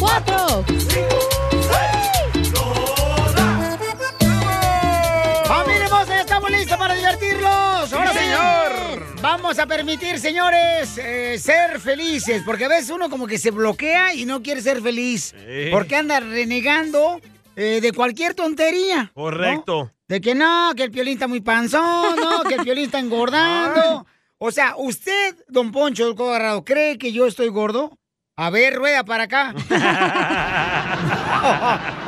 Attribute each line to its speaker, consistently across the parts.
Speaker 1: cuatro.
Speaker 2: ¡Familia hermosa! ¡Ya estamos listos para divertirlos! ¡Ahora
Speaker 3: Sí,
Speaker 2: señor! Vamos a permitir, señores, eh, ser felices, porque a veces uno como que se bloquea y no quiere ser feliz,
Speaker 3: Sí.
Speaker 2: porque anda renegando eh, de cualquier tontería. ¿no?
Speaker 3: Correcto.
Speaker 2: De que no, que el piolín está muy panzón, no, que el piolín está engordando. O sea, usted, don Poncho del Codo Agarrado, ¿cree que yo estoy gordo? A ver, rueda para acá.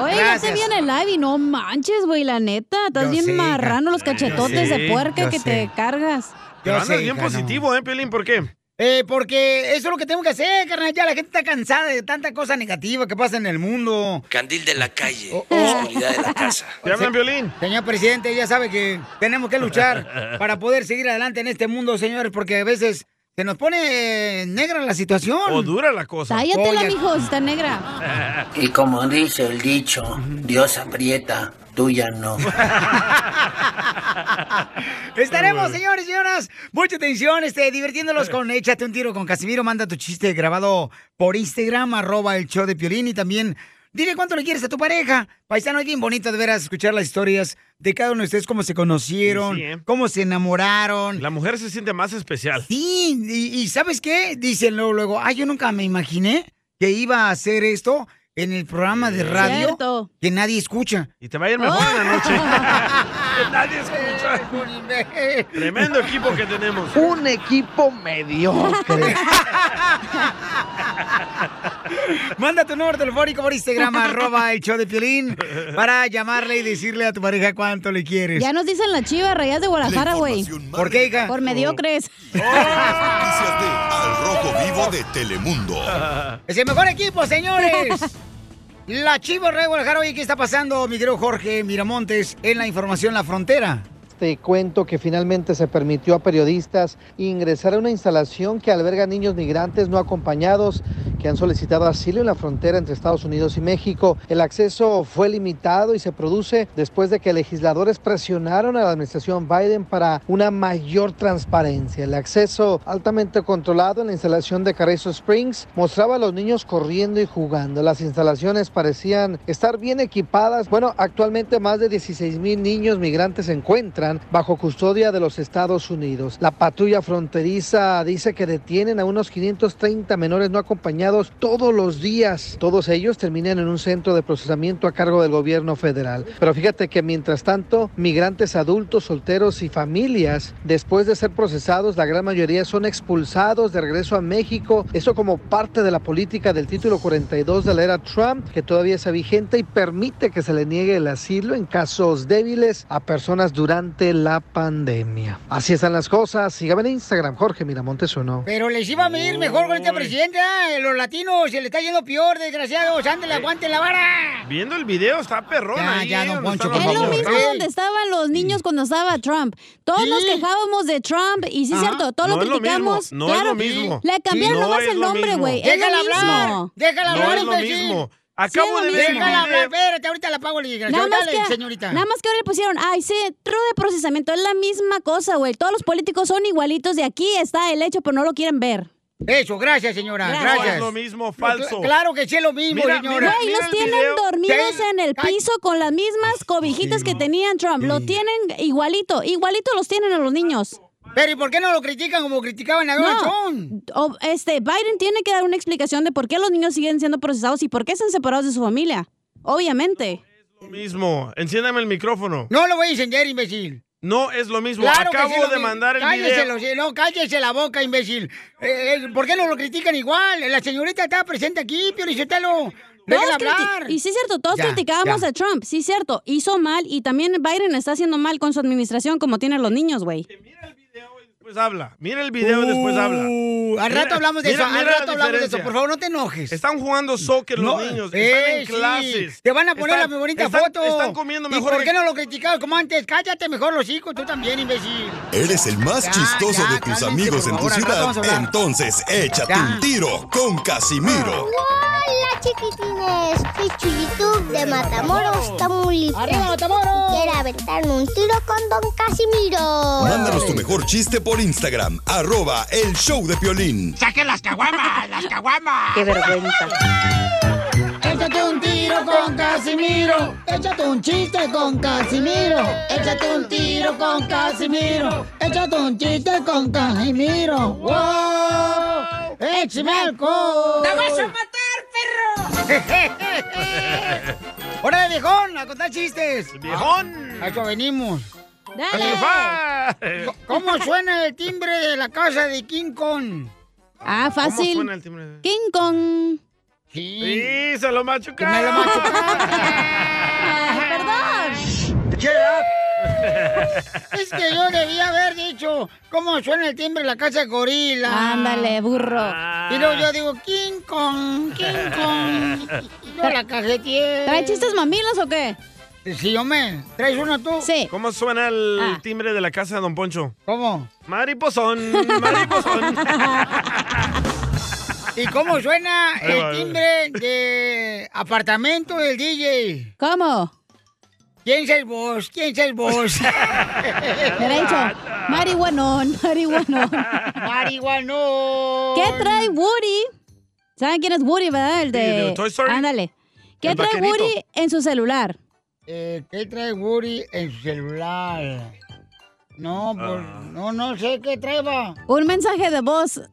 Speaker 1: Oye, ya te
Speaker 2: Gracias.
Speaker 1: vi en el live y no manches, güey, la neta. Estás
Speaker 2: Yo
Speaker 1: bien
Speaker 2: sé, hija.
Speaker 1: marrano los
Speaker 2: Yo
Speaker 1: cachetotes
Speaker 2: sé,
Speaker 1: de puerca
Speaker 2: yo
Speaker 1: que
Speaker 2: sé.
Speaker 1: te cargas.
Speaker 2: Yo
Speaker 3: Pero andas
Speaker 2: sé,
Speaker 3: bien
Speaker 2: hija, no.
Speaker 3: positivo, ¿eh, Pelín? ¿Por qué?
Speaker 2: Eh, porque eso es lo que tengo que hacer, carnal. Ya la gente está cansada de tanta cosa negativa que pasa en el mundo.
Speaker 4: Candil de la calle,
Speaker 2: Oh, oh.
Speaker 4: oscuridad de la casa.
Speaker 3: ¿Te hablan, Violín?
Speaker 2: Señor presidente, ya sabe que tenemos que luchar para poder seguir adelante en este mundo, señores, porque a veces se nos pone eh, negra la situación.
Speaker 3: ¿O dura la cosa?
Speaker 1: Cállatela,
Speaker 2: Oye.
Speaker 1: mijo, si está negra.
Speaker 5: Y como dice el dicho, Dios aprieta, tuya no.
Speaker 2: Estaremos, señores y señoras. Mucha atención, este, divirtiéndolos con Échate un tiro con Casimiro. Manda tu chiste grabado por Instagram, arroba el show de Piolín. Y también dile cuánto le quieres a tu pareja. Paisano, es bien bonito de veras escuchar las historias de cada uno de ustedes, cómo se conocieron,
Speaker 3: Sí, sí, ¿eh?
Speaker 2: cómo se enamoraron.
Speaker 3: La mujer se siente más especial.
Speaker 2: Sí, y, y ¿sabes qué? Dicen luego, luego, ah, yo nunca me imaginé que iba a hacer esto en el programa de radio
Speaker 1: Cierto.
Speaker 2: que nadie escucha.
Speaker 3: Y te va a ir mejor en la noche. Que Nadie
Speaker 2: Eh,
Speaker 3: escucha.
Speaker 2: un imbécil.
Speaker 3: Tremendo equipo que tenemos.
Speaker 6: Un equipo mediocre.
Speaker 2: Manda tu número telefónico por Instagram, arroba el show de Piolín, para llamarle y decirle a tu pareja cuánto le quieres.
Speaker 1: Ya nos dicen las chivas rayas de Guadalajara, güey.
Speaker 2: ¿Por qué, hija?
Speaker 1: Por mediocres.
Speaker 7: Noticias de Al Rojo Vivo de Telemundo.
Speaker 2: Es el mejor equipo, señores. La Chiva Rey Guadalajara, oye, ¿qué está pasando, mi querido Jorge Miramontes, en la información La Frontera?
Speaker 6: Te Este cuento que finalmente se permitió a periodistas ingresar a una instalación que alberga niños migrantes no acompañados que han solicitado asilo en la frontera entre Estados Unidos y México. El acceso fue limitado y se produce después de que legisladores presionaron a la administración Biden para una mayor transparencia. El acceso altamente controlado en la instalación de Carrizo Springs mostraba a los niños corriendo y jugando. Las instalaciones parecían estar bien equipadas. Bueno, actualmente más de 16 mil niños migrantes se encuentran bajo custodia de los Estados Unidos. La patrulla fronteriza dice que detienen a unos 530 menores no acompañados todos los días. Todos ellos terminan en un centro de procesamiento a cargo del gobierno federal. Pero fíjate que mientras tanto, migrantes adultos, solteros y familias, después de ser procesados, la gran mayoría son expulsados de regreso a México. Eso como parte de la política del título 42 de la era Trump, que todavía está vigente y permite que se le niegue el asilo en casos débiles a personas durante la pandemia. Así están las cosas. Sígame en Instagram, Jorge Miramontes uno.
Speaker 2: Pero les iba a ir mejor con este
Speaker 3: Uy.
Speaker 2: presidente, ¿ah? los latinos se le está yendo peor, desgraciados, ándale, aguanten la vara.
Speaker 3: Viendo el video, está perrón
Speaker 2: Ya,
Speaker 3: ahí,
Speaker 2: ya, don
Speaker 3: donde
Speaker 2: Poncho,
Speaker 3: están
Speaker 1: Es
Speaker 2: por
Speaker 3: los
Speaker 1: lo
Speaker 2: favor.
Speaker 3: niños.
Speaker 1: mismo
Speaker 2: Ey.
Speaker 1: donde estaban los niños cuando estaba Trump. Todos nos
Speaker 2: Sí.
Speaker 1: quejábamos de Trump y sí es
Speaker 2: Ajá.
Speaker 1: cierto, todo
Speaker 3: No
Speaker 1: lo
Speaker 3: es lo mismo,
Speaker 1: criticamos.
Speaker 3: no es
Speaker 1: claro,
Speaker 3: lo mismo.
Speaker 1: Le cambiaron
Speaker 3: No
Speaker 1: nomás
Speaker 3: es
Speaker 1: el
Speaker 3: lo
Speaker 1: nombre,
Speaker 3: mismo.
Speaker 1: güey. Es
Speaker 2: Déjala
Speaker 1: lo
Speaker 2: hablar,
Speaker 1: mismo.
Speaker 2: déjala
Speaker 3: No
Speaker 2: hablar,
Speaker 3: es lo
Speaker 2: imbécil.
Speaker 3: mismo.
Speaker 1: Sí,
Speaker 3: Acabo
Speaker 1: es
Speaker 3: de
Speaker 1: lo
Speaker 3: ver
Speaker 1: mismo.
Speaker 3: un
Speaker 2: Déjala hablar,
Speaker 3: video.
Speaker 2: espérate, ahorita la pago, el
Speaker 1: Nada
Speaker 2: desgraciado.
Speaker 1: más,
Speaker 2: Dale,
Speaker 1: que,
Speaker 2: señorita.
Speaker 1: nada más que ahora le pusieron, ay, centro de procesamiento, es la misma cosa, güey. Todos los políticos son igualitos de aquí está el hecho, pero no lo quieren ver.
Speaker 2: Eso, gracias, señora,
Speaker 1: Gracias.
Speaker 3: No
Speaker 2: gracias.
Speaker 3: es lo mismo,
Speaker 2: No, cl-
Speaker 3: falso.
Speaker 2: claro que sí es lo mismo,
Speaker 3: Mira,
Speaker 2: señora.
Speaker 3: mira.
Speaker 1: Güey,
Speaker 3: Mira
Speaker 1: los
Speaker 3: el
Speaker 1: tienen
Speaker 3: video.
Speaker 1: dormidos
Speaker 2: Sí.
Speaker 1: en el
Speaker 2: Ay.
Speaker 1: piso con las mismas cobijitas que tenían Trump. Lo tienen igualito, igualito los tienen a los niños.
Speaker 2: Pero ¿y por qué no lo critican como criticaban a Donald Trump?
Speaker 1: No, o- este, Biden tiene que dar una explicación de por qué los niños siguen siendo procesados y por qué están separados de su familia. Obviamente.
Speaker 3: Lo mismo. Enciéndame el micrófono.
Speaker 2: No lo voy a incendiar, imbécil.
Speaker 3: No es lo mismo.
Speaker 2: Claro
Speaker 3: Acabo
Speaker 2: que sí lo
Speaker 3: de
Speaker 2: vi-
Speaker 3: mandar el
Speaker 2: cállese
Speaker 3: video.
Speaker 2: los- no, cállese la boca, imbécil. Eh, eh, ¿Por qué no lo critican igual? La señorita está presente aquí, Piorizotelo.
Speaker 1: Todos
Speaker 2: Déjala
Speaker 1: criti-
Speaker 2: hablar.
Speaker 1: Y sí es cierto, todos
Speaker 2: Ya,
Speaker 1: criticábamos
Speaker 2: ya.
Speaker 1: a Trump, sí es cierto, hizo mal y también Biden está haciendo mal con su administración como tiene los niños, güey.
Speaker 3: Después habla. Mira el video y después habla.
Speaker 2: Uh, al rato
Speaker 3: Mira,
Speaker 2: hablamos de
Speaker 3: mira,
Speaker 2: eso, al
Speaker 3: mira la
Speaker 2: rato hablamos de eso.
Speaker 3: diferencia.
Speaker 2: Por favor, no te enojes.
Speaker 3: Están jugando soccer
Speaker 2: No,
Speaker 3: los niños.
Speaker 2: eh,
Speaker 3: están en
Speaker 2: sí.
Speaker 3: clases.
Speaker 2: Te van a poner
Speaker 3: Están-
Speaker 2: la bonita
Speaker 3: están-
Speaker 2: foto.
Speaker 3: Están comiendo mejor.
Speaker 2: ¿Y por
Speaker 3: que-
Speaker 2: qué no lo criticabas como antes? Cállate mejor los hijos, tú también, imbécil.
Speaker 7: Eres el más
Speaker 2: Ya,
Speaker 7: chistoso
Speaker 2: ya,
Speaker 7: de tus
Speaker 2: cálmense,
Speaker 7: amigos
Speaker 2: por
Speaker 7: en tu
Speaker 2: favor, al rato
Speaker 7: ciudad.
Speaker 2: vamos a hablar.
Speaker 7: Entonces, échate
Speaker 2: Ya.
Speaker 7: un tiro con Casimiro.
Speaker 8: Hola chiquitines, soy Chuyitub de Matamoros, Tamaulipas.
Speaker 2: ¡Arriba, Matamoros!
Speaker 8: Quiero aventarme un tiro con Don Casimiro.
Speaker 7: Mándanos tu mejor chiste por Instagram, arroba el show de Piolín.
Speaker 2: ¡Saque las caguamas, las caguamas!
Speaker 9: Qué vergüenza. tiro con Casimiro. Échate un chiste con Casimiro. Échate un tiro con Casimiro. Échate un chiste con Casimiro. ¡Wow!
Speaker 1: ¡Eh,
Speaker 9: ¡Échame alcohol!
Speaker 2: ¡Te vas a ¡Hora de viejón! ¡A contar chistes!
Speaker 3: ¡Viejón!
Speaker 2: ¡A eso venimos!
Speaker 1: ¡Dale!
Speaker 2: Co- ¿Cómo suena el timbre de la casa de King Kong?
Speaker 1: Ah,
Speaker 3: ¿Cómo
Speaker 1: fácil.
Speaker 3: suena el timbre?
Speaker 1: King Kong.
Speaker 2: Sí.
Speaker 3: ¡Sí, se lo machucaron!
Speaker 2: Me lo
Speaker 1: Ay, perdón.
Speaker 2: Es que yo debía haber dicho cómo suena el timbre de la casa de gorila.
Speaker 1: Ándale, burro.
Speaker 2: Y luego yo digo, King Kong, King Kong. Yo la cajeteé.
Speaker 1: ¿Trae chistes mamilos o qué?
Speaker 2: Sí, hombre. ¿Traes uno tú?
Speaker 1: Sí.
Speaker 3: ¿Cómo suena el
Speaker 1: Ah.
Speaker 3: timbre de la casa de Don Poncho?
Speaker 2: ¿Cómo?
Speaker 3: Mariposón, mariposón.
Speaker 2: ¿Y cómo suena
Speaker 3: Ahí va,
Speaker 2: el
Speaker 3: ahí va.
Speaker 2: timbre de apartamento del DJ?
Speaker 1: ¿Cómo?
Speaker 2: ¿Quién es vos? ¿Quién es vos?
Speaker 1: Derecho.
Speaker 3: Ah.
Speaker 1: Marihuanón, marihuanón.
Speaker 2: Marihuano.
Speaker 1: ¿Qué trae Woody? ¿Saben quién es Woody, verdad? El de...
Speaker 3: Sí, de Toy Story.
Speaker 1: Ándale. ¿Qué
Speaker 3: El
Speaker 1: trae
Speaker 3: vaquerito.
Speaker 1: Woody en su celular?
Speaker 2: Eh, ¿Qué trae Woody en su celular? No, pues,
Speaker 3: Ah.
Speaker 2: no, no sé qué trae, va.
Speaker 1: Un mensaje de voz.
Speaker 2: De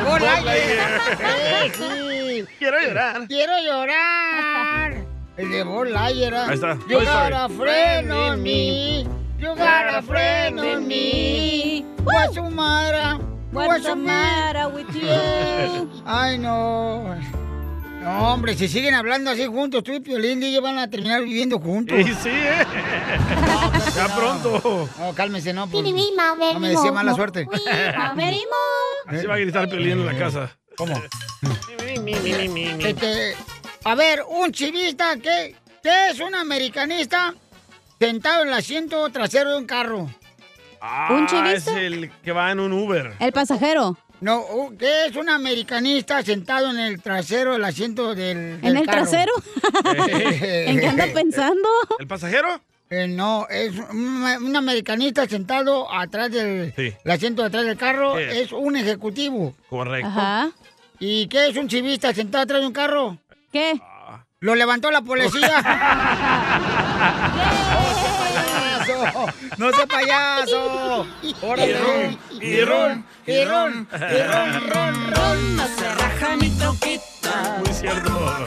Speaker 2: bola.
Speaker 3: Lightyear.
Speaker 2: sí.
Speaker 3: Quiero llorar.
Speaker 2: Quiero llorar. El de ¿ah? bola.
Speaker 3: Ahí está.
Speaker 2: You
Speaker 3: Toy Story.
Speaker 2: got a friend on me. You got a friend on me. What's the matter?
Speaker 1: What's the
Speaker 2: matter?
Speaker 1: matter with you?
Speaker 2: Ay, no. No, hombre, si siguen hablando así juntos, tú y Piolín DJ van a terminar viviendo juntos.
Speaker 3: Y sí, ¿eh? Ya pronto.
Speaker 2: No, cálmese, no. Pues,
Speaker 8: Tirimima,
Speaker 2: no me decía mala suerte.
Speaker 3: Así va a gritar Piolín en la casa.
Speaker 2: ¿Cómo? Este, a ver, un chivista que, que es un americanista sentado en el asiento trasero de un carro.
Speaker 3: Ah,
Speaker 1: ¿Un chivista?
Speaker 3: es el que va en un Uber.
Speaker 1: El pasajero.
Speaker 2: No, u- que es un americanista sentado en el trasero del asiento del, del
Speaker 1: ¿En el
Speaker 2: carro.
Speaker 1: trasero? ¿En qué anda pensando?
Speaker 3: ¿El pasajero?
Speaker 2: Eh, no, es un, un americanista sentado atrás del
Speaker 3: Sí.
Speaker 2: el asiento de atrás del carro,
Speaker 3: Sí.
Speaker 2: es un ejecutivo.
Speaker 3: Correcto.
Speaker 1: Ajá.
Speaker 2: ¿Y qué es un chivista sentado atrás de un carro?
Speaker 1: ¿Qué?
Speaker 2: Lo levantó la policía. ¡No sé payaso! ¡No sé payaso! ¡Órale!
Speaker 3: y ron,
Speaker 2: ¡Y ron! ¡Y ron, ron, ron!
Speaker 3: Muy cierto.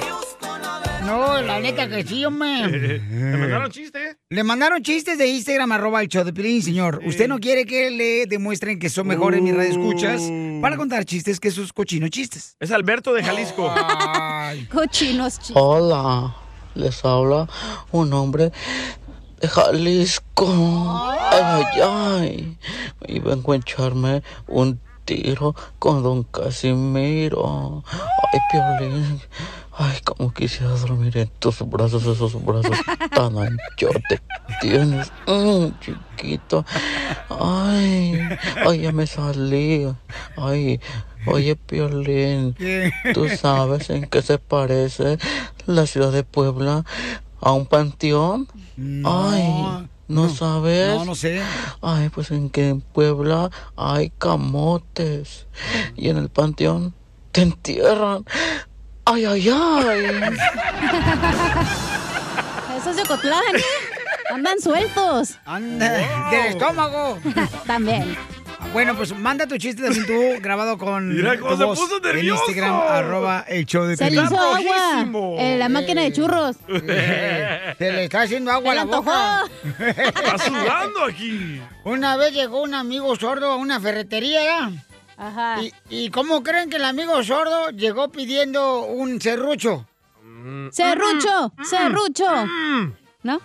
Speaker 2: No, la neta que sí, hombre.
Speaker 3: ¿Te mandaron chiste?
Speaker 2: Le mandaron chistes de Instagram arroba el show de Piolín, señor. Usted no quiere que le demuestren que son mejores mis radioescuchas para contar chistes que sus cochinos chistes.
Speaker 3: Uh. Es Alberto de Jalisco.
Speaker 2: Ah. Ay.
Speaker 1: Cochinos chicos.
Speaker 10: Hola, les habla un hombre de Jalisco. Ay, ay, ay. Y vengo a echarme un tiro con don Casimiro. Ay, Piolín. Ay, como quisiera dormir en tus brazos, esos brazos tan anchotes que tienes. Mm, chiquito. Ay, ay, ya me salí. Ay, oye, Piolín.
Speaker 2: ¿Qué?
Speaker 10: ¿Tú sabes en qué se parece la ciudad de Puebla a un panteón? Ay, ¿no, sabes?
Speaker 2: No, no sé.
Speaker 10: Ay, pues en que en Puebla hay camotes y en el panteón te entierran. Ay, ay, ay.
Speaker 1: Esos de Ocotlán. ¿eh? Andan sueltos.
Speaker 2: Anda,
Speaker 3: Oh.
Speaker 2: del estómago.
Speaker 1: También.
Speaker 2: Bueno, pues manda tu chiste también tú, grabado con
Speaker 3: Mira cómo
Speaker 2: tu
Speaker 3: se
Speaker 2: voz
Speaker 3: puso
Speaker 2: en
Speaker 3: nervioso.
Speaker 2: Instagram, arroba el show de
Speaker 1: Se le
Speaker 2: Piolín.
Speaker 1: hizo agua.
Speaker 3: rojísimo.
Speaker 1: en la máquina de churros.
Speaker 2: Eh, Se le está haciendo agua
Speaker 1: Se
Speaker 2: a
Speaker 1: le
Speaker 2: la boca.
Speaker 1: antojó.
Speaker 3: Está sudando aquí.
Speaker 2: Una vez llegó un amigo sordo a una ferretería, ¿ya?
Speaker 1: Ajá.
Speaker 2: ¿Y, y cómo creen que el amigo sordo llegó pidiendo un serrucho? Mm.
Speaker 1: Cerrucho, cerrucho. ¿No?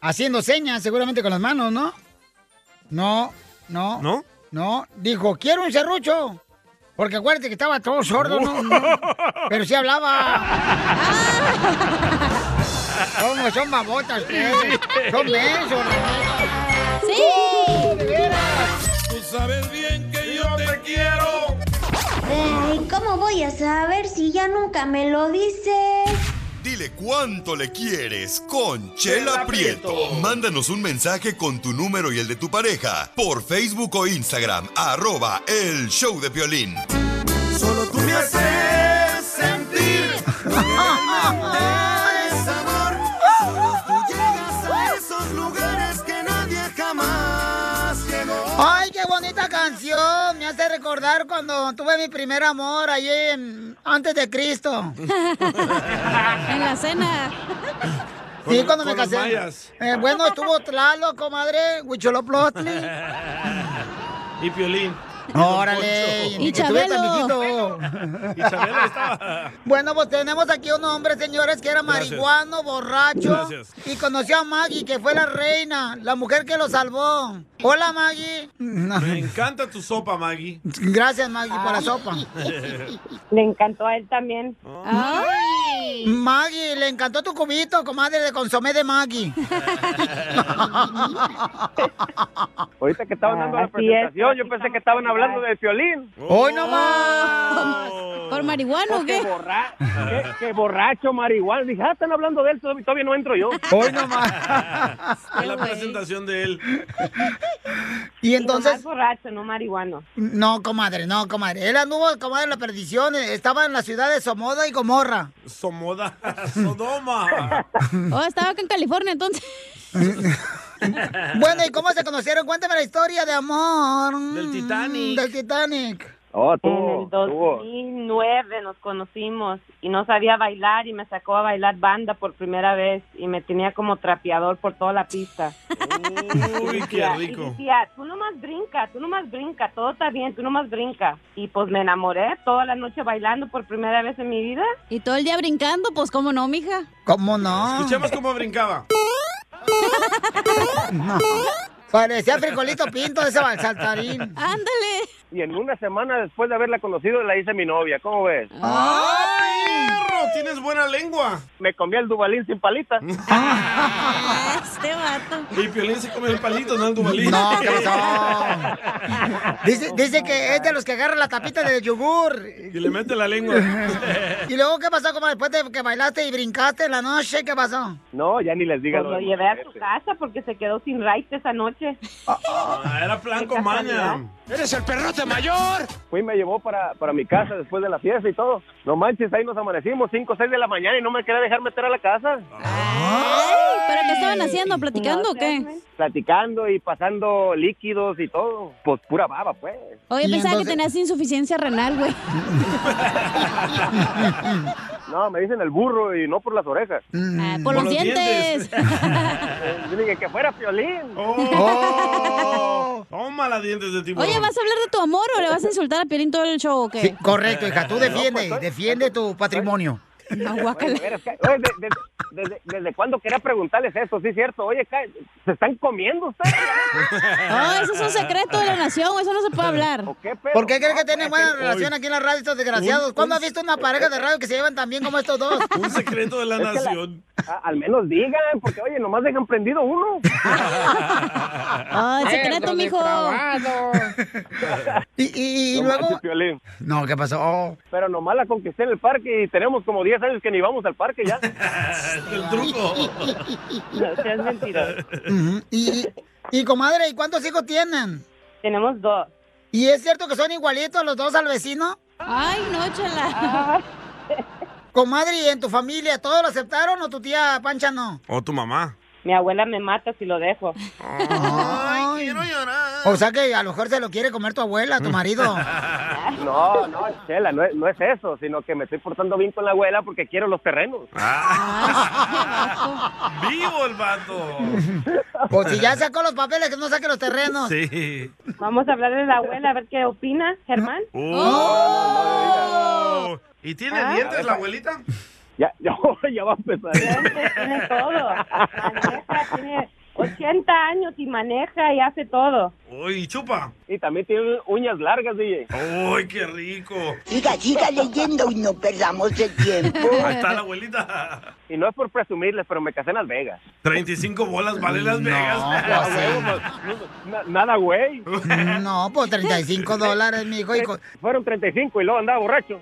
Speaker 2: Haciendo señas, seguramente con las manos, ¿no? No, no, no.
Speaker 3: ¿No?
Speaker 2: Dijo, quiero un serrucho. Porque acuérdate que estaba todo sordo, ¿no? No, Pero sí hablaba. ¿Cómo son babotas ustedes? Son mensos, ¿no?
Speaker 1: Sí.
Speaker 7: Tú sabes bien que yo te quiero.
Speaker 8: Ay, ¿cómo voy a saber si ya nunca me lo dices?
Speaker 7: Dile cuánto le quieres con Chela Prieto. Mándanos un mensaje con tu número y el de tu pareja por Facebook o Instagram, arroba el show de violín. Solo tú me haces sentir
Speaker 11: sabor. Tú llegas a esos lugares que nadie jamás llegó.
Speaker 2: Ay, qué bonita canción. Me hace recordar cuando tuve mi primer amor allí en- antes de Cristo. en
Speaker 1: la cena.
Speaker 2: Sí,
Speaker 11: Con-
Speaker 2: cuando me
Speaker 11: con los
Speaker 2: casé.
Speaker 11: mayas.
Speaker 2: Eh, bueno, estuvo Tlaloc, comadre, Huicholóplotli.
Speaker 3: Y Piolín.
Speaker 2: Órale.
Speaker 3: Y
Speaker 2: ni que
Speaker 3: Chabelo.
Speaker 2: estuviera tan viejito.
Speaker 3: Y Chabelo estaba.
Speaker 2: Bueno, pues tenemos aquí un hombre, señores, que era
Speaker 3: Gracias.
Speaker 2: marihuano, borracho.
Speaker 3: Gracias.
Speaker 2: Y conoció a Maggie, que fue la reina, la mujer que lo salvó. Hola, Maggie.
Speaker 3: Me encanta tu sopa, Maggie.
Speaker 2: Gracias, Maggie, por la sopa.
Speaker 12: Le encantó a él también.
Speaker 2: Ay. Maggie, le encantó tu cubito, comadre, de consomé de Maggie.
Speaker 13: Ahorita que estaban
Speaker 12: Ah,
Speaker 13: dando la
Speaker 2: Así es,
Speaker 13: presentación, yo pensé que estaban hablando del violín.
Speaker 2: ¡Hoy no más!
Speaker 1: ¡Oh! ¿Por marihuana o qué?
Speaker 13: Qué, qué borracho, marihuana. Dije, ah, están hablando de él, todavía todavía no entro yo.
Speaker 2: Hoy nomás.
Speaker 3: En la presentación de él.
Speaker 2: Y entonces...
Speaker 12: borracho, no marihuano.
Speaker 2: No, comadre, no, comadre. Él anduvo, comadre, en la perdición. eh, Estaba en la ciudad de Somoda y Gomorra.
Speaker 3: Somoda, Sodoma.
Speaker 1: Oh, estaba acá en California entonces.
Speaker 2: Bueno, ¿y cómo se conocieron? Cuéntame la historia de amor. Del Titanic. Del Titanic.
Speaker 13: Oh, tú.
Speaker 12: En el 2009 nos conocimos y no sabía bailar y me sacó a bailar banda por primera vez y me tenía como trapeador por toda la pista.
Speaker 3: Uy, qué rico.
Speaker 12: Decía, tú nomás brinca, tú nomás brinca, todo está bien, tú nomás brinca. Y pues me enamoré toda la noche bailando por primera vez en mi vida.
Speaker 1: Y todo el día brincando, pues cómo no, mija.
Speaker 2: ¿Cómo no?
Speaker 3: Escuchemos cómo brincaba.
Speaker 2: No. Parecía frijolito pinto ese bal- saltarín.
Speaker 1: Ándale.
Speaker 13: Y en una semana después de haberla conocido, la hice mi novia. ¿Cómo ves?
Speaker 3: ¡Ah, perro! Tienes buena lengua.
Speaker 13: Me comí el dubalín sin palita.
Speaker 1: Este vato.
Speaker 3: Y Piolín se come el palito, no el dubalín.
Speaker 2: No, ¿qué pasó? Dice, dice que es de los que agarra la tapita de yogur.
Speaker 3: Y le mete la lengua.
Speaker 2: ¿Y luego qué pasó? Como después de que bailaste y brincaste en la noche, ¿qué pasó?
Speaker 13: No, ya ni les diga
Speaker 12: Pues lo
Speaker 13: de
Speaker 12: llevé a
Speaker 13: Moisés.
Speaker 12: su casa porque se quedó sin raite esa noche.
Speaker 3: Ah, era plan con maña.
Speaker 13: ¡Eres el perrote mayor! Fui y me llevó para, para mi casa después de la fiesta y todo. No manches, ahí nos amanecimos 5 o 6 de la mañana y no me quería dejar meter a la casa.
Speaker 1: ¿Pero qué estaban haciendo? ¿Platicando o qué?
Speaker 13: Platicando y pasando líquidos y todo. Pues pura baba, pues.
Speaker 1: Oye, pensaba que tenías insuficiencia renal, güey.
Speaker 13: No, me dicen el burro y no por las orejas.
Speaker 1: Ah, por, los, dientes.
Speaker 13: Yo dije que fuera Piolín.
Speaker 1: Oh.
Speaker 3: Toma las dientes de tiburón.
Speaker 1: Oye, ¿vas a hablar de tu amor o le vas a insultar a Piolín todo el show o qué?
Speaker 2: Sí, correcto, hija, tú defiende, defiende tu patrimonio.
Speaker 1: Aguácala.
Speaker 13: Oye, veras, ca- oye, de- de- desde, desde cuándo quería preguntarles eso? Sí, es cierto. Oye, ca- ¿se están comiendo ustedes?
Speaker 1: No, eso es un secreto de la nación, güey, eso no se puede hablar.
Speaker 2: ¿Por qué crees que tienen buena relación aquí en la radio estos desgraciados?
Speaker 1: Un-
Speaker 2: ¿Cuándo
Speaker 1: un-
Speaker 2: has visto una pareja de radio que se llevan tan bien como estos dos?
Speaker 3: Un secreto de la
Speaker 13: Es que la-
Speaker 3: nación.
Speaker 13: a- al menos digan, porque oye, nomás dejan prendido uno.
Speaker 1: Ah, el secreto, mijo.
Speaker 2: y, y,
Speaker 13: No
Speaker 2: luego-
Speaker 13: manches, Piolín.
Speaker 2: No, ¿qué pasó?
Speaker 13: Pero nomás la conquisté en el parque y tenemos como 10 años que ni vamos al parque ya.
Speaker 3: el truco.
Speaker 12: No seas mentiroso.
Speaker 2: Ujú. y, y, y, comadre, ¿y cuántos hijos tienen?
Speaker 12: Tenemos dos.
Speaker 2: ¿Y es cierto que son igualitos los dos al vecino?
Speaker 1: Ay, no,
Speaker 13: Ah.
Speaker 1: chala.
Speaker 2: Comadre, ¿y en tu familia todos lo aceptaron o tu tía Pancha no?
Speaker 3: O Oh, tu mamá.
Speaker 12: Mi abuela me mata si lo dejo.
Speaker 2: Ay, quiero llorar. O sea que a lo mejor se lo quiere comer tu abuela, tu marido.
Speaker 13: No, no, Chela, no es, no es eso, sino que me estoy portando bien con la abuela porque quiero los terrenos.
Speaker 3: Ah.
Speaker 2: Ah.
Speaker 3: Vivo el vato.
Speaker 2: Pues si ya sacó los papeles, que no saque los terrenos.
Speaker 3: Sí.
Speaker 12: Vamos a hablar de la abuela, a ver qué opina, Germán.
Speaker 3: Uh. Oh. ¿Y tiene
Speaker 12: Ah.
Speaker 3: dientes la abuelita?
Speaker 13: Ya, ya, ya va a empezar.
Speaker 12: Tiene todo. Maneja, tiene 80 años y maneja y hace todo.
Speaker 3: Uy, chupa.
Speaker 13: Y también tiene uñas largas, DJ.
Speaker 3: Uy, qué rico.
Speaker 14: Siga, siga leyendo y no perdamos el tiempo.
Speaker 3: Ahí está la abuelita.
Speaker 13: Y no es por presumirles, pero me casé en Las Vegas.
Speaker 3: 35 bolas vale Las Vegas.
Speaker 2: pues
Speaker 13: Na- nada, güey.
Speaker 2: No, pues 35 dólares, mijo. y co-
Speaker 13: Fueron 35 y luego andaba borracho.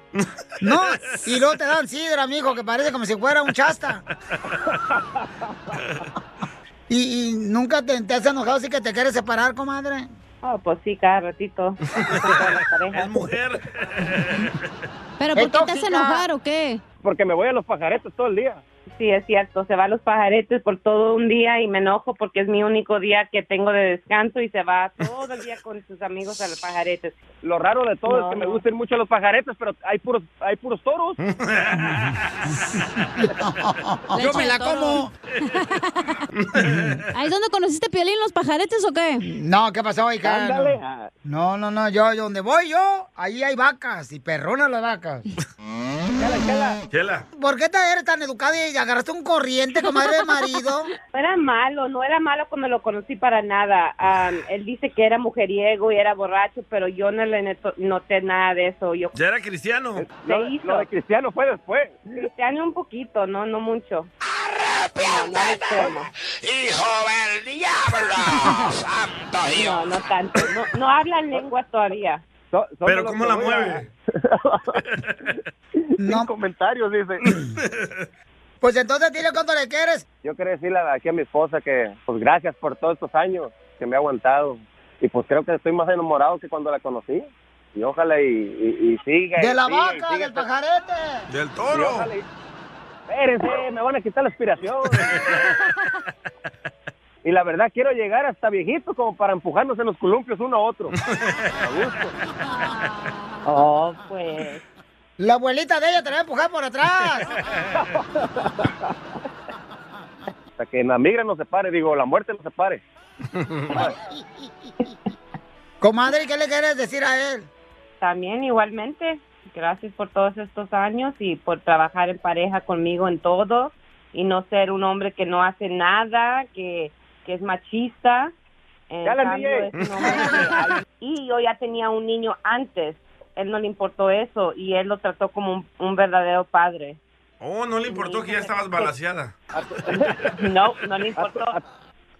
Speaker 2: No, y luego te dan sidra, mijo, que parece como si fuera un chasta. ¿Y, y nunca te, te has enojado así que te quieres separar, comadre?
Speaker 12: Oh, pues sí, cada ratito.
Speaker 3: mujer.
Speaker 1: ¿Pero por
Speaker 2: Es
Speaker 1: qué te hace
Speaker 2: tóxica.
Speaker 1: enojar o qué?
Speaker 13: porque me voy a los pajaretes todo el día.
Speaker 12: Sí, es cierto, se va a los pajaretes por todo un día y me enojo porque es mi único día que tengo de descanso y se va todo el día con sus amigos a los pajaretes.
Speaker 13: Lo raro de todo
Speaker 12: No,
Speaker 13: es que me
Speaker 12: no.
Speaker 13: gustan mucho los pajaretes, pero hay puros, hay puros toros.
Speaker 2: Yo me la como.
Speaker 1: ¿Ahí es donde conociste a Piolín, los pajaretes o qué?
Speaker 2: No, ¿qué pasó, hija?
Speaker 1: Ándale.
Speaker 2: No, no, no, yo, yo donde voy yo, ahí hay vacas y perronas las vacas.
Speaker 3: Chela.
Speaker 2: ¿Por qué te eres tan educada y agarraste un corriente, comadre de marido?
Speaker 12: No era malo, no era malo cuando lo conocí para nada. Am, él dice que era mujeriego y era borracho, pero yo no le neto- noté nada de eso. Yo
Speaker 3: Ya era cristiano.
Speaker 12: se hizo.
Speaker 13: lo de Cristiano fue después.
Speaker 12: Cristiano un poquito, no, no mucho. No, no al extremo.
Speaker 11: ¡Hijo del diablo! ¡Santo
Speaker 12: No, no tanto. No, no hablan lenguas todavía.
Speaker 13: Pero ¿cómo la mueve? no. comentarios, dice.
Speaker 2: Pues entonces dile cuánto le quieres.
Speaker 13: Yo quería decirle aquí a mi esposa que, pues gracias por todos estos años que me ha aguantado. Y pues creo que estoy más enamorado que cuando la conocí. Y ojalá y, y- y siga.
Speaker 9: De
Speaker 13: y
Speaker 9: la
Speaker 13: siga, y
Speaker 9: vaca,
Speaker 13: siga.
Speaker 9: del pajarete.
Speaker 13: Del
Speaker 9: toro.
Speaker 13: Espérense, me van a quitar la aspiración. y la verdad, quiero llegar hasta viejito como para empujarnos en los columpios uno a otro.
Speaker 12: Oh, pues.
Speaker 2: La abuelita de ella te la va a empujar por atrás.
Speaker 13: Hasta que la migra nos separe, digo, la muerte nos separe.
Speaker 2: Comadre, ¿qué le quieres decir a él?
Speaker 12: También igualmente, gracias por todos estos años y por trabajar en pareja conmigo en todo y no ser un hombre que no hace nada, que, que es machista. En
Speaker 13: Ya la
Speaker 12: cambio,
Speaker 13: lié.
Speaker 12: es un hombre que- y yo ya tenía un niño antes, él no le importó eso y él lo trató como un, un verdadero padre.
Speaker 3: Oh, no le importó que ya estabas balaseada.
Speaker 12: No, no le importó.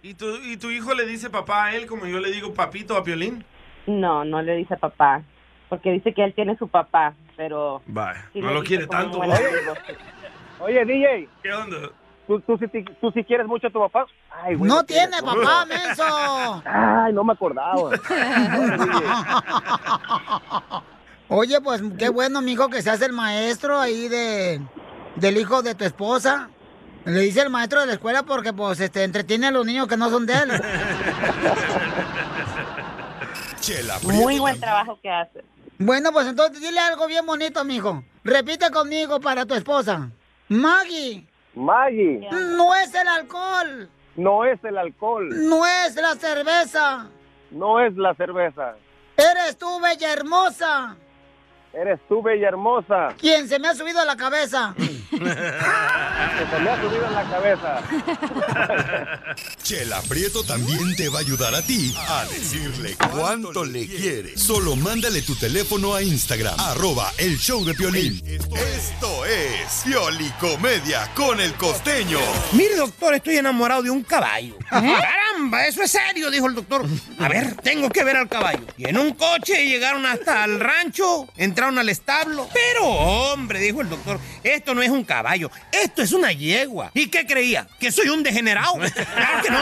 Speaker 3: ¿Y tu, ¿Y tu hijo le dice papá a él como yo le digo papito a Piolín?
Speaker 12: No, no le dice papá, porque dice que él tiene su papá, pero...
Speaker 3: Vaya,
Speaker 12: Sí,
Speaker 3: no
Speaker 12: le
Speaker 3: lo
Speaker 12: dice
Speaker 3: quiere
Speaker 12: como
Speaker 3: tanto.
Speaker 12: un
Speaker 3: vos.
Speaker 12: buen amigo.
Speaker 13: Oye, DJ.
Speaker 3: ¿Qué onda?
Speaker 13: ¿Tú, tú, sí ti- tú sí quieres mucho a tu papá? Ay, güey,
Speaker 2: No
Speaker 13: tienes,
Speaker 2: tiene
Speaker 13: boludo.
Speaker 2: papá, menso.
Speaker 13: Ay, no me acordaba.
Speaker 2: Oye, pues qué bueno, mijo, que seas el maestro ahí de del hijo de tu esposa. Le dice el maestro de la escuela porque pues este entretiene a los niños que no son de él.
Speaker 7: Chela
Speaker 12: Muy
Speaker 7: Prieto,
Speaker 12: buen trabajo que hace.
Speaker 2: Bueno, pues entonces dile algo bien bonito, mijo. Repite conmigo para tu esposa. Maggie,
Speaker 13: Maggie,
Speaker 2: no es el alcohol,
Speaker 13: no es el alcohol,
Speaker 2: no es la cerveza.
Speaker 13: no es la cerveza.
Speaker 2: Eres tú, bella hermosa,
Speaker 13: Eres tú, bella hermosa.
Speaker 2: quien se me ha subido a la cabeza.
Speaker 13: que se me ha subido en la cabeza.
Speaker 7: Chela Prieto también te va a ayudar a ti a decirle cuánto le quiere. Solo mándale tu teléfono a Instagram, arroba el show de Piolín. Esto es Piolicomedia con el costeño.
Speaker 15: Mire, doctor, estoy enamorado de un caballo. ¡Caramba! Eso es serio, dijo el doctor. A ver, tengo que ver al caballo. Y en un coche llegaron hasta el rancho, entraron al establo. Pero, hombre, dijo el doctor, esto no es un caballo, esto es una yegua. ¿Y qué creía? ¿Que soy un degenerado?
Speaker 3: Ah,
Speaker 15: Claro que no.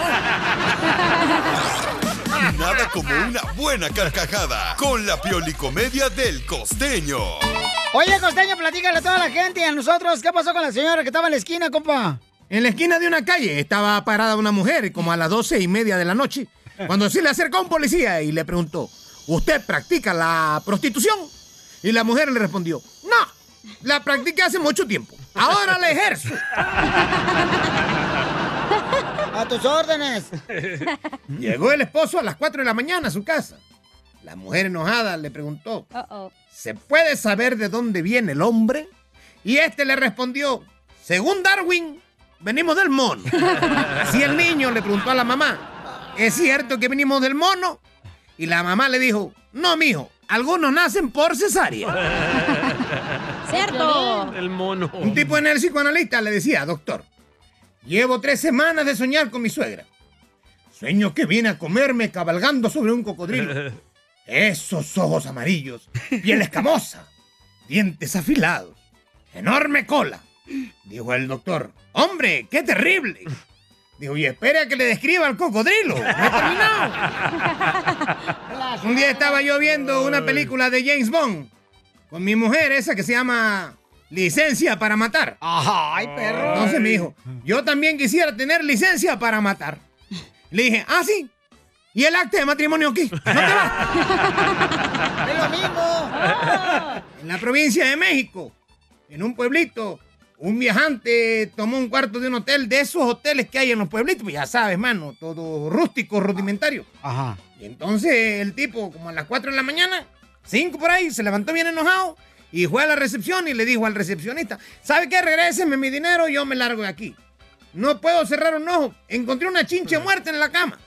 Speaker 7: Nada como una buena carcajada con la Piolicomedia del costeño.
Speaker 2: Oye, Costeño, platícale a toda la gente y a nosotros qué pasó con la señora que estaba en la esquina, compa.
Speaker 15: En la esquina de una calle estaba parada una mujer como a las doce y media de la noche, cuando se le acercó un policía y le preguntó, ¿usted practica la prostitución? Y la mujer le respondió, no, la practiqué hace mucho tiempo, ahora la ejerzo.
Speaker 2: A tus órdenes.
Speaker 15: Llegó el esposo a las cuatro de la mañana a su casa. La mujer enojada le preguntó, ¿se puede saber de dónde viene el hombre? Y este le respondió, según Darwin, venimos del mono. Así el niño le preguntó a la mamá, ¿es cierto que venimos del mono? Y la mamá le dijo, no, mijo, algunos nacen por cesárea.
Speaker 1: ¡Cierto!
Speaker 15: El mono. Un tipo en el psicoanalista le decía, doctor, llevo tres semanas de soñar con mi suegra. Sueño que viene a comerme cabalgando sobre un cocodrilo. Esos ojos amarillos, piel escamosa, dientes afilados, enorme cola. Dijo el doctor, hombre, qué terrible. Dijo, y espere a que le describa al cocodrilo. No he terminado. Un día estaba yo viendo una película de James Bond con mi mujer, esa que se llama licencia para matar.
Speaker 2: Ay, perro.
Speaker 15: Entonces me dijo, yo también quisiera tener licencia para matar. Le dije, ah, sí. ¿Y el acta de matrimonio aquí? ¿No te vas?
Speaker 11: ¡Es lo mismo!
Speaker 15: En la provincia de México, en un pueblito, un viajante tomó un cuarto de un hotel, de esos hoteles que hay en los pueblitos, pues ya sabes, mano, todo rústico, rudimentario.
Speaker 2: Ajá.
Speaker 15: Y entonces el tipo, como a las 4 de la mañana, 5 por ahí, se levantó bien enojado y fue a la recepción y le dijo al recepcionista, ¿sabe qué? Regréseme mi dinero, yo me largo de aquí. No puedo cerrar un ojo. Encontré una chinche muerta en la cama.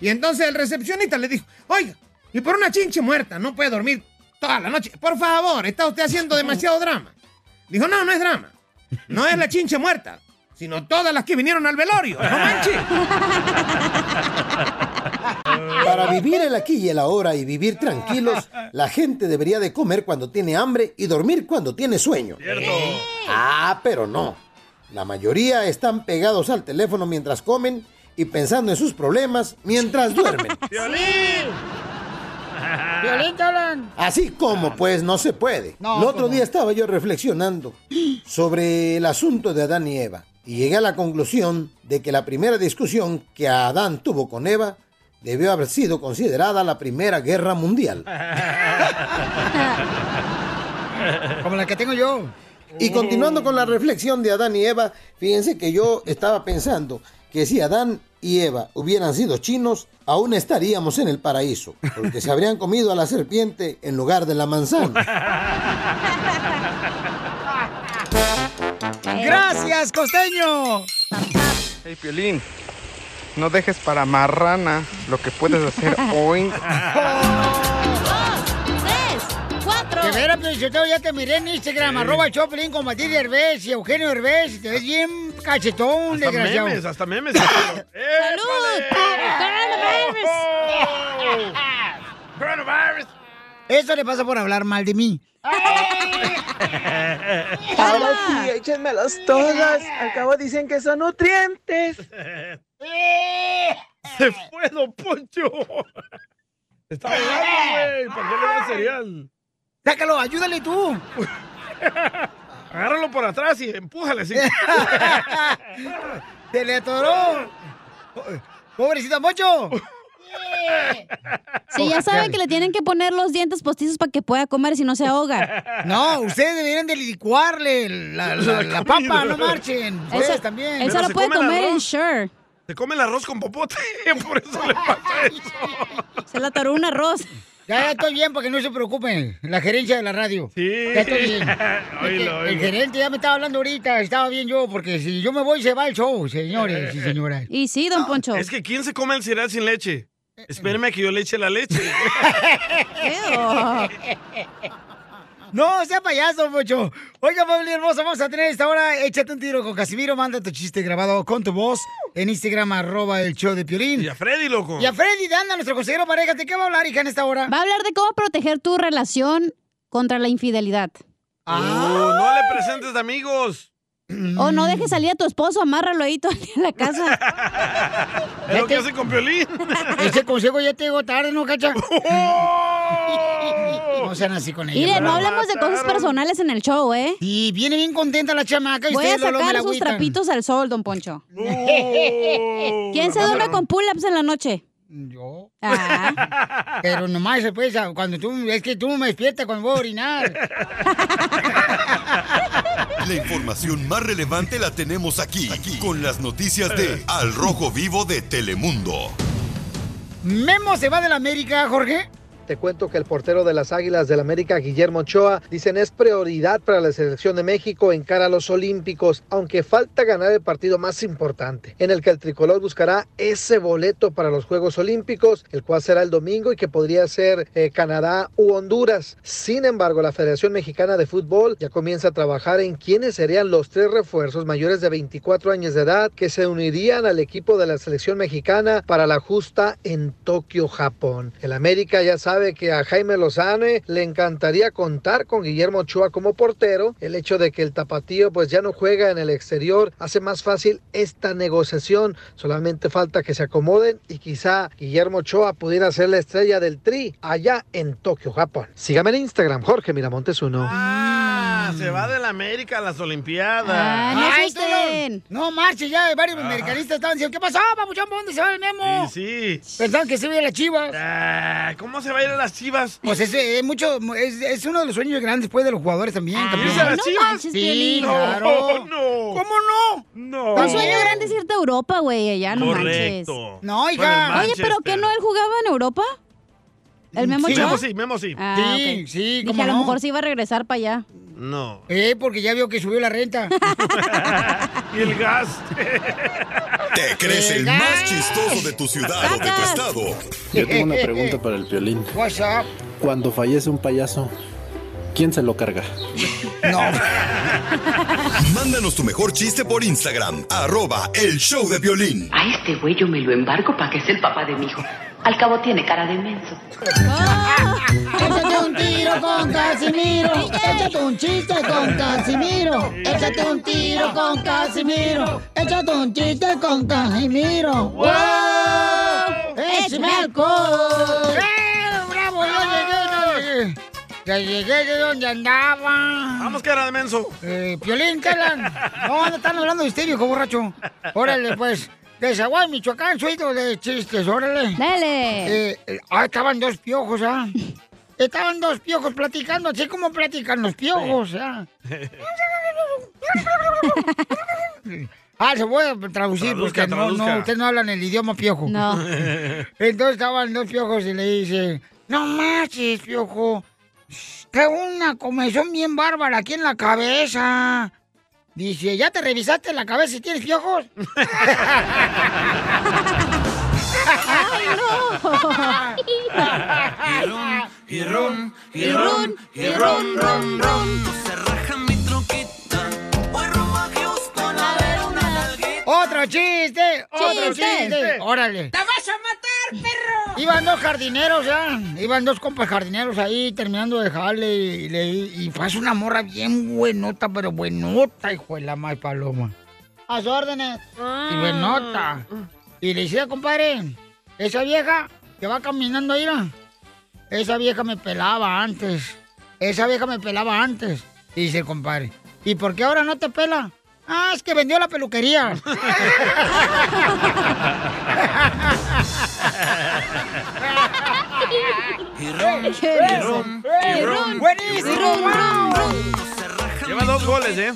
Speaker 15: Y entonces el recepcionista le dijo, oiga, y por una chinche muerta no puede dormir toda la noche. Por favor, está usted haciendo demasiado drama. Dijo, no, no es drama. No es la chinche muerta, sino todas las que vinieron al velorio. No manches.
Speaker 16: Para vivir el aquí y el ahora y vivir tranquilos, la gente debería de comer cuando tiene hambre y dormir cuando tiene sueño. Ah, pero no. La mayoría están pegados al teléfono mientras comen y pensando en sus problemas mientras duermen.
Speaker 11: ¡Violín! ¡Violín, te hablan!
Speaker 16: Así como, pues, no se puede.
Speaker 11: No,
Speaker 16: el otro
Speaker 11: ¿cómo?
Speaker 16: día estaba yo reflexionando sobre el asunto de Adán y Eva y llegué a la conclusión de que la primera discusión que Adán tuvo con Eva debió haber sido considerada la Primera Guerra Mundial.
Speaker 2: Como la que tengo yo.
Speaker 16: Y continuando con la reflexión de Adán y Eva, fíjense que yo estaba pensando que si Adán y Eva hubieran sido chinos, aún estaríamos en el paraíso, porque se habrían comido a la serpiente en lugar de la manzana.
Speaker 2: Eh. Gracias, costeño.
Speaker 17: Hey, Piolín, no dejes para marrana lo que puedes hacer hoy.
Speaker 11: ¡Tres! ¡Cuatro! De veras,
Speaker 2: pues,
Speaker 11: pero yo te- ya te miré en Instagram,
Speaker 2: Sí.
Speaker 11: arroba el Choplin con Matilde Herbés y Eugenio Herbés. y Te ves bien cachetón,
Speaker 3: Hasta
Speaker 11: desgraciado.
Speaker 3: memes, hasta memes.
Speaker 11: ¡Salud! ¡Coronavirus! ¡Coronavirus!
Speaker 2: Eso le pasa por hablar mal de mí.
Speaker 18: Ahora sí, échenmelas todas. Al cabo dicen que son nutrientes.
Speaker 3: Se fue, don Poncho. Está hablando, güey. ¿Para qué le das cereal?
Speaker 2: Sácalo, ayúdale tú.
Speaker 3: Agárralo por atrás y empújale así.
Speaker 2: ¡Se le atoró! ¡Pobrecita Mocho!
Speaker 1: Sí, ya saben que le tienen que poner los dientes postizos para que pueda comer si no se ahoga.
Speaker 2: No, ustedes deberían de licuarle la, la- la papa, no marchen. Ustedes
Speaker 1: Eso-
Speaker 2: también.
Speaker 1: eso Pero lo se puede come el comer en arroz. Sure.
Speaker 3: Se come el arroz con popote. Por eso le pasa eso.
Speaker 2: Se le atoró un arroz. Ya, ya estoy bien, para que no se preocupen. La gerencia de la radio. Sí. Ya estoy bien.
Speaker 11: Oílo,
Speaker 2: El
Speaker 11: oílo.
Speaker 2: gerente ya me estaba hablando ahorita, estaba bien yo, porque si yo me voy se va el show, señores y señoras.
Speaker 1: Y sí, don Poncho.
Speaker 3: Es que ¿quién se come el cereal sin leche?
Speaker 12: Eh,
Speaker 3: Espérame a que yo le eche la leche.
Speaker 2: No, sea payaso, Pocho. Oiga, familia hermosa, vamos a tener esta hora. Échate un tiro con Casimiro, manda tu chiste grabado con tu voz en Instagram, arroba el show de Piolín. Y a
Speaker 3: Freddy, loco.
Speaker 2: Y a Freddy, de anda, nuestro consejero pareja, ¿de qué va a hablar, hija, en esta hora?
Speaker 1: Va a hablar de cómo proteger tu relación contra la infidelidad.
Speaker 3: Oh, no le presentes de amigos.
Speaker 1: O no dejes salir a tu esposo, amárralo ahí todo el día en la casa.
Speaker 3: Es lo que hacen con Piolín.
Speaker 2: Ese consejo ya te llegó tarde, ¿no, cacha? no sean así con ella.
Speaker 1: Mire, no hablemos de cosas personales en el show, ¿eh?
Speaker 2: Y viene bien contenta la chamaca y
Speaker 1: Voy a
Speaker 2: ustedes lo- lo- me
Speaker 1: sacar
Speaker 2: la
Speaker 1: sus
Speaker 2: agüitan.
Speaker 1: trapitos al sol, don Poncho. ¿Quién se
Speaker 2: No,
Speaker 1: duerme
Speaker 2: pero-
Speaker 1: con pull-ups en la noche? Ah.
Speaker 2: Pero nomás se pues, a- cuando tú, es que tú me despiertas cuando voy a orinar.
Speaker 7: La información más relevante la tenemos aquí, aquí, con las noticias de Al Rojo Vivo de Telemundo.
Speaker 2: Memo se va de la América, Jorge.
Speaker 6: Te cuento que el portero de las Águilas del América, Guillermo Ochoa, dicen es prioridad para la selección de México en cara a los Olímpicos, aunque falta ganar el partido más importante, en el que el tricolor buscará ese boleto para los Juegos Olímpicos, el cual será el domingo y que podría ser eh, Canadá u Honduras. Sin embargo, la Federación Mexicana de Fútbol ya comienza a trabajar en quiénes serían los tres refuerzos mayores de 24 años de edad que se unirían al equipo de la selección mexicana para la justa en Tokio, Japón. El América ya sabe que a Jaime Lozane le encantaría contar con Guillermo Ochoa como portero. El hecho de que el tapatío pues ya no juega en el exterior hace más fácil esta negociación. Solamente falta que se acomoden y quizá Guillermo Ochoa pudiera ser la estrella del tri allá en Tokio, Japón. Sígame en Instagram, Jorge Miramontes uno.
Speaker 3: Ah, se va de la América a las Olimpiadas.
Speaker 1: Ah,
Speaker 2: Ay, Tolón. No marches, ya varios
Speaker 3: Ah.
Speaker 2: americanistas estaban diciendo, ¿qué pasó, papuchón? ¿Para dónde se va el memo?
Speaker 3: Sí,
Speaker 2: Pensaban que se iba a ir a las chivas.
Speaker 3: Ah, ¿Cómo se va a ir a las chivas?
Speaker 2: Pues es, eh, mucho, es, es uno de los sueños grandes pues, de los jugadores también. campeón.
Speaker 3: Ah, ¿irse a las No chivas? manches,
Speaker 2: sí,
Speaker 3: Piolín.
Speaker 2: claro.
Speaker 3: Oh, no.
Speaker 2: ¿Cómo no?
Speaker 3: No.
Speaker 1: Un sueño grande es irte a Europa, güey, allá no
Speaker 3: Correcto.
Speaker 1: manches.
Speaker 2: No,
Speaker 3: hija. Con el
Speaker 1: Oye, ¿pero
Speaker 3: Manchester.
Speaker 1: qué no él jugaba en Europa? ¿El Memo
Speaker 3: sí,
Speaker 1: Ochoa?
Speaker 3: Memo sí, Memo sí.
Speaker 1: Ah, ok. Dije,
Speaker 2: cómo
Speaker 1: a lo
Speaker 2: no.
Speaker 1: mejor se iba a regresar para allá.
Speaker 3: No.
Speaker 2: Eh, porque ya vio que subió la renta.
Speaker 3: Y el gas.
Speaker 7: Te crees el más chistoso de tu ciudad o de tu
Speaker 2: Sacas.
Speaker 7: estado.
Speaker 19: Yo tengo una pregunta para el violín.
Speaker 2: What's up?
Speaker 19: Cuando fallece un payaso, ¿quién se lo carga?
Speaker 7: Mándanos tu mejor chiste por Instagram, arroba el show de violín.
Speaker 20: A este güey yo me lo embarco para que sea el papá de mi hijo. Al cabo tiene cara de menso.
Speaker 9: Échate un tiro con Casimiro. Échate un chiste con Casimiro. Échate un tiro con Casimiro. Échate un chiste con Casimiro. ¡Wow! ¡Échame alcohol!
Speaker 2: ¡Bravo! ¡Ya llegué! Ya llegué de donde andaba.
Speaker 3: Vamos, cara de menso.
Speaker 2: Eh, Piolín, ¿qué hablan? No, no están hablando de usted, viejo borracho. Órale, pues. De Zaguay, Michoacán, suelto de chistes, órale. Dale. ah, estaban dos piojos, ¿ah? Estaban dos piojos platicando, así como platican los piojos, ¿ah? Ah, se puede traducir
Speaker 9: Traduzca,
Speaker 2: porque no, no,
Speaker 9: traduzca.
Speaker 2: ustedes no hablan el idioma piojo. No. Entonces estaban dos piojos y le dice, no marches, piojo. Tengo una comezón bien bárbara aquí en la cabeza. Dice, ¿ya te revisaste la cabeza y tienes piojos? ¡Ay, no!
Speaker 11: Y ron,
Speaker 2: y ron,
Speaker 11: y ron, ron, ron.
Speaker 2: ¡Otro chiste! ¡Otro
Speaker 11: Chiste.
Speaker 2: chiste! ¡Órale! ¡La vas a matar, perro! Iban dos jardineros, ¿ya? Iban dos compas jardineros ahí terminando de jale y, le- y pasa una morra bien buenota, pero buenota, hijo de la más paloma. A sus órdenes.
Speaker 11: Ah.
Speaker 2: Y buenota. Y le decía, compadre, esa vieja que va caminando, mira. Esa vieja me pelaba antes. Esa vieja me pelaba antes. Dice el compadre. ¿Y por qué ahora no te pela? Ah, es que vendió la peluquería. ¡Buenísimo!
Speaker 3: Lleva dos goles, ¿eh?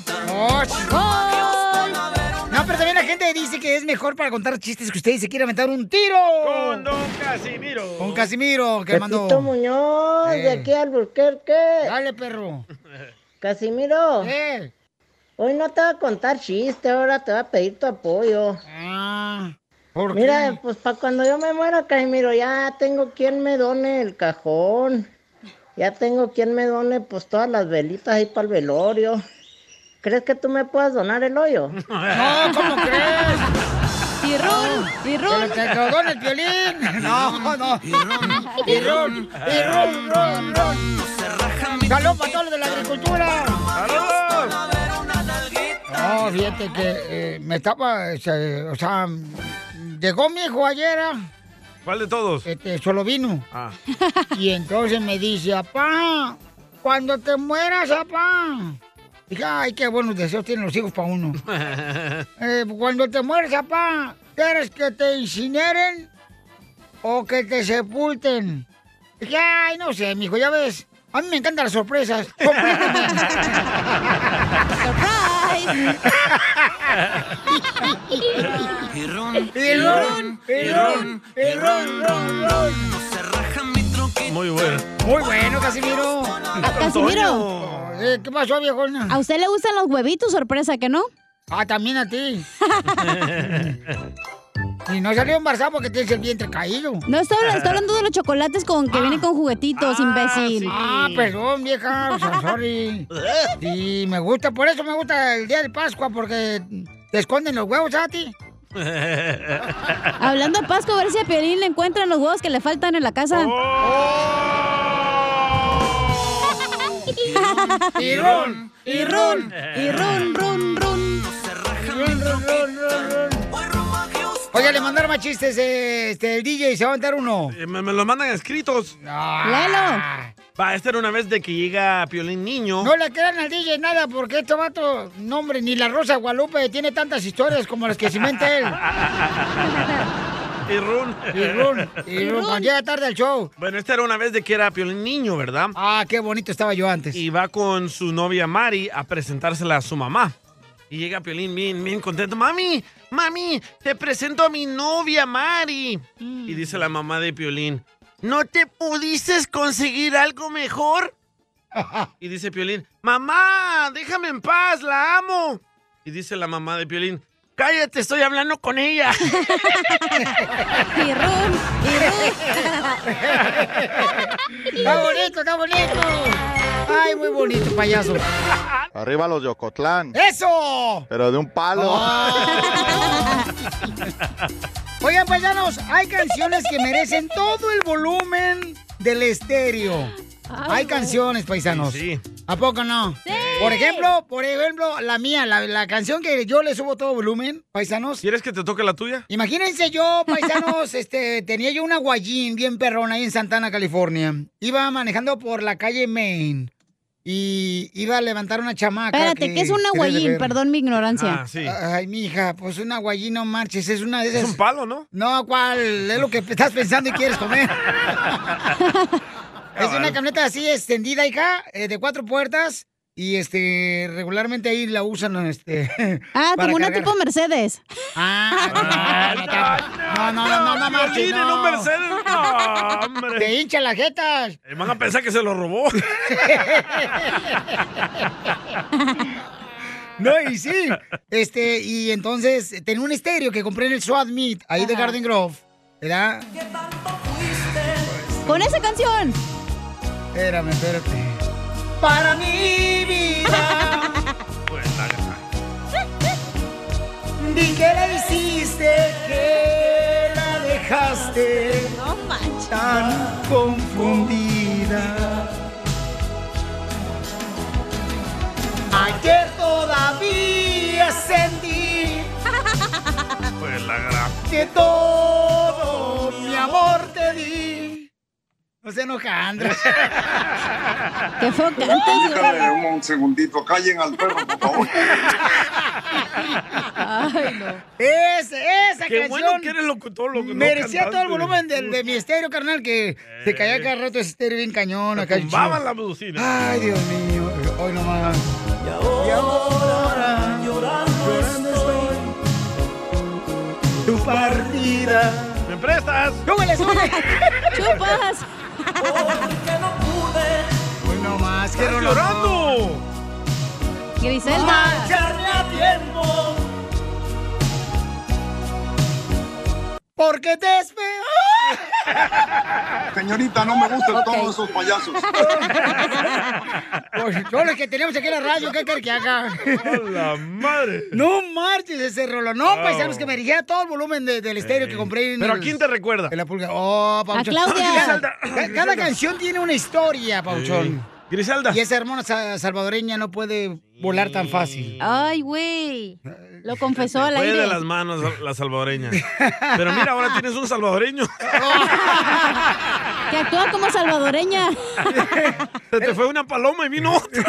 Speaker 2: No, pero también la gente dice que es mejor para contar chistes que ustedes se quiere aventar un tiro. Con
Speaker 3: Don Casimiro.
Speaker 2: Con Casimiro, que le mandó.
Speaker 21: Pepito Muñoz, de
Speaker 2: Eh.
Speaker 21: aquí al Burquerque.
Speaker 2: Dale, perro. Eh.
Speaker 21: Casimiro. Hoy no te voy a contar chiste, ahora te voy a pedir tu apoyo.
Speaker 2: Ah, ¿por qué?
Speaker 21: Mira, pues para cuando yo me muera, Casimiro, ya tengo quien me done el cajón. Ya tengo quien me done pues todas las velitas ahí para el velorio. ¿Crees que tú me puedas donar el hoyo?
Speaker 2: No, Ah, ¿cómo crees?
Speaker 21: Y run, y run.
Speaker 2: Que te lo done el violín. No, no. Y ron, y ron, y ron, ron, ron. Saludos para todos los de la agricultura.
Speaker 3: ¡Saludos!
Speaker 2: No, fíjate que eh, me estaba, eh, se- o sea, mm, llegó mi hijo ayer, ah,
Speaker 3: ¿Cuál de todos?
Speaker 2: este, solo vino.
Speaker 3: Ah.
Speaker 2: Y entonces me dice, apá, cuando te mueras, apá. Dije, ay, qué buenos deseos tienen los hijos para uno. Eh, cuando te mueres, apá, ¿quieres que te incineren o que te sepulten? Dije, ay, no sé, mijo, ya ves. A mí me encantan las sorpresas. ¡Surprise!
Speaker 11: Y
Speaker 2: ron, y ron, y ron, ron, ron.
Speaker 3: Muy bueno.
Speaker 2: Muy bueno, Casimiro.
Speaker 3: Ah,
Speaker 1: Ah, Casimiro.
Speaker 2: Eh, ¿Qué pasó, viejona?
Speaker 1: ¿A usted le gustan los huevitos, sorpresa, que no?
Speaker 2: Ah, también a ti. Y no salió embarazado porque tienes el vientre caído.
Speaker 1: No, está habla- está hablando de los chocolates con
Speaker 3: Ah.
Speaker 1: que vienen con juguetitos, imbécil.
Speaker 2: Ah, perdón, vieja. o sea, Sorry. Sí, me gusta. Por eso me gusta el día de Pascua, porque te esconden los huevos ¿ah, a ti.
Speaker 1: Hablando de Pascua, a ver si a Piolín le encuentran los huevos que le faltan en la casa.
Speaker 3: Oh.
Speaker 2: Y run, y run, y run, run, run. Y run, run, run, run, run. Oiga, le mandaron más chistes eh, este, el DJ, se va a aventar uno.
Speaker 3: Eh, Me, me los mandan escritos. Ah. Va, esta era una vez de que llega Piolín niño.
Speaker 2: No le crean al DJ nada porque este vato, no hombre, ni la Rosa Guadalupe tiene tantas historias como las que se inventa él.
Speaker 3: Y run.
Speaker 2: Y run, y run, cuando llega tarde al show.
Speaker 3: Bueno, esta era una vez de que era Piolín niño, ¿verdad?
Speaker 2: Ah, qué bonito estaba yo antes.
Speaker 3: Y va con su novia Mari a presentársela a su mamá. Y llega Piolín bien, bien contento. Mami, mami, te presento a mi novia Mari. Y dice la mamá de Piolín, ¿no te pudiste conseguir algo mejor? Y dice Piolín, mamá, déjame en paz, la amo. Y dice la mamá de Piolín, cállate, estoy hablando con ella.
Speaker 2: Está bonito, está bonito. Ay, muy bonito, payaso.
Speaker 4: Arriba los de Ocotlán.
Speaker 2: ¡Eso!
Speaker 4: Pero de un palo.
Speaker 2: Oigan, paisanos, hay canciones que merecen todo el volumen del estéreo. hay canciones, paisanos.
Speaker 3: Sí,
Speaker 2: ¿A poco no? Por ejemplo, por ejemplo, la mía, la, la canción que yo le subo todo volumen, paisanos.
Speaker 3: ¿Quieres que te toque la tuya?
Speaker 2: Imagínense yo, paisanos, este, tenía yo una guayín bien perrona ahí en Santana, California. Iba manejando por la calle Main y iba a levantar una chamaca.
Speaker 1: Espérate, ¿qué es un aguayín? Perdón mi ignorancia.
Speaker 2: Ay, mija, pues un aguayín, no marches, es una de esas.
Speaker 1: Es un
Speaker 3: palo, ¿no?
Speaker 2: No, ¿cuál? Es lo que estás pensando y quieres comer. es una camioneta así extendida, hija, eh, de cuatro puertas. Y este, regularmente ahí la usan, este.
Speaker 1: Ah,
Speaker 2: para
Speaker 1: como una
Speaker 2: cargar. Ah,
Speaker 1: tipo Mercedes.
Speaker 2: No, no, no, no, no, marches,
Speaker 3: Violín en
Speaker 2: no.
Speaker 3: un Mercedes. No, hombre.
Speaker 2: Te hincha la jeta.
Speaker 3: Eh, Van a pensar que se lo robó.
Speaker 2: No, y sí. Este, y entonces tenía un estéreo que compré en el SWAT Meet, ahí de Garden Grove. ¿Verdad?
Speaker 1: Con esa canción.
Speaker 2: Espérame, espérate.
Speaker 11: Para mi vida.
Speaker 22: Pues,
Speaker 2: Vi que la hiciste, que la dejaste.
Speaker 11: No manches.
Speaker 2: Tan confundida. Ayer todavía sentí
Speaker 3: Pues la gran.
Speaker 2: que todo mi amor te di. No se enoja, Andrés.
Speaker 1: Qué feo
Speaker 22: Déjale un, un segundito, callen al perro, por favor.
Speaker 2: Ay, no. Ese, esa
Speaker 22: Qué
Speaker 2: canción.
Speaker 22: bueno que eres
Speaker 3: locutor,
Speaker 22: loco- no
Speaker 2: Merecía todo
Speaker 22: cantante.
Speaker 2: el
Speaker 22: Eh.
Speaker 2: volumen del- de, mi estéreo, carnal, que se caía cada rato ese estéreo bien cañón. Acá
Speaker 3: tumbaban la bocina.
Speaker 2: Ay, Dios mío. Hoy nomás.
Speaker 11: Y ahora llorando estoy.
Speaker 2: Tu partida.
Speaker 3: ¿Me prestas?
Speaker 2: ¡Súbele, súbele!
Speaker 1: ¡Chupas!
Speaker 11: Porque no pude
Speaker 2: Hoy nomás. ¡Qué
Speaker 11: ¡Estás
Speaker 2: rolón!
Speaker 3: llorando!
Speaker 1: Griselda.
Speaker 11: marcharme a tiempo.
Speaker 2: Porque te espero.
Speaker 22: Señorita, no me gustan
Speaker 2: Ok.
Speaker 22: todos esos payasos.
Speaker 2: Pues, Son los que tenemos aquí en la radio, ¿qué quieres que haga?
Speaker 3: la madre!
Speaker 2: No marches ese rolo. No,
Speaker 3: Wow.
Speaker 2: paisanos, que merecía todo el volumen de- del estéreo que compré. En
Speaker 3: ¿Pero a
Speaker 2: el-
Speaker 3: quién te recuerda?
Speaker 2: En la pulga. Oh, Pauchón.
Speaker 3: A Claudia.
Speaker 2: Griselda. Ca- Cada, canción tiene una historia, Pauchón.
Speaker 3: Griselda.
Speaker 2: Y esa hermana sa- salvadoreña no puede volar tan fácil.
Speaker 1: Ay, güey. Lo confesó al
Speaker 3: Fue de
Speaker 1: aire.
Speaker 3: las manos la salvadoreña. Pero mira, ahora tienes un salvadoreño.
Speaker 1: Que actúa como salvadoreña.
Speaker 3: Se te fue una paloma y vino otra.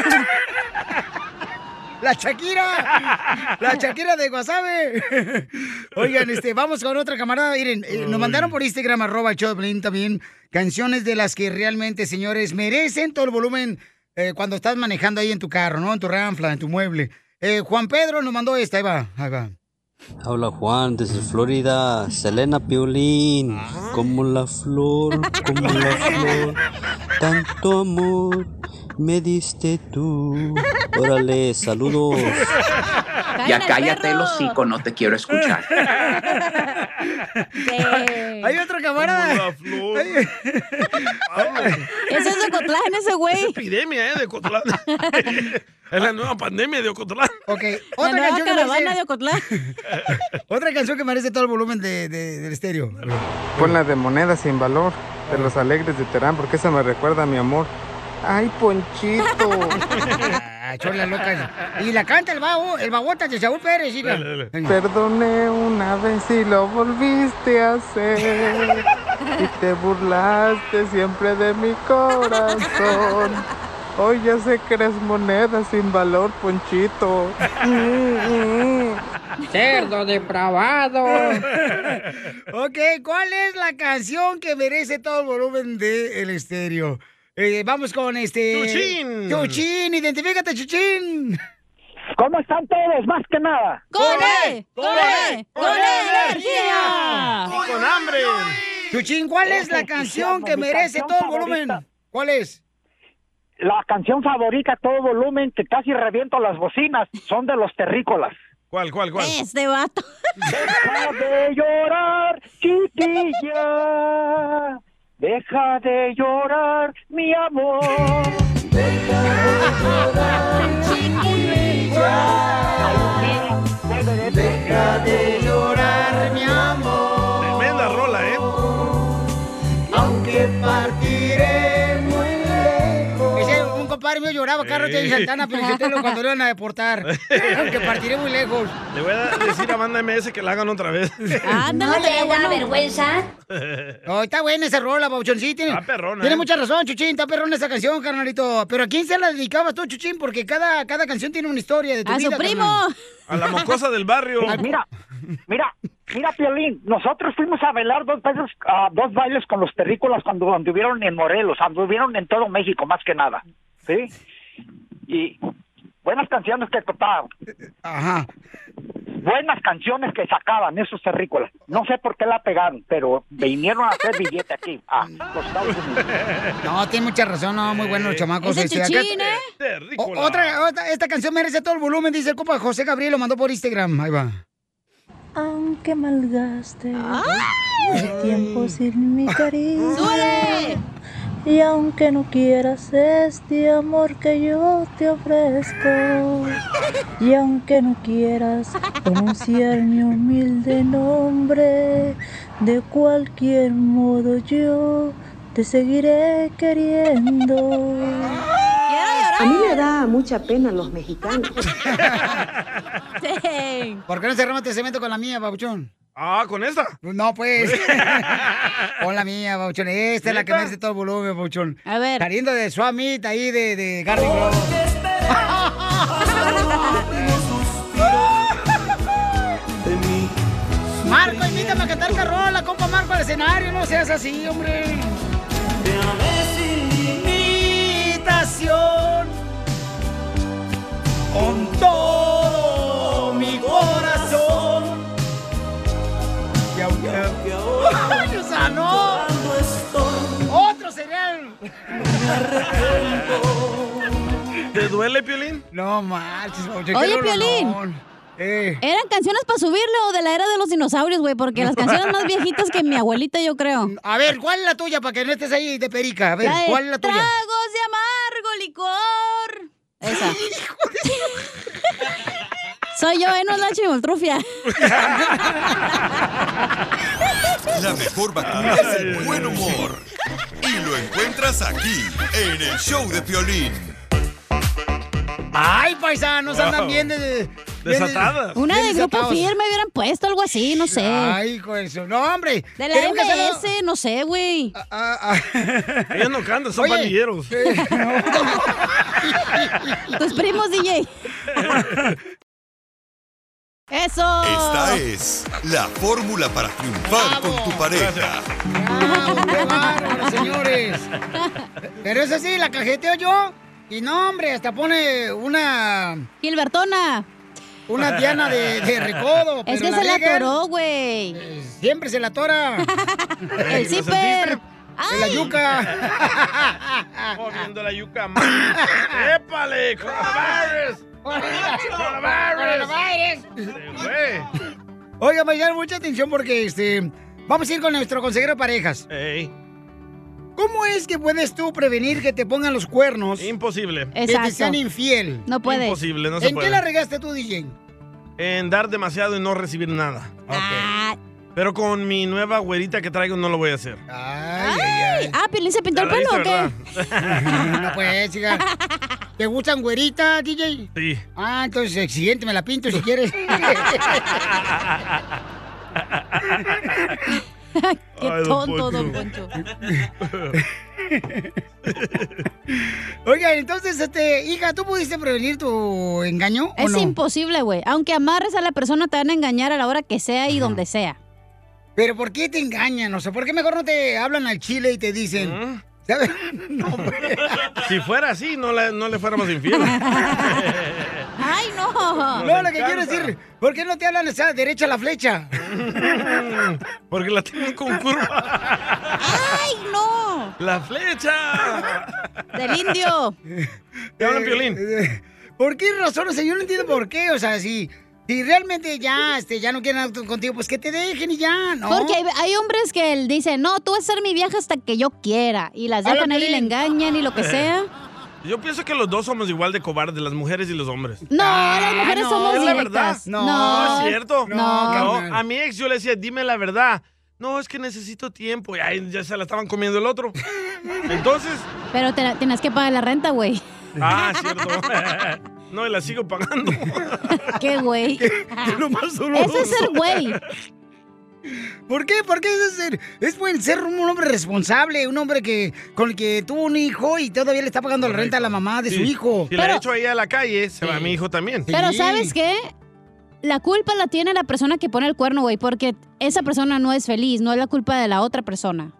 Speaker 2: ¡La Shakira! ¡La Shakira de Guasave! Oigan, este, vamos con otra camarada. Miren, eh, nos mandaron por Instagram, arroba el show de Piolín también, canciones de las que realmente, señores, merecen todo el volumen eh, cuando estás manejando ahí en tu carro, ¿no? En tu ranfla, en tu mueble. Eh, Juan Pedro nos mandó esta, ahí va, ahí va.
Speaker 23: Habla Juan desde Florida, Selena Piolín, como la flor, como la flor, tanto amor me diste tú. Órale, saludos.
Speaker 20: Ya cállate el hocico, no te quiero escuchar.
Speaker 2: Hay otro camarada. Hay-
Speaker 1: Ese es de Cotlán, ese
Speaker 3: Es
Speaker 1: güey.
Speaker 3: epidemia, ¿eh? De Ocotlán. es la nueva pandemia de Ocotlán.
Speaker 2: Ok,
Speaker 1: La
Speaker 2: otra
Speaker 1: nueva
Speaker 2: canción, que
Speaker 1: caravana de
Speaker 2: merece,
Speaker 1: Ocotlán.
Speaker 2: otra canción que merece todo el volumen de- de- del estéreo.
Speaker 16: Pon la de moneda sin valor, de los alegres de Terán, porque eso me recuerda a mi amor. Ay, Ponchito.
Speaker 2: Ah, la chorla loca. Y la canta el babo, el babota de Saúl Pérez, hija.
Speaker 17: Perdoné una vez y lo volviste a hacer. Y te burlaste siempre de mi corazón. Hoy ya sé que eres moneda sin valor, Ponchito.
Speaker 24: Cerdo depravado.
Speaker 2: Ok, ¿cuál es la canción que merece todo el volumen del estéreo? Eh, vamos con este.
Speaker 25: Chuchín.
Speaker 2: ¡Chuchín! ¡Identifícate, Chuchín!
Speaker 11: ¿Cómo están todos? Más que nada.
Speaker 1: E,
Speaker 2: E, ¡Y con E. hambre! Chuchín, ¿cuál es la canción que merece todo el volumen? ¿Cuál es?
Speaker 11: La canción favorita a todo volumen que casi reviento las bocinas son de los terrícolas.
Speaker 3: ¿Cuál, cuál, cuál?
Speaker 1: Este vato.
Speaker 11: Deja de llorar, chiquilla. Deja de llorar, mi amor. Deja de llorar, chiquilla. Deja de llorar, mi amor.
Speaker 3: Tremenda rola, ¿eh?
Speaker 11: Aunque partiré muy lejos.
Speaker 2: Ese, un compadre mío lloraba Carlos de
Speaker 3: Sí.
Speaker 2: Santana, pero cuando lo iban a deportar. Aunque partiré muy lejos.
Speaker 3: Le voy a decir a Banda MS que la hagan otra vez.
Speaker 2: Ándale,
Speaker 26: ¿No le da
Speaker 2: bueno.
Speaker 26: vergüenza?
Speaker 2: No, está buena esa rola, Bauchón. Sí, tiene,
Speaker 3: perrona,
Speaker 2: tiene
Speaker 3: ¿eh?
Speaker 2: mucha razón, Chuchín. Está perrona esa canción, carnalito. Pero ¿a quién se la dedicabas tú, Chuchín? Porque cada, cada canción tiene una historia de tu
Speaker 11: A su
Speaker 2: vida,
Speaker 11: primo.
Speaker 2: carnal.
Speaker 3: A la mocosa del barrio.
Speaker 11: Ay, mira, mira, mira, Piolín, nosotros fuimos a bailar dos veces, a dos bailes con los terrícolas cuando anduvieron en Morelos, anduvieron en todo México, más que nada, ¿sí? Y buenas canciones que tocaban.
Speaker 2: Ajá.
Speaker 11: Buenas canciones que sacaban esos terrícolas. No sé por qué la pegaron, pero vinieron a hacer billete aquí, a los Estados Unidos.
Speaker 2: No, tiene mucha razón. No, muy
Speaker 3: Eh,
Speaker 2: buenos los chamacos.
Speaker 11: Eh, Ese
Speaker 2: este, acá-
Speaker 11: Chuchín, ¿eh?
Speaker 2: O- otra, otra- esta canción merece todo el volumen, dice el compa José Gabriel. Lo mandó por Instagram. Ahí va.
Speaker 27: Aunque malgaste el tiempo sin mi cariño. Y aunque no quieras este amor que yo te ofrezco. Y aunque no quieras pronunciar mi humilde nombre. De cualquier modo yo te seguiré queriendo.
Speaker 28: A mí me da mucha pena los mexicanos.
Speaker 2: ¿Por qué no cerramos este cemento con la mía, Babuchón?
Speaker 3: Ah, ¿con esta?
Speaker 2: No, pues. con la mía, Babuchón. Esta es la que
Speaker 3: ¿Neta?
Speaker 2: merece todo el volumen, Babuchón.
Speaker 1: A ver.
Speaker 2: Saliendo de Swamit, ahí de, de Garden Grove. Marco, invítame a cantar esta rola, compa Marco, al escenario. No seas así, hombre.
Speaker 25: Te amé sin limitación Con todo mi corazón
Speaker 2: Y aunque
Speaker 25: ahora
Speaker 2: ¡Ay, Usano!
Speaker 25: llorando estoy
Speaker 2: ¡Otro cereal!
Speaker 25: Me arrepiento
Speaker 3: ¿Te duele, Piolín?
Speaker 2: No marches, Babuchón. qué
Speaker 1: Oye,
Speaker 2: rolonón.
Speaker 1: Piolín.
Speaker 2: Eh.
Speaker 1: Eran canciones para subirle o de la era de los dinosaurios, güey, porque las canciones más viejitas que mi abuelita, yo creo.
Speaker 2: A ver, ¿cuál es la tuya para que no estés ahí de perica? A ver,
Speaker 1: La de
Speaker 2: ¿cuál es la tuya?
Speaker 1: Tragos de amargo licor. Esa. Soy yo, ¿eh? No es la chimoltrufia.
Speaker 7: La mejor vacuna es el buen humor. Y lo encuentras aquí, en el show de Piolín.
Speaker 2: Ay, paisanos, andan
Speaker 7: Wow.
Speaker 2: bien de...
Speaker 7: Desatadas.
Speaker 1: Una de grupo
Speaker 2: firme.
Speaker 1: firme hubieran puesto algo así, no sé.
Speaker 2: Ay, con eso. No, hombre.
Speaker 1: De la
Speaker 2: tenemos que hacerlo- Ah,
Speaker 1: MS, no sé, güey.
Speaker 3: Ellos no cantan, son
Speaker 1: Oye.
Speaker 3: pandilleros.
Speaker 2: ah.
Speaker 1: Tus primos, DJ. Eso.
Speaker 7: Esta es la fórmula para triunfar con tu pareja.
Speaker 2: Ah, ¡Qué bárbaro, señores! Pero eso sí, la cajeteo yo. Y no, hombre, hasta pone una...
Speaker 1: Gilbertona.
Speaker 2: Una Diana de, de recodo.
Speaker 1: Es
Speaker 2: pero
Speaker 1: que se la
Speaker 2: riegan.
Speaker 1: atoró, güey.
Speaker 2: Eh, Siempre se la atora.
Speaker 1: El ¿Lo zipper. sentiste?
Speaker 2: De la yuca.
Speaker 3: Moviendo la yuca. man. ¡Épale! ¡Coronavirus!
Speaker 2: ¡Coronavirus!
Speaker 3: Güey.
Speaker 2: Oiga, Mayan, mucha atención porque este. Vamos a ir con nuestro consejero de parejas. ¿Cómo es que puedes tú prevenir que te pongan los cuernos?
Speaker 3: Imposible.
Speaker 2: Que te sean infiel.
Speaker 1: No
Speaker 3: puedes. Imposible, no se
Speaker 2: ¿En
Speaker 3: puede.
Speaker 2: qué la regaste tú, DJ?
Speaker 3: En dar demasiado y no
Speaker 1: Ah.
Speaker 3: recibir nada. Pero con mi nueva güerita que traigo no lo voy a hacer.
Speaker 2: Ay,
Speaker 3: ay,
Speaker 2: ay.
Speaker 1: Ah, Piolín se pintó el pelo o qué?
Speaker 2: no pues, chica. ¿Te gustan güeritas, DJ?
Speaker 3: Sí.
Speaker 2: Ah, entonces exigente, me la pinto si quieres.
Speaker 1: Qué
Speaker 2: Ay, don
Speaker 1: tonto, don
Speaker 2: Poncho.
Speaker 1: Poncho.
Speaker 2: Oiga, entonces, este, hija, ¿tú pudiste prevenir tu engaño?
Speaker 1: Es
Speaker 2: o no?
Speaker 1: imposible, güey. Aunque amarres a la persona, te van a engañar a la hora que sea y donde sea.
Speaker 2: Pero ¿por qué te engañan? O sea, ¿por qué mejor no te hablan al chile y te dicen? ¿Sabes? No, hombre.
Speaker 3: Si fuera así, no, la- no le fuéramos infiel.
Speaker 1: ¡Ay, no!
Speaker 2: No, lo que quiero decir, ¿por qué no te hablan esa derecha a la flecha?
Speaker 3: Porque la tengo con curva.
Speaker 1: ¡Ay, no!
Speaker 3: ¡La flecha!
Speaker 1: ¡Del indio!
Speaker 3: Te hablan violín.
Speaker 2: ¿Por qué razón? O sea, yo no entiendo por qué. O sea, si, si realmente ya, este, ya no quieren algo contigo, pues que te dejen y ya, ¿no?
Speaker 1: Porque hay, hay hombres que él dicen, no, tú vas a ser mi vieja hasta que yo quiera. Y las
Speaker 2: Hola,
Speaker 1: dejan ahí y le
Speaker 2: Piolín.
Speaker 1: engañan y lo que sea.
Speaker 3: Yo pienso que los dos somos igual de cobardes, las mujeres y los hombres.
Speaker 1: No,
Speaker 2: Ah,
Speaker 1: las mujeres
Speaker 3: no,
Speaker 1: somos
Speaker 3: es la verdad.
Speaker 1: directas.
Speaker 3: es cierto.
Speaker 1: No.
Speaker 3: No, A mi ex yo le decía, dime la verdad. No, es que necesito tiempo. Y ahí ya se la estaban comiendo el otro. Entonces,
Speaker 1: Pero te, tienes que pagar la renta, güey.
Speaker 3: ah, cierto. No, y la sigo pagando.
Speaker 1: Qué güey. Eso
Speaker 2: Ese
Speaker 1: es ser güey.
Speaker 2: ¿Por qué? ¿Por qué es ser? Es buen ser un hombre responsable, un hombre que con el que tuvo un hijo y todavía le está pagando la renta a la mamá de su
Speaker 3: Sí.
Speaker 2: hijo.
Speaker 3: Si la echo ahí a la calle, se va a mi hijo también.
Speaker 1: Pero ¿sabes qué? La culpa la tiene la persona que pone el cuerno, güey, porque esa persona no es feliz, no es la culpa de la otra persona.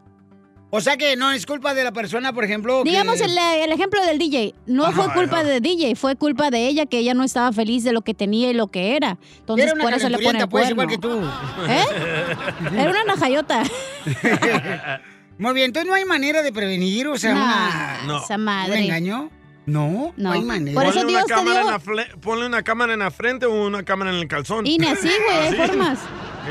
Speaker 2: O sea que no es culpa de la persona, por ejemplo. que-
Speaker 1: Digamos el, el ejemplo del DJ. No
Speaker 2: Ajá,
Speaker 1: fue culpa
Speaker 2: ajá.
Speaker 1: de DJ, fue culpa de ella que ella no estaba feliz de lo que tenía y lo que era. Entonces
Speaker 2: Era una
Speaker 1: por eso le pone
Speaker 2: calenturienta,
Speaker 1: el
Speaker 2: pues,
Speaker 1: cuerno.
Speaker 2: igual que tú.
Speaker 1: ¿Eh? Era una najayota.
Speaker 2: Muy bien, entonces no hay manera de prevenir, o sea,
Speaker 1: No,
Speaker 2: una...
Speaker 3: no. esa
Speaker 1: madre.
Speaker 2: ¿Un engaño? No, no hay manera.
Speaker 3: ponle, una cámara en la fle- ponle una cámara en la frente o una cámara en el calzón.
Speaker 1: Y ni así, güey, hay
Speaker 3: Así.
Speaker 1: formas.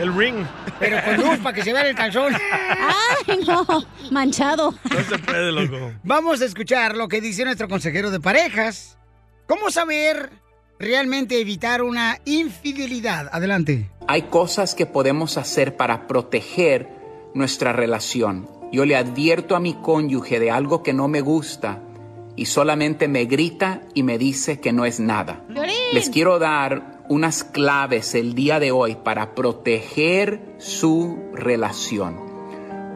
Speaker 3: El ring.
Speaker 2: Pero con luz para que se vea el calzón.
Speaker 1: ¡Ay, no! Manchado.
Speaker 3: No se puede, loco.
Speaker 2: Vamos a escuchar lo que dice nuestro consejero de parejas. ¿Cómo saber realmente evitar una infidelidad? Adelante.
Speaker 8: Hay cosas que podemos hacer para proteger nuestra relación. Yo le advierto a mi cónyuge de algo que no me gusta y solamente me grita y me dice que no es nada. Les quiero dar unas claves el día de hoy para proteger su relación.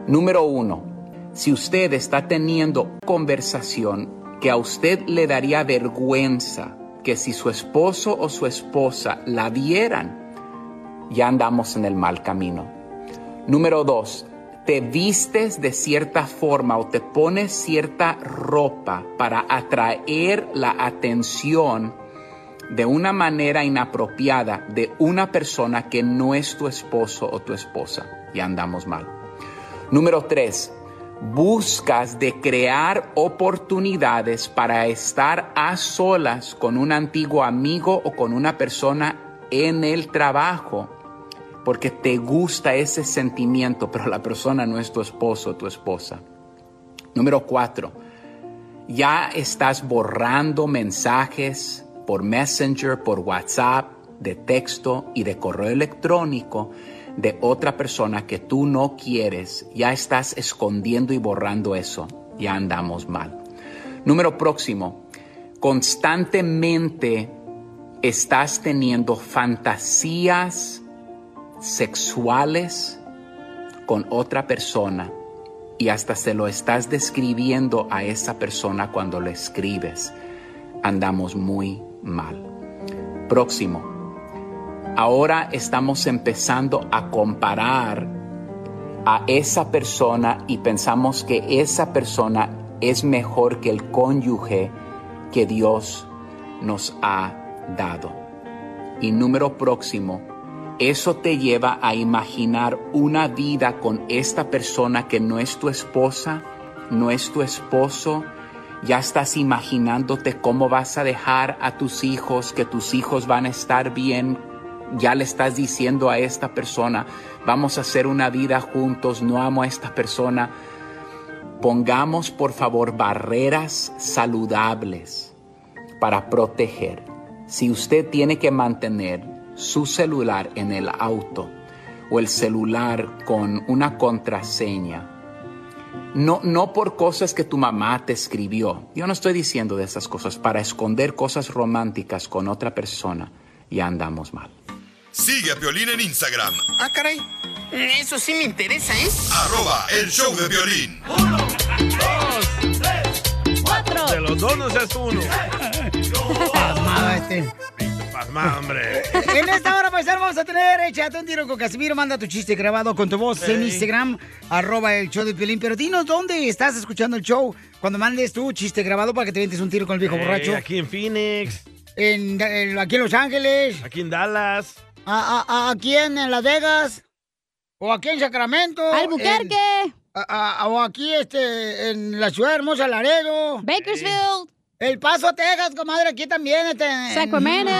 Speaker 8: Número uno, si usted está teniendo conversación que a usted le daría vergüenza que si su esposo o su esposa la vieran, ya andamos en el mal camino. Número dos, te vistes de cierta forma o te pones cierta ropa para atraer la atención de una manera inapropiada de una persona que no es tu esposo o tu esposa. Ya andamos mal. Número tres, buscas de crear oportunidades para estar a solas con un antiguo amigo o con una persona en el trabajo, porque te gusta ese sentimiento, pero la persona no es tu esposo o tu esposa. Número cuatro, ya estás borrando mensajes por Messenger, por WhatsApp, de texto y de correo electrónico de otra persona que tú no quieres, ya estás escondiendo y borrando eso. Ya andamos mal. Número próximo, constantemente estás teniendo fantasías sexuales con otra persona y hasta se lo estás describiendo a esa persona cuando lo escribes. Andamos muy mal. Próximo. Ahora estamos empezando a comparar a esa persona y pensamos que esa persona es mejor que el cónyuge que Dios nos ha dado. Y número próximo, eso te lleva a imaginar una vida con esta persona que no es tu esposa, no es tu esposo. Ya estás imaginándote cómo vas a dejar a tus hijos, que tus hijos van a estar bien. Ya le estás diciendo a esta persona, vamos a hacer una vida juntos, no amo a esta persona. Pongamos por favor barreras saludables para proteger. Si usted tiene que mantener su celular en el auto o el celular con una contraseña, No, no por cosas que tu mamá te escribió. Yo no estoy diciendo de esas cosas para esconder cosas románticas con otra persona. Ya andamos mal.
Speaker 7: Sigue a Piolín en Instagram,
Speaker 12: Ah, caray. Eso sí me interesa, ¿eh?
Speaker 7: arroba el show de Piolín.
Speaker 3: ¡Cuatro! De los dos no seas uno.
Speaker 2: Pasmado este.
Speaker 3: Pasmado, hombre.
Speaker 2: En esta hora, paisano, vamos a tener Échate un tiro con Casimiro. Manda tu chiste grabado con tu voz en
Speaker 3: Ey.
Speaker 2: Instagram, arroba el show de Piolín. Pero dinos dónde estás escuchando el show cuando mandes tu chiste grabado para que te ventes un tiro con el viejo
Speaker 3: Ey,
Speaker 2: borracho.
Speaker 3: Eh, Aquí en Phoenix.
Speaker 2: En, en- aquí en Los Ángeles.
Speaker 3: Aquí en Dallas.
Speaker 2: A- a- a- aquí en Las Vegas. O aquí en Sacramento.
Speaker 1: Albuquerque.
Speaker 2: en- a- a- o aquí este, en la ciudad hermosa Laredo. Bakersfield. El Paso, Texas, comadre, aquí también. Este, en-
Speaker 1: Sacramento.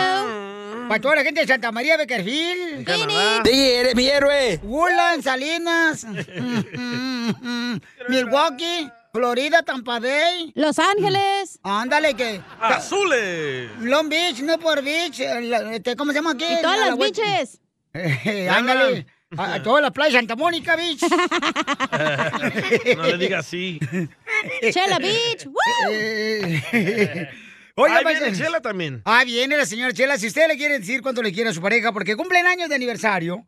Speaker 2: Para toda la gente de Santa María, Bakersfield.
Speaker 11: Canadá.
Speaker 2: DJ, eres mi héroe. Woodland, Salinas. Milwaukee, Florida, Tampa Bay. Los Ángeles. Ándale, que...
Speaker 3: Azules.
Speaker 2: Long Beach, Newport Beach, eh, la- este, ¿cómo se llama aquí?
Speaker 1: Y todas
Speaker 2: La- la
Speaker 1: las
Speaker 2: vuelta-
Speaker 1: biches.
Speaker 2: Eh, Ándale. A, a todas las playas, Santa Mónica Beach.
Speaker 3: No le digas así.
Speaker 2: Chela Beach. Eh.
Speaker 3: Ahí viene Chela también.
Speaker 2: Ah, viene la señora Chela. Si usted le quiere decir cuánto le quiere a su pareja, porque cumplen años de aniversario.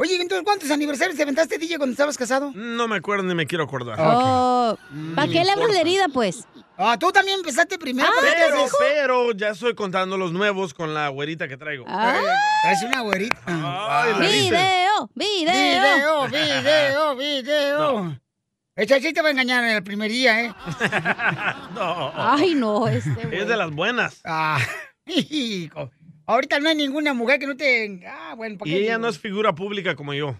Speaker 2: Oye, entonces, ¿cuántos aniversarios te aventaste, DJ, cuando estabas casado?
Speaker 3: No me acuerdo ni me quiero acordar.
Speaker 1: Oh, ¿Para
Speaker 3: Ni
Speaker 1: qué
Speaker 3: me
Speaker 1: le abres
Speaker 3: importa.
Speaker 1: la herida, pues?
Speaker 2: Ah, tú también empezaste primero.
Speaker 1: Ah,
Speaker 3: Pero,
Speaker 1: entonces-
Speaker 3: pero ya estoy contando los nuevos con la güerita que traigo.
Speaker 1: Ah.
Speaker 2: Es una güerita.
Speaker 3: Ay, la viste.
Speaker 1: Video, video.
Speaker 2: Video, video, video. Este chiste va a engañar en el primer día, ¿eh?
Speaker 3: No.
Speaker 2: Ay, no, este güey.
Speaker 3: Es de las buenas.
Speaker 2: Ah, hijo. Ahorita no hay ninguna mujer que no te... Ah, bueno, ¿para
Speaker 3: Y
Speaker 2: qué
Speaker 3: ella
Speaker 2: digo?
Speaker 3: no es figura pública como yo.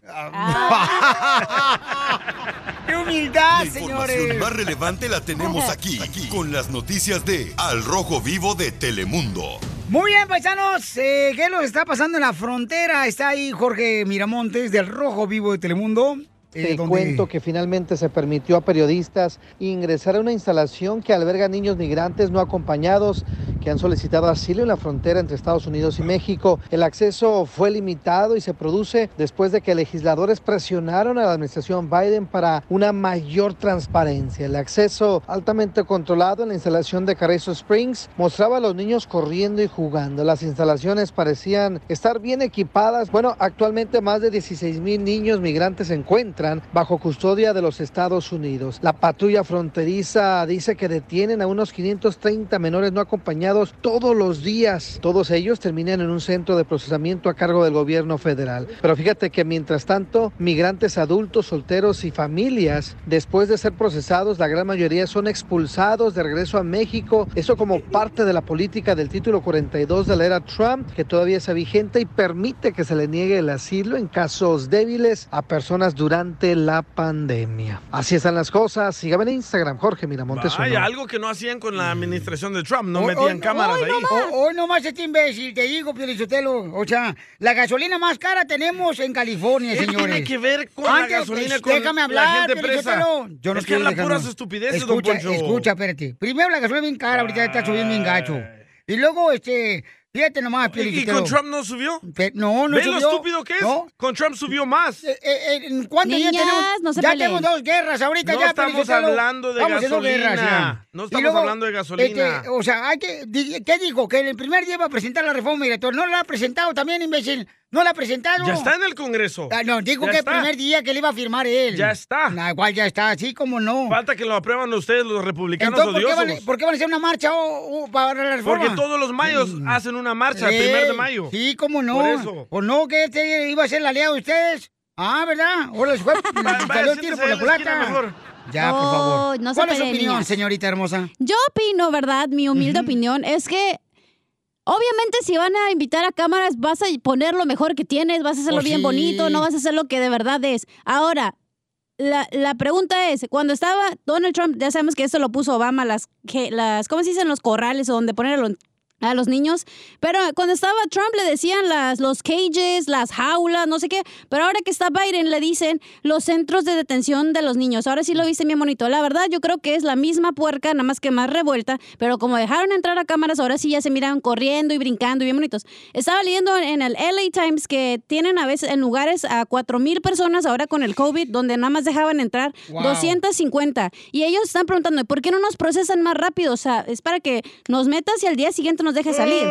Speaker 2: ¡Qué humildad,
Speaker 7: La información
Speaker 2: Ah, señores!
Speaker 7: más relevante la tenemos aquí, aquí, con las noticias de Al Rojo Vivo de Telemundo.
Speaker 2: Muy bien, paisanos. eh, ¿Qué es lo que está pasando en la frontera? Está ahí Jorge Miramontes del Rojo Vivo de Telemundo. eh,
Speaker 6: Te
Speaker 2: donde-
Speaker 6: cuento que finalmente se permitió a periodistas ingresar a una instalación que alberga niños migrantes no acompañados que han solicitado asilo en la frontera entre Estados Unidos y México. El acceso fue limitado y se produce después de que legisladores presionaron a la administración Biden para una mayor transparencia. El acceso altamente controlado en la instalación de Carrizo Springs mostraba a los niños corriendo y jugando. Las instalaciones parecían estar bien equipadas. Bueno, actualmente más de 16 mil niños migrantes se encuentran bajo custodia de los Estados Unidos. La patrulla fronteriza dice que detienen a unos 530 menores no acompañados todos los días. Todos ellos terminan en un centro de procesamiento a cargo del gobierno federal. Pero fíjate que mientras tanto, migrantes adultos, solteros y familias, después de ser procesados, la gran mayoría son expulsados de regreso a México. Eso como parte de la política del título 42 de la era Trump, que todavía está vigente y permite que se le niegue el asilo en casos débiles a personas durante la pandemia. Así están las cosas. Sígame en Instagram, Jorge Miramontes.
Speaker 3: Hay
Speaker 6: uno.
Speaker 3: algo que no hacían con la administración de Trump. No
Speaker 6: Hoy-
Speaker 3: metían
Speaker 6: hoy-
Speaker 3: cámaras ahí.
Speaker 2: Oh, Hoy nomás este imbécil, te digo, Piolichotelo. O sea, la gasolina más cara tenemos en California,
Speaker 3: ¿Qué
Speaker 2: señores.
Speaker 3: tiene que ver con
Speaker 2: Antes,
Speaker 3: la gasolina
Speaker 2: es-
Speaker 3: con
Speaker 2: déjame
Speaker 3: la
Speaker 2: hablar,
Speaker 3: gente presa?
Speaker 2: Piolichotelo. Yo no
Speaker 3: Es que habla
Speaker 2: estoy
Speaker 3: puras
Speaker 2: dejando.
Speaker 3: estupideces, don
Speaker 2: escucha,
Speaker 3: Poncho.
Speaker 2: Escucha, espérate. Primero la gasolina bien cara, ahorita está subiendo bien gacho. Y luego, este, fíjate
Speaker 3: ¿Y-
Speaker 2: nomás,
Speaker 3: ¿Y,
Speaker 2: Piolichotelo.
Speaker 3: con Trump no subió?
Speaker 2: Pe- No, no
Speaker 3: ¿Ve
Speaker 2: subió.
Speaker 3: lo estúpido que es?
Speaker 2: No. Eh,
Speaker 3: Con Trump subió más.
Speaker 2: ¿En cuánto ya
Speaker 3: Niñas,
Speaker 2: tenemos?
Speaker 3: no se
Speaker 2: ya
Speaker 3: peleen.
Speaker 2: tenemos dos guerras ahorita
Speaker 3: No
Speaker 2: ya.
Speaker 3: estamos
Speaker 2: Piolichotelo.
Speaker 3: hablando de
Speaker 2: Vamos haciendo
Speaker 3: gasolina.
Speaker 2: ya.
Speaker 3: No
Speaker 2: Y
Speaker 3: estamos hablando de gasolina.
Speaker 2: este, o sea, hay que, di- ¿qué dijo? Que en el primer día iba a presentar la reforma migratoria. No la ha presentado también, imbécil. No la ha presentado.
Speaker 3: Ya está en el Congreso.
Speaker 2: Ah, no, dijo
Speaker 3: Ya
Speaker 2: que
Speaker 3: está.
Speaker 2: el primer día que le iba a firmar él.
Speaker 3: Ya está.
Speaker 2: Nah, igual ya está, así como no.
Speaker 3: Falta que lo aprueban ustedes, los republicanos
Speaker 2: Entonces, ¿por qué,
Speaker 3: odiosos.
Speaker 2: van, por qué van a hacer una marcha o- o para la reforma? Mm.
Speaker 3: Porque todos los mayos hacen una marcha el primer de
Speaker 2: Ey,
Speaker 3: mayo.
Speaker 2: Sí, cómo no.
Speaker 3: Por eso.
Speaker 2: ¿O no que este iba a ser la aliado de ustedes? Ah, ¿verdad? Ahora les fue, les salió el tiro
Speaker 1: siéntese ahí
Speaker 2: por la
Speaker 1: en la
Speaker 2: culata.
Speaker 1: esquina mejor.
Speaker 2: Ya, por favor.
Speaker 1: Ay, no se
Speaker 2: ¿Cuál es su
Speaker 1: peleen,
Speaker 2: opinión,
Speaker 1: niñas.
Speaker 2: señorita hermosa?
Speaker 1: Yo opino, ¿verdad? Mi humilde opinión es que. Obviamente si van a invitar a cámaras vas a poner lo mejor que tienes, vas a hacerlo
Speaker 13: Oh,
Speaker 1: bien
Speaker 13: sí.
Speaker 1: bonito, no vas a hacer lo que de verdad es. Ahora, la, la pregunta es, cuando estaba Donald Trump, ya sabemos que eso lo puso Obama, las, que- las ¿cómo se dicen? Los corrales o donde poner a los a los niños. Pero cuando estaba Trump le decían las, los cages, las jaulas, no sé qué. Pero ahora que está Biden le dicen los centros de detención de los niños. Ahora
Speaker 2: Mm.
Speaker 1: sí lo viste bien bonito. La verdad yo creo que es la misma puerca, nada más que más revuelta. Pero como dejaron entrar a cámaras, ahora sí ya se miran corriendo y brincando y bien bonitos. Estaba leyendo en el LA Times que tienen a veces en lugares a 4 mil personas ahora con el COVID, donde nada más dejaban entrar
Speaker 13: Wow.
Speaker 1: 250. Y ellos están preguntando, ¿por qué no nos procesan más rápido? O sea, es para que nos metas y al día siguiente nos dejes salir.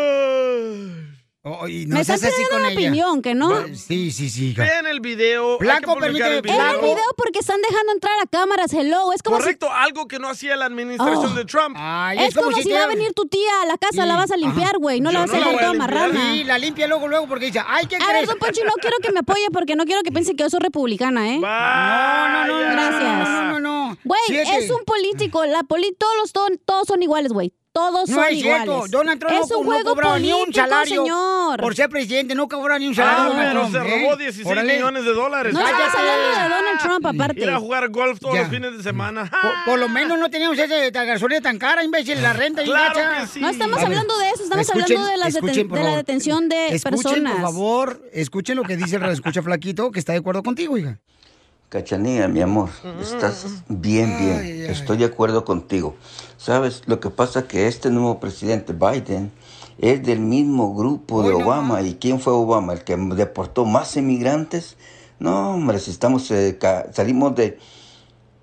Speaker 2: Oh, y
Speaker 1: Me
Speaker 2: no
Speaker 1: estás
Speaker 2: seas Mm. así
Speaker 1: pidiendo
Speaker 2: con
Speaker 1: una
Speaker 2: ella.
Speaker 1: opinión, que no.
Speaker 2: Va- Sí, sí, sí. hija.
Speaker 3: Vean el video. hay que
Speaker 2: Blanco,
Speaker 3: publicar
Speaker 2: permíteme,
Speaker 3: el
Speaker 1: Era el
Speaker 3: video.
Speaker 1: video porque están dejando entrar a cámaras, hello. Es como
Speaker 3: Correcto, algo que no hacía la administración
Speaker 1: Oh.
Speaker 3: de Trump.
Speaker 1: si, es como, si va a venir tu tía a la casa, la vas a limpiar, güey. No la vas a dejar toda marrana.
Speaker 2: Sí, la limpia luego, luego, porque dice, ay, ¿qué
Speaker 1: A ver,
Speaker 2: crees?
Speaker 1: don Poncho, no quiero que me apoye porque no quiero que piense que yo soy republicana, ¿eh?
Speaker 2: No, no, no.
Speaker 1: Gracias.
Speaker 2: No, no, no.
Speaker 1: Güey,
Speaker 2: Fíjate.
Speaker 1: es un político. La poli todos, los, ton- todos son iguales, güey. Todos
Speaker 2: No
Speaker 1: son
Speaker 2: es cierto.
Speaker 1: iguales.
Speaker 2: Donald Trump
Speaker 1: es
Speaker 2: no,
Speaker 1: un
Speaker 2: no
Speaker 1: juego
Speaker 2: cobraba
Speaker 1: político,
Speaker 2: ni un salario
Speaker 1: señor.
Speaker 2: por ser presidente. No cobraba ni un salario.
Speaker 3: Ah, pero
Speaker 2: Donald Trump,
Speaker 3: se
Speaker 2: ¿eh?
Speaker 3: robó 16
Speaker 2: Órale.
Speaker 3: millones de dólares.
Speaker 1: No estamos
Speaker 3: Cállate.
Speaker 1: hablando de Donald Trump, aparte.
Speaker 3: Ir a jugar golf todos
Speaker 2: Ya.
Speaker 3: los fines de semana. Ah,
Speaker 2: Por, por lo menos no teníamos esa esa gasolina tan cara, imbécil, la renta y
Speaker 3: Claro
Speaker 2: gacha.
Speaker 3: que sí.
Speaker 1: No estamos
Speaker 2: A ver,
Speaker 1: hablando de eso, estamos
Speaker 2: escuchen,
Speaker 1: hablando de, las deten-
Speaker 2: escuchen, por
Speaker 1: de la
Speaker 2: favor.
Speaker 1: detención de
Speaker 2: Escuchen,
Speaker 1: personas.
Speaker 2: por favor, escuchen lo que dice el escucha flaquito, que está de acuerdo contigo, hija.
Speaker 29: Cachanilla, mi amor,
Speaker 12: Mm.
Speaker 29: estás bien, bien. Estoy de acuerdo contigo. Sabes, lo que pasa que este nuevo presidente Biden es del mismo grupo de
Speaker 12: ah.
Speaker 29: Obama. ¿Y quién fue Obama? ¿El que deportó más inmigrantes? No, hombre, si estamos, eh, ca- salimos de,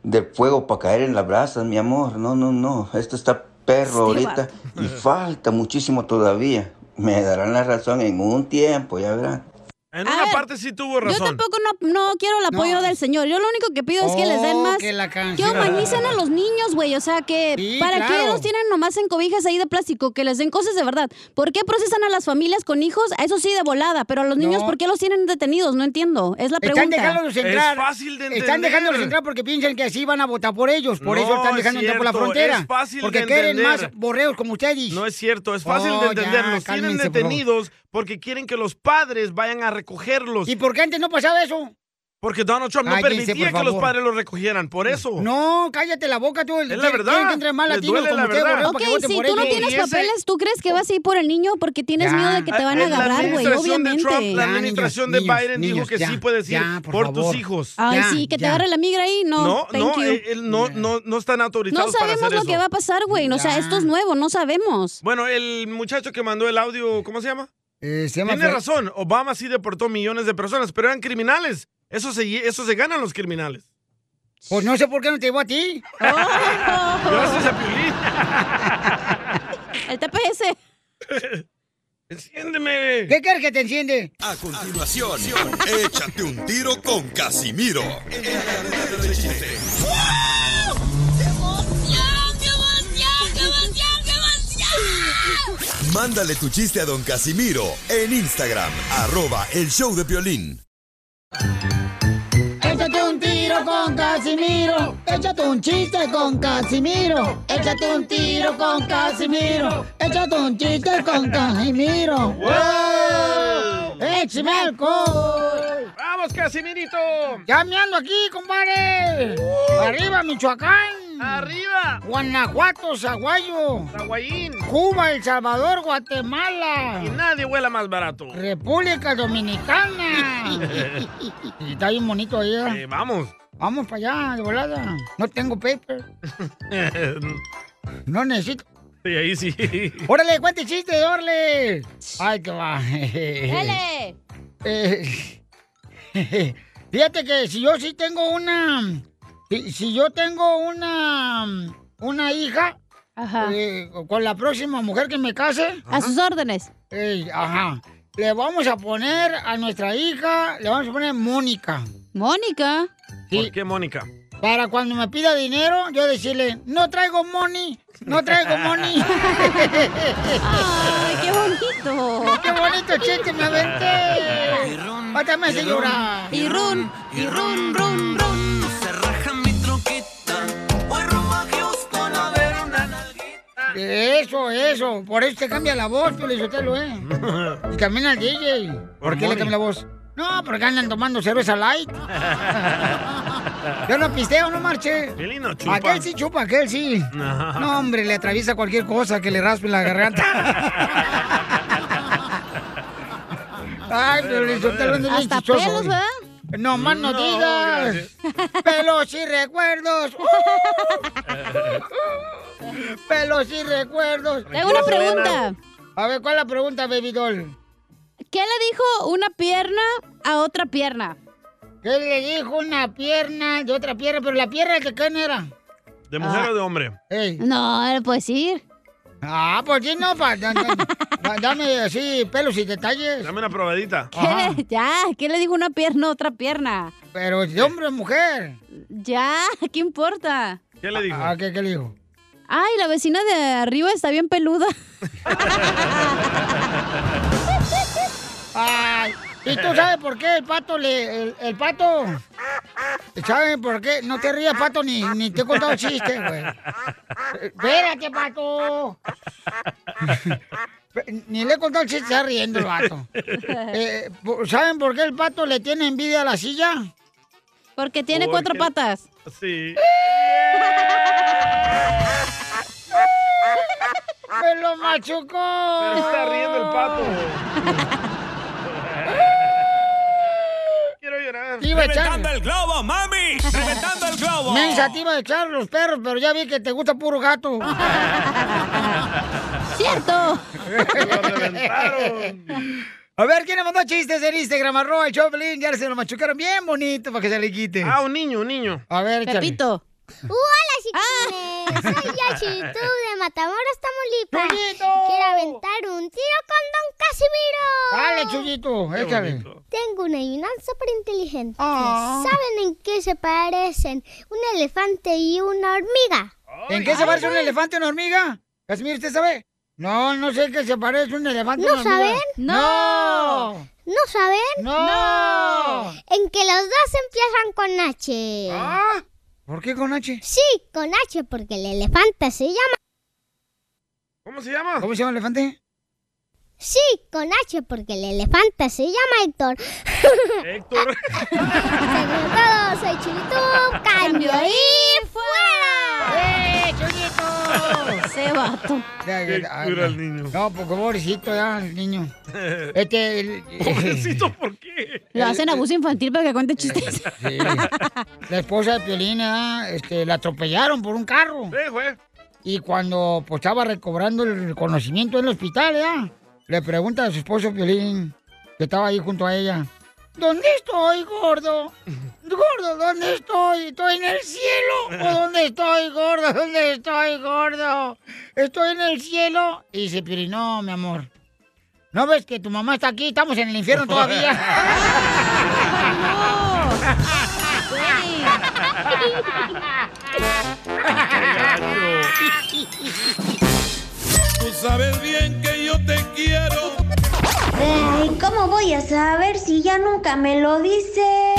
Speaker 29: del fuego para caer en las brasas, mi amor. No, no, no. Esto está perro
Speaker 15: Este
Speaker 29: ahorita y falta muchísimo todavía. Me darán la razón en un tiempo, ya verán.
Speaker 3: En una parte sí tuvo
Speaker 1: Yo
Speaker 29: razón.
Speaker 1: tampoco no, no quiero el apoyo del señor. Yo lo único que pido es que les den
Speaker 29: Oh,
Speaker 1: más.
Speaker 29: que la can-
Speaker 1: Que humanicen a los niños, güey. O sea, que para
Speaker 2: claro.
Speaker 1: que los tienen nomás en cobijas ahí de plástico, que les den cosas de verdad. ¿Por qué procesan a las familias con hijos? A Eso sí, de volada. Pero a los niños,
Speaker 2: No.
Speaker 1: ¿por qué los tienen detenidos? No entiendo. Es la
Speaker 2: Están
Speaker 1: pregunta.
Speaker 2: dejándolos entrar. Están dejándolos
Speaker 1: entrar.
Speaker 2: entrar porque piensan que así van a votar por ellos. Por eso
Speaker 3: No,
Speaker 2: están
Speaker 3: es
Speaker 2: dejando entrar por la
Speaker 3: cierto,
Speaker 2: frontera.
Speaker 3: es fácil
Speaker 2: porque
Speaker 3: de
Speaker 2: quieren
Speaker 3: entender.
Speaker 2: más borreos como ustedes.
Speaker 3: No es cierto, es fácil
Speaker 2: Oh,
Speaker 3: de
Speaker 2: ya,
Speaker 3: entender. Los tienen
Speaker 2: cálmense, por favor.
Speaker 3: detenidos porque quieren que los padres vayan a recogerlos.
Speaker 2: ¿Y por qué antes no pasaba eso?
Speaker 3: Porque Donald Trump no
Speaker 2: Cállense,
Speaker 3: permitía
Speaker 2: por
Speaker 3: que los
Speaker 2: favor.
Speaker 3: padres los recogieran. Por eso.
Speaker 2: No, cállate la boca tú.
Speaker 3: la verdad,
Speaker 2: Quieren que entren más
Speaker 3: les
Speaker 2: latinos
Speaker 3: duele
Speaker 2: como
Speaker 3: la
Speaker 2: ustedes,
Speaker 3: verdad.
Speaker 2: borreos,
Speaker 1: Ok,
Speaker 2: para que voten
Speaker 1: si
Speaker 2: por
Speaker 1: tú no
Speaker 2: ellos.
Speaker 1: tienes
Speaker 2: Y ese-
Speaker 1: papeles, ¿tú crees que vas a ir por el niño? Porque tienes
Speaker 2: Oh. Ya.
Speaker 1: miedo de que te van a
Speaker 2: Es la
Speaker 1: agarrar, güey,
Speaker 2: administración de
Speaker 1: obviamente.
Speaker 2: Trump,
Speaker 3: La
Speaker 2: Ya, niños,
Speaker 3: administración de
Speaker 2: niños,
Speaker 3: Biden dijo
Speaker 2: niños,
Speaker 3: que
Speaker 2: ya,
Speaker 3: sí puedes ir
Speaker 2: ya,
Speaker 3: por,
Speaker 2: por
Speaker 3: tus
Speaker 2: favor.
Speaker 3: hijos.
Speaker 1: Ay, sí, que te agarre la migra ahí. No,
Speaker 3: No,
Speaker 1: thank
Speaker 3: no,
Speaker 1: you.
Speaker 3: él- él no, no, no están autorizados
Speaker 1: No
Speaker 3: para
Speaker 1: sabemos
Speaker 3: hacer
Speaker 1: lo
Speaker 3: eso.
Speaker 1: que va a pasar, güey. O sea, esto es nuevo, no sabemos.
Speaker 3: Bueno, el muchacho que mandó el audio, ¿cómo se llama?
Speaker 2: Eh, se llama
Speaker 3: Tiene
Speaker 2: Fer-
Speaker 3: razón, Obama sí deportó millones de personas, pero eran criminales. Eso se, lle- eso se ganan los criminales.
Speaker 2: Pues no sé por qué no te llevo a ti.
Speaker 3: Gracias a
Speaker 1: El TPS.
Speaker 3: Enciéndeme. Ah,
Speaker 2: ¿Qué quieres que te enciende?
Speaker 7: A continuación, échate un tiro con Casimiro. Mándale tu chiste a don Casimiro en Instagram, arroba el show de violín.
Speaker 9: Échate un tiro con Casimiro. Échate un chiste con Casimiro. Échate un tiro con Casimiro. Échate un chiste con Casimiro. ¡Wow! ¡Échame alcohol!
Speaker 3: ¡Vamos, Casimirito!
Speaker 2: ¡Ya me ando aquí, compadre! ¡Arriba, Michoacán!
Speaker 3: ¡Arriba!
Speaker 2: Guanajuato, Zaguayo.
Speaker 3: Zaguayín.
Speaker 2: Cuba, El Salvador, Guatemala.
Speaker 3: Y nadie huela más barato.
Speaker 2: República Dominicana. y está bien bonito ahí. ¿eh?
Speaker 3: Eh, vamos.
Speaker 2: Vamos para allá, de volada. No tengo paper. No necesito.
Speaker 3: Sí, ahí sí.
Speaker 2: ¡Órale, cuente chiste, órale! ¡Ay, qué va!
Speaker 1: Dale.
Speaker 2: Eh, Fíjate que si yo sí tengo una. Si, si yo tengo una. Una hija. eh, con la próxima mujer que me case.
Speaker 1: A sus órdenes.
Speaker 2: ajá. Le vamos a poner a nuestra hija. Le vamos a poner Mónica.
Speaker 1: ¿Mónica?
Speaker 3: ¿Por qué, Mónica?
Speaker 2: Para cuando me pida dinero, yo decirle: No traigo money. No traigo money.
Speaker 1: ¡Ay, qué bonito!
Speaker 2: ¡Qué bonito chiste me aventé! ¡Hasta me hace llorar!
Speaker 1: Y run, y run, run, run.
Speaker 2: Eso, eso. Por eso te cambia la voz, Piolizotelo, ¿eh? Y también al DJ.
Speaker 3: Por
Speaker 2: ¿Por qué
Speaker 3: money.
Speaker 2: le cambia la voz? No, porque andan tomando cerveza light. Yo no pisteo, no marche.
Speaker 3: Piolín no chupa.
Speaker 2: Aquel sí chupa, aquel sí.
Speaker 3: No.
Speaker 2: No, hombre, le atraviesa cualquier cosa que le raspe la garganta. Ay, pero le solté lo
Speaker 1: Hasta pelos, ¿verdad?
Speaker 2: No más no,
Speaker 1: No,
Speaker 2: digas. Pelos y recuerdos. Uh, pelos y recuerdos.
Speaker 1: Tengo una pregunta.
Speaker 2: A ver, ¿cuál es la pregunta, baby doll?
Speaker 1: ¿Qué le dijo una pierna a otra pierna?
Speaker 2: ¿Qué le dijo una pierna de otra pierna? Pero la pierna de quién era?
Speaker 3: ¿De mujer o de hombre?
Speaker 2: No, pues ir. Ah, pues sí, no, pa- da- da- da- dame así pelos y detalles. Ah,
Speaker 3: Dame una probadita.
Speaker 1: ¿Qué le- ya, ¿qué le dijo una pierna a otra pierna?
Speaker 2: Pero de hombre o mujer.
Speaker 1: Ya, ¿qué importa?
Speaker 3: ¿Qué le dijo?
Speaker 2: Ah, ¿qué, qué le dijo?
Speaker 1: Ay, la vecina de arriba está bien peluda.
Speaker 2: Ay, ¿y tú sabes por qué el pato le. el, el pato. ¿Saben por qué? No te rías, pato, ni, ni te he contado chistes, güey. Espérate, pato. Ni le he contado el chiste, está riendo el vato. Eh, po- ¿Saben por qué el pato le tiene envidia a la silla?
Speaker 1: Porque tiene cuatro patas.
Speaker 3: Sí.
Speaker 2: ¡Me lo machucó! Pero
Speaker 3: está riendo el pato. Quiero llorar.
Speaker 2: Te iba a echar.
Speaker 11: ¡Reventando el globo, mami! ¡Reventando el globo!
Speaker 2: Mensa, te iba a echar los perros, pero ya vi que te gusta puro gato.
Speaker 1: ¡Cierto!
Speaker 2: A ver, ¿quién le mandó chistes en Instagram? Arroba el Choplin, ya se lo machucaron bien bonito para que se le quite.
Speaker 3: Ah, un niño, un niño.
Speaker 2: A ver, échale.
Speaker 1: Pepito.
Speaker 30: ¡Hola,
Speaker 2: Ah.
Speaker 30: chiquines! Soy Yoshi, tú de Matamoros, Tamaulipas. Quiero aventar un tiro con Don Casimiro.
Speaker 2: Dale, Chuyito, échale.
Speaker 30: Tengo una adivinanza súper inteligente.
Speaker 2: Ah.
Speaker 30: ¿Saben en qué se parecen un elefante y una hormiga?
Speaker 2: ¿En qué se parece un elefante a una hormiga? Casimir, ¿usted sabe? No, no sé qué se parece un elefante a
Speaker 30: ¿No
Speaker 2: una hormiga.
Speaker 30: saben?
Speaker 2: ¡No!
Speaker 30: ¿No saben?
Speaker 2: ¡No!
Speaker 30: En que los dos empiezan con H.
Speaker 2: Ah, ¿Por qué con H?
Speaker 30: Sí, con H, porque el elefante se llama.
Speaker 3: ¿Cómo se llama?
Speaker 2: ¿Cómo se llama el elefante?
Speaker 30: Sí, con H, porque el elefante se llama Héctor.
Speaker 3: Héctor.
Speaker 30: Saludos, soy Chivitú, cambio y fuera.
Speaker 2: ¡Eh, Chuyito!
Speaker 1: Se va.
Speaker 2: Qué
Speaker 3: cura el niño.
Speaker 2: No, porque pobrecito ya, el niño. Este, el-
Speaker 3: Pobrecito, este ¿por qué?
Speaker 1: Lo hacen abuso infantil para que cuente chistes.
Speaker 2: Sí. La esposa de Piolín, ¿verdad? este, la atropellaron por un carro. Y cuando pues, estaba recobrando el conocimiento en el hospital, ¿verdad? le pregunta a su esposo Piolín, que estaba ahí junto a ella. ¿Dónde estoy, gordo? Gordo, ¿dónde estoy? ¿Estoy en el cielo? ¿O dónde estoy, gordo? ¿Dónde estoy, gordo? ¿Estoy en el cielo? Y dice Piolín, no, mi amor. ¿No ves que tu mamá está aquí? Estamos en el infierno todavía.
Speaker 11: Tú sabes bien que yo te quiero.
Speaker 31: Ay, ¿cómo voy a saber si ya nunca me lo dices?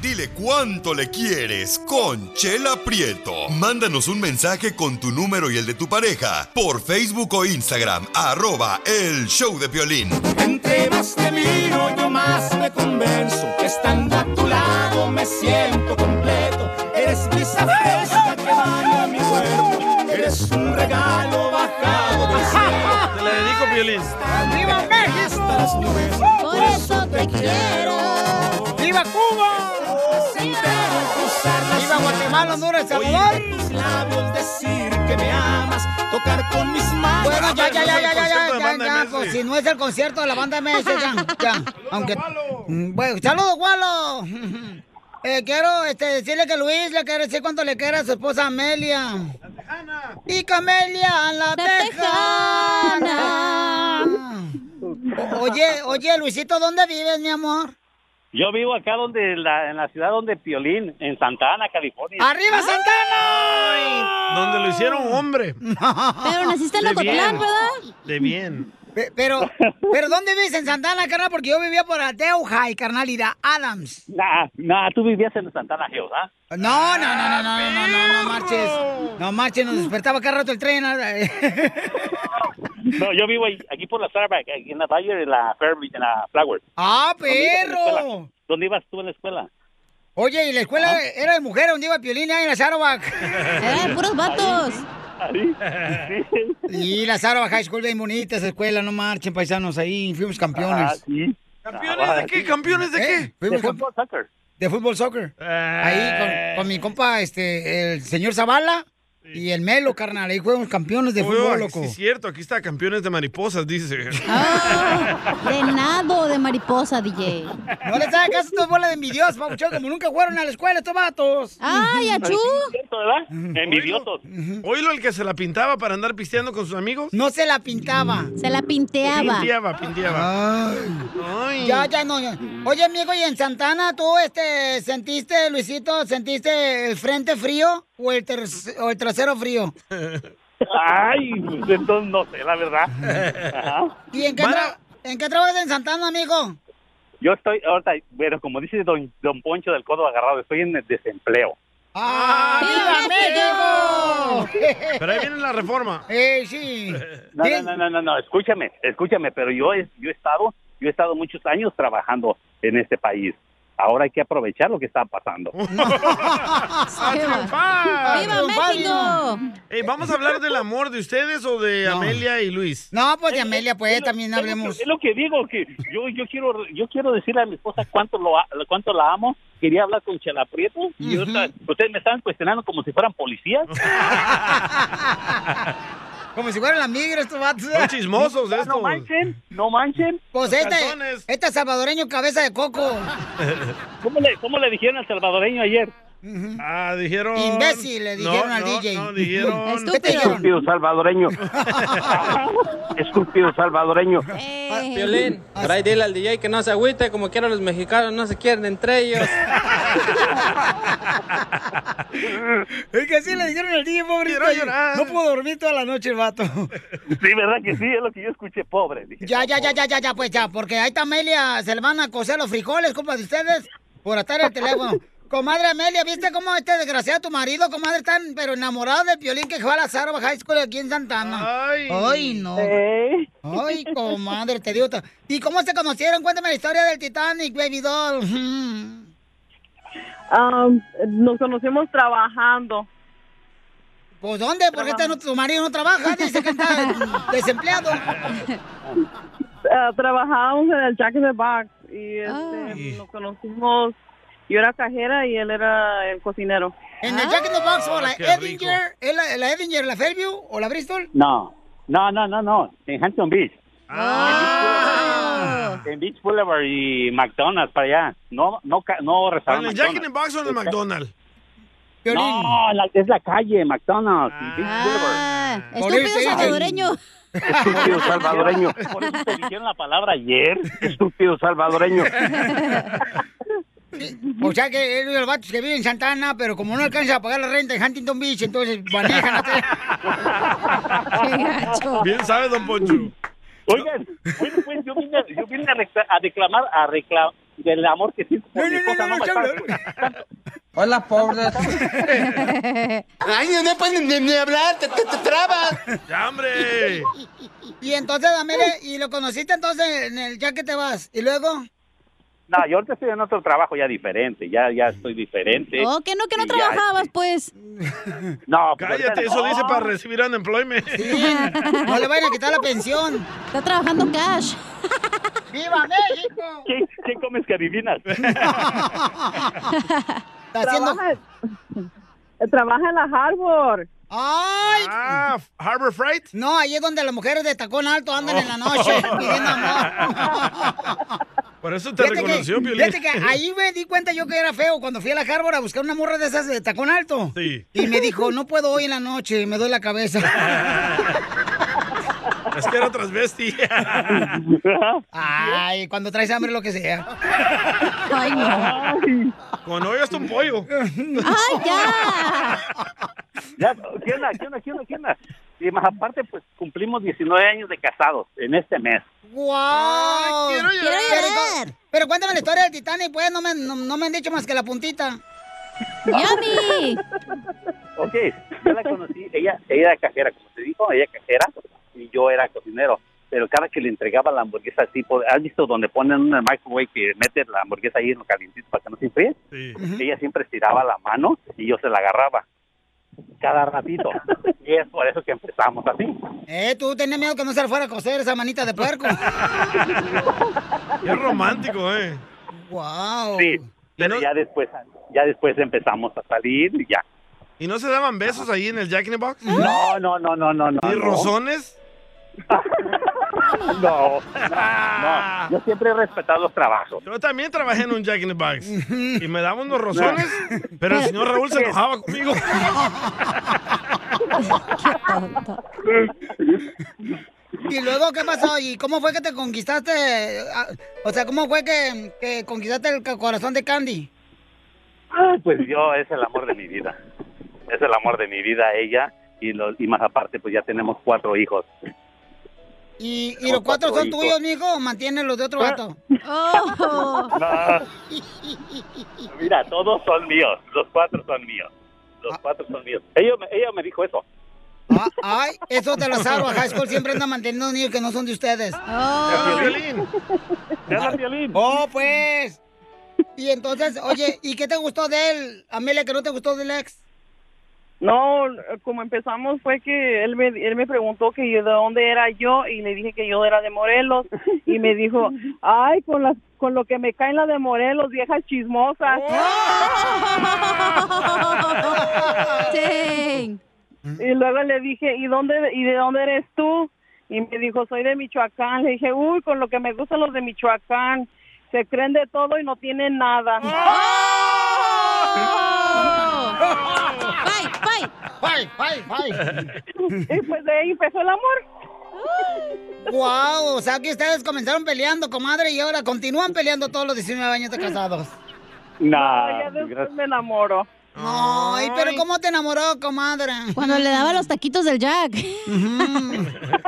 Speaker 7: Dile cuánto le quieres con Chela Prieto. Mándanos un mensaje con tu número y el de tu pareja por Facebook o Instagram, arroba el show de violín.
Speaker 11: Entre más te miro, yo más me convenzo. Estando a tu lado, me siento completo. Eres brisa fresca que baña mi cuerpo. Eres un regalo bajado del cielo.
Speaker 3: Te la dedico, Piolín.
Speaker 11: ¡Viva México! Por eso te quiero.
Speaker 2: ¡Viva Cuba!
Speaker 11: ¡Viva Guatemala, Honduras, Salvador! tus labios decir que me amas, tocar con mis manos.
Speaker 2: Bueno, ya, ya, ya, ya, ya, ya, ya, ya, pues, si no es el concierto de la banda MS, ya, ya, aunque... Mm, Bueno, saludos, Gualo. Eh, quiero este, decirle que Luis le quiere decir cuánto le quiere a su esposa Amelia. Y Camelia, la tejana. O- Oye, oye, Luisito, ¿dónde vives, mi amor?
Speaker 19: Yo vivo acá donde la, en la ciudad donde Piolín, en Santa Ana, California.
Speaker 2: ¡Arriba,
Speaker 3: Santana! Donde lo hicieron hombre.
Speaker 2: Pero
Speaker 1: naciste
Speaker 3: De bien. De bien.
Speaker 2: Pero, pero ¿dónde vives en Santana, carnal? Porque yo vivía por Ateuja y carnal, y la Adams.
Speaker 19: Nah, nah, tú vivías en Santa Ana, Hills, ¿ah?
Speaker 2: No, no, no, no, no, no, no, no, no marches. No marches, nos despertaba cada rato el tren.
Speaker 19: No, yo vivo ahí- aquí por la Starbucks, aquí en la Dyer, en la Fairview, en la Flower.
Speaker 2: ¡Ah,
Speaker 19: ¿Dónde ibas en la
Speaker 2: perro!
Speaker 19: escuela? ¿Dónde ibas tú en la escuela?
Speaker 2: Oye, ¿y la escuela era de mujer donde iba Piolín ahí en la Sarovac?
Speaker 1: Eran puros vatos.
Speaker 2: Y la Sarovac High School, bien bonita esa escuela, no marchen, paisanos, ahí fuimos campeones. ¿Eh?
Speaker 3: Ah, ¿Campeones de qué? ¿Campeones de qué?
Speaker 2: Fuimos
Speaker 3: De
Speaker 2: camp- De fútbol soccer. Ahí con, con mi compa, este, el señor Zavala y el Melo, carnal, ahí fuimos campeones de
Speaker 3: Oh,
Speaker 2: fútbol,
Speaker 3: sí,
Speaker 2: loco.
Speaker 3: es cierto, aquí está campeones de mariposas, dice.
Speaker 1: De nado de mariposa, DJ.
Speaker 2: No les hagas caso a estas bolas de envidiosos, papuchón, como nunca fueron a la escuela estos vatos.
Speaker 1: ¡Ay, achú!
Speaker 3: Envidiosos. Oílo el que se la pintaba para andar pisteando con sus amigos.
Speaker 2: No se la pintaba.
Speaker 1: Se la pinteaba.
Speaker 3: Pinteaba, pinteaba. Ay.
Speaker 2: Ya, ya no. ya. Oye, amigo, ¿y en Santana tú este, sentiste, Luisito, sentiste el frente frío o el, ter- o el trasero frío?
Speaker 19: Ay, pues, entonces no sé, la verdad. Ajá.
Speaker 2: ¿Y en qué,
Speaker 19: Bueno.
Speaker 2: tra- en qué trabajas en Santana, amigo?
Speaker 19: Yo estoy, ahorita, bueno, como dice don, don Poncho del codo agarrado, estoy en el desempleo.
Speaker 2: ¡Viva México!
Speaker 19: Pero ahí viene la reforma.
Speaker 2: Eh, sí.
Speaker 19: No, no, no, no, no, no, escúchame, escúchame, pero yo, he- yo he estado, yo he estado muchos años trabajando en este país. Ahora hay que aprovechar lo que está pasando.
Speaker 3: ¡A triunfar!
Speaker 1: ¡Viva México!
Speaker 3: Ey, ¿Vamos a hablar del amor de ustedes o de Amelia y Luis?
Speaker 2: No, pues de Amelia, pues también
Speaker 19: es lo que-
Speaker 2: hablemos.
Speaker 19: Es lo que digo, que yo, yo quiero yo quiero decirle a mi esposa cuánto lo a- cuánto la amo. Quería hablar con Chela Prieto y ahorita ustedes me están cuestionando como si fueran policías.
Speaker 2: Como si fueran la migra estos vatos. ¿eh?
Speaker 19: Son chismosos estos. No manchen, no manchen.
Speaker 2: Pues
Speaker 19: Los
Speaker 2: este,
Speaker 19: calzones.
Speaker 2: este salvadoreño cabeza de coco.
Speaker 19: ¿Cómo le, cómo le dijeron al salvadoreño ayer?
Speaker 3: Ah, dijeron...
Speaker 2: Imbécil, le dijeron al Este, DJ.
Speaker 3: No, dijeron...
Speaker 2: ¿Qué te dijeron?
Speaker 13: Estúpido salvadoreño. Estúpido salvadoreño.
Speaker 9: Violín, por ahí Ah, dile al DJ que no se agüite, como quieran los mexicanos, no se quieren entre ellos.
Speaker 2: Es que así le dijeron al DJ, pobre.
Speaker 13: Quiero llorar.
Speaker 2: No pudo dormir toda la noche el vato.
Speaker 19: Sí, ¿verdad que sí? Es lo que yo escuché, pobre. Dije,
Speaker 2: Ya, ya, ya, ya, ya, ya, pues ya, porque ahí está Amelia, se le van a cocer los frijoles, compa, de ustedes, por atar el teléfono. Comadre Amelia, ¿viste cómo este desgraciado tu marido, comadre, tan pero enamorado del violín que juega a la Sarva High School aquí en Santana? Ay, no. Ay, comadre, te digo. ta- ¿Y cómo se conocieron? Cuéntame la historia del Titanic, baby doll.
Speaker 20: Am, nos conocimos trabajando.
Speaker 2: Pues ¿dónde? Porque este no- tu marido no trabaja, Ah, dice que está desempleado.
Speaker 20: Eh, trabajábamos en el Jack in the Box y
Speaker 11: Ah.
Speaker 20: este, nos conocimos. Yo era cajera y él era el cocinero.
Speaker 2: En el Jack in the Box o la
Speaker 20: qué
Speaker 2: Edinger, ¿es la, la Edinger, la Fairview o la Bristol?
Speaker 19: No, no, no, no, no. En Hampton Beach. Ah. En Beach Boulevard y McDonald's para allá. No, no, ca- no
Speaker 3: ¿En
Speaker 19: restaurante.
Speaker 3: el Jack in the Box
Speaker 19: McDonald's.
Speaker 3: o en el
Speaker 19: Está-
Speaker 3: McDonald's?
Speaker 19: No, la- es la calle, McDonald's. y Beach
Speaker 1: Estúpido
Speaker 19: Horrible.
Speaker 1: salvadoreño.
Speaker 13: Estúpido salvadoreño.
Speaker 19: Por eso te dijeron la palabra ayer.
Speaker 13: Estúpido salvadoreño.
Speaker 2: O sea que él es el vato que vive en Santana, pero como no alcanza a pagar la renta en Huntington Beach, entonces manejan
Speaker 3: Bien sabe, don Poncho.
Speaker 19: Oigan, bueno, pues yo vine, yo vine a, recla- a declamar, a reclamar del amor que siento por mi esposa. No, me pases.
Speaker 11: Hola, pobres. Ay, no, no pueden ni, ni hablar, te, te- te trabas.
Speaker 3: ¡Ya, hombre!
Speaker 2: Y entonces, Amelia, ¿y lo conociste entonces en el ya que te vas? ¿Y luego?
Speaker 19: No, yo ahorita estoy en otro trabajo ya diferente, ya, ya estoy diferente.
Speaker 1: Oh, que no, que no
Speaker 19: Y ya,
Speaker 1: trabajabas, pues.
Speaker 19: No, pues
Speaker 3: Cállate,
Speaker 19: ahorita
Speaker 3: eso
Speaker 19: no.
Speaker 3: dice para recibir unemployment.
Speaker 2: No le vayan a quitar la pensión.
Speaker 1: Está trabajando cash.
Speaker 2: ¡Viva México!
Speaker 19: ¿Qué, qué comes que adivinas?
Speaker 20: trabaja, trabaja en la Harbor.
Speaker 2: ¡Ay!
Speaker 3: Ah, ¿Harbor Freight? Oh.
Speaker 2: No, ahí es donde las mujeres de tacón alto andan en la noche pidiendo amor.
Speaker 3: Por eso te
Speaker 2: Fíjate que-
Speaker 3: reconoció, Piolín.
Speaker 2: fíjate que ahí me di cuenta yo que era feo cuando fui a la Harvard a buscar una morra de esas de tacón alto.
Speaker 3: Sí.
Speaker 2: Y me dijo, no puedo hoy en la noche, me doy la cabeza.
Speaker 3: Es que era transvesti.
Speaker 2: Ay, cuando traes hambre lo que sea.
Speaker 1: Ay,
Speaker 19: no.
Speaker 3: Con hoy hasta un pollo.
Speaker 1: ¡Ay, ya!
Speaker 19: Ya, ¿Qué onda? ¿Qué onda? ¿Qué onda? ¿Qué onda? Y más aparte, pues cumplimos 19 años de casados en este mes.
Speaker 2: ¡Wow!
Speaker 1: quiero llorar.
Speaker 2: Pero, pero, cuéntame la historia del Titanic, pues, no me, no, no me han dicho más que la puntita.
Speaker 1: ¡Yami!
Speaker 19: Ok, yo la conocí, ella, ella era cajera, como te dijo, ella cajera y yo era cocinero. pero cada que le entregaba la hamburguesa así, por- ¿has visto donde ponen una microwave que mete la hamburguesa ahí en lo calientito para que no se enfríe? Ella siempre estiraba la mano y yo se la agarraba cada ratito. y es por eso que empezamos así.
Speaker 2: Eh, tú tenías miedo que no se le fuera a coser esa manita de puerco.
Speaker 3: Es romántico, ¿eh?
Speaker 2: Wow.
Speaker 19: Sí, pero ya después ya después empezamos a salir y ya.
Speaker 3: ¿Y no se daban besos ahí en el Jack in the Box?
Speaker 19: No, no, no, no, no.
Speaker 3: ¿Ni
Speaker 19: no.
Speaker 3: rozones?
Speaker 19: No, no, no. Yo siempre he respetado los trabajos.
Speaker 3: Yo también trabajé en un Jack in the Box y me daban unos rozones, pero el señor Raúl se enojaba conmigo.
Speaker 2: ¿Y luego qué pasó? ¿Y cómo fue que te conquistaste? Ah, O sea, ¿cómo fue que, que conquistaste el ca- corazón de Candy?
Speaker 19: Ay, pues yo es el amor de mi vida. Es el amor de mi vida ella y, lo- y más aparte pues ya tenemos cuatro hijos.
Speaker 2: ¿Y, y los
Speaker 19: Con
Speaker 2: cuatro son
Speaker 19: cuatro hijos.
Speaker 2: tuyos, mijo? ¿O mantienes los de otro gato?
Speaker 19: No. Mira, todos son míos, los cuatro son míos. Los cuatro son míos. Ella, me- ella me dijo eso.
Speaker 2: Ah, ay, eso te lo salvo. A High School siempre anda manteniendo niños que no son de ustedes. ¡Oh, pues! Y entonces, oye, ¿y qué te gustó de él, Amelia, que no te gustó del ex?
Speaker 20: No, como empezamos fue que él me, él me preguntó que yo de dónde era yo y le dije que yo era de Morelos y me dijo, ay, con las con lo que me caen las de Morelos, viejas chismosas. Y luego le dije, ¿y dónde y de dónde eres tú? Y me dijo, soy de Michoacán. Le dije, uy, con lo que me gustan los de Michoacán, se creen de todo y no tienen nada.
Speaker 1: ¡Bye, bye!
Speaker 2: ¡Bye, bye,
Speaker 20: Y pues de ahí empezó el amor.
Speaker 2: Wow, o sea que ustedes comenzaron peleando, comadre, y ahora continúan peleando todos los 19 años de casados.
Speaker 19: Nah,
Speaker 20: me enamoro.
Speaker 2: Ay, pero ¿cómo te enamoró, comadre?
Speaker 1: Cuando le daba los taquitos del Jack.